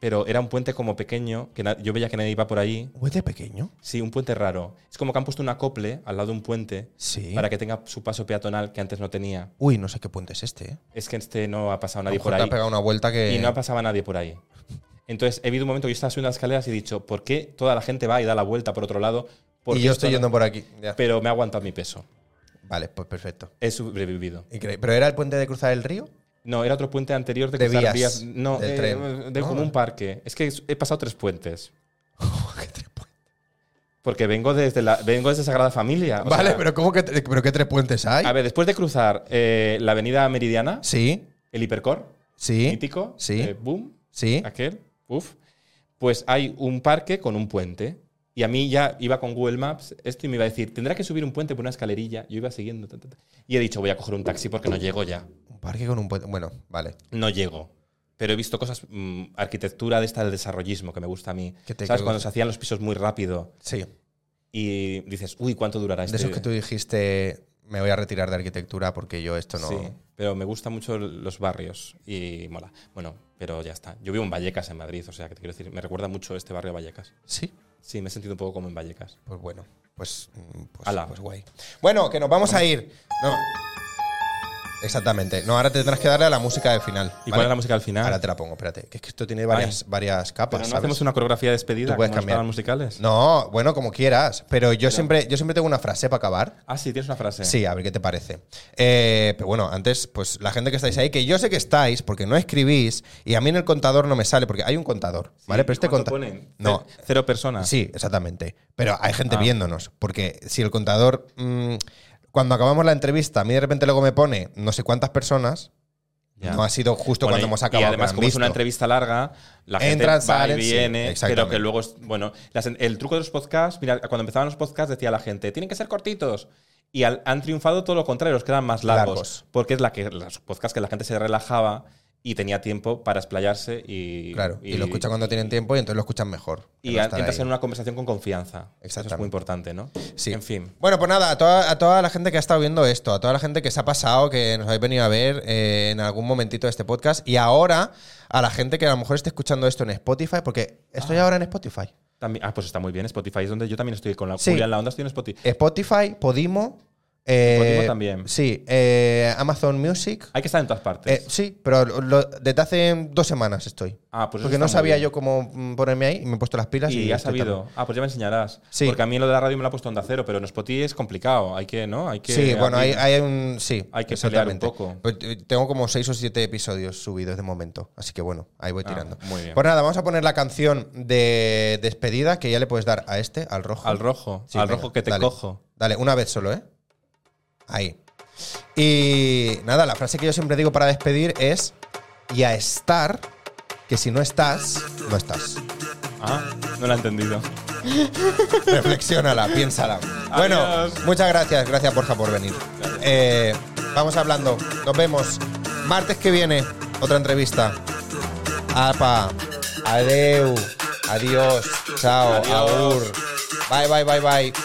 Pero era un puente como pequeño, que na- yo veía que nadie iba por allí.
¿Un puente pequeño?
Sí, un puente raro. Es como que han puesto un acople al lado de un puente
Sí.
para que tenga su paso peatonal que antes no tenía.
Uy, no sé qué puente es este, ¿eh?
Es que este no ha pasado
A lo
nadie
mejor
por
te ha
ahí.
pegado una vuelta que.
Y no ha pasado nadie por ahí. Entonces, he habido un momento que yo estaba subiendo las escaleras y he dicho, ¿por qué toda la gente va y da la vuelta por otro lado? ¿Por
y
qué
yo
esto
estoy
no?".
yendo por aquí. Ya.
Pero me ha aguantado mi peso.
Vale, pues perfecto.
He sobrevivido.
Increíble. ¿Pero era el puente de cruzar el río?
No, era otro puente anterior de,
De
cruzar
vías,
vías. No,
del
eh,
tren.
de
Ah.
como un parque. Es que he pasado tres puentes. Porque vengo desde, la, vengo desde Sagrada Familia. o
vale,
sea,
pero ¿cómo que tre- pero qué tres puentes hay?
A ver, después de cruzar eh, la Avenida Meridiana,
Sí,
el Hipercor,
sí,
mítico,
Sí.
eh, boom,
sí.
aquel, uf, pues hay un parque con un puente. Y a mí ya iba con Google Maps esto y me iba a decir, tendrá que subir un puente por una escalerilla. Yo iba siguiendo. ta, ta, ta. Y he dicho, voy a coger un taxi porque no llego ya.
Un parque con un puente. Bueno, vale.
No llego. Pero he visto cosas, mm, arquitectura de esta del desarrollismo que me gusta a mí.
Que te
¿Sabes?
cruza.
Cuando se hacían los pisos muy rápido
Sí.
y dices, uy, ¿cuánto durará este?
De esos que tú dijiste, me voy a retirar de arquitectura porque yo esto no.
Sí, pero me gustan mucho los barrios y mola. Bueno, pero ya está. Yo vivo en Vallecas, en Madrid, o sea, que te quiero decir, me recuerda mucho este barrio a Vallecas.
Sí.
Sí, me he sentido un poco como en Vallecas.
Pues bueno, pues, mm, pues,
Ala.
pues guay. Bueno, que nos vamos a ir. No. Exactamente. No, ahora tendrás que darle a la música del final. ¿vale?
¿Y cuál es la música al final?
Ahora te la pongo, espérate. Que es que esto tiene varias, varias capas.
pero no
¿sabes?
hacemos una coreografía de despedida
Tú puedes
como los
cambiar.
programas musicales.
No, bueno, como quieras. Pero yo siempre, yo siempre tengo una frase para acabar.
Ah, sí, tienes una frase.
Sí, a ver qué te parece. Eh, pero bueno, antes, pues la gente que estáis ahí, que yo sé que estáis, porque no escribís, y a mí en el contador no me sale, porque hay un contador,
Sí,
¿vale?
¿y
Pero este
cuánto
contador.
ponen?
No.
Ce- Cero personas.
Sí, exactamente. Pero hay gente
Ah.
viéndonos, porque si el contador, mm, cuando acabamos la entrevista, a mí de repente luego me pone no sé cuántas personas,
Ya.
no ha sido justo
Bueno,
cuando
y-
hemos acabado.
Y
que
además,
han
como es una
visto.
entrevista larga, la gente
Entran,
va
salen,
y
sí,
viene, pero
exactamente.
que luego, es- bueno, las en- el truco de los podcasts, mira, cuando empezaban los podcasts decía la gente, tienen que ser cortitos. Y al- han triunfado todo lo contrario, los quedan más largos,
Largos.
Porque es la que los podcasts que la gente se relajaba y tenía tiempo para explayarse y.
Claro, y, lo escuchan cuando tienen tiempo y entonces lo escuchan mejor. que
Y
no
a-
estar
entras
ahí.
en una conversación con confianza. Eso es
Exactamente.
muy importante, ¿no?
Sí.
En fin.
Bueno, pues nada, a toda, a toda la gente que ha estado viendo esto, a toda la gente que se ha pasado, que nos habéis venido a ver eh, en algún momentito de este podcast, y ahora a la gente que a lo mejor esté escuchando esto en Spotify, porque estoy ahora en Spotify.
También, ah, pues está muy bien. Spotify es donde yo también estoy con la
Sí.
Julia en la onda, estoy en Spotify.
Spotify, Podimo. eh,
Podimo también. Ah,
Sí, eh, Amazon Music.
Hay que estar en todas partes.
Eh, sí, pero lo- lo- desde hace dos semanas estoy.
Ah, pues eso
porque no
está muy
sabía
bien.
yo cómo mm, ponerme ahí y me he puesto las pilas.
Y,
Y,
has
estoy
sabido.
también.
Ah, pues ya me enseñarás.
Sí.
Porque a mí lo de la radio me lo ha puesto onda cero, pero en Spotify es complicado. Hay que, ¿no? Hay que.
Sí, bueno, hay,
abrir.
hay un. Sí,
Hay que pelear un
exactamente.
poco.
Pues, eh, tengo como seis o siete episodios subidos de momento. Así que bueno, ahí voy
Ah,
tirando.
muy bien.
Pues nada, vamos a poner la canción de despedida que ya le puedes dar a este, al rojo.
Al rojo.
Sí,
al
venga,
rojo que te
dale.
cojo.
Dale, una vez solo, ¿eh? Ahí. Y nada, la frase que yo siempre digo para despedir es: y a estar, que si no estás, no estás.
Ah, no lo he entendido.
Reflexiónala, piénsala. Bueno,
Adiós.
muchas gracias, gracias Borja por venir. Eh, vamos hablando, nos vemos. Martes que viene, otra entrevista. Apa, adeu, adiós, chao,
Adiós.
aur. Bye, bye, bye, bye.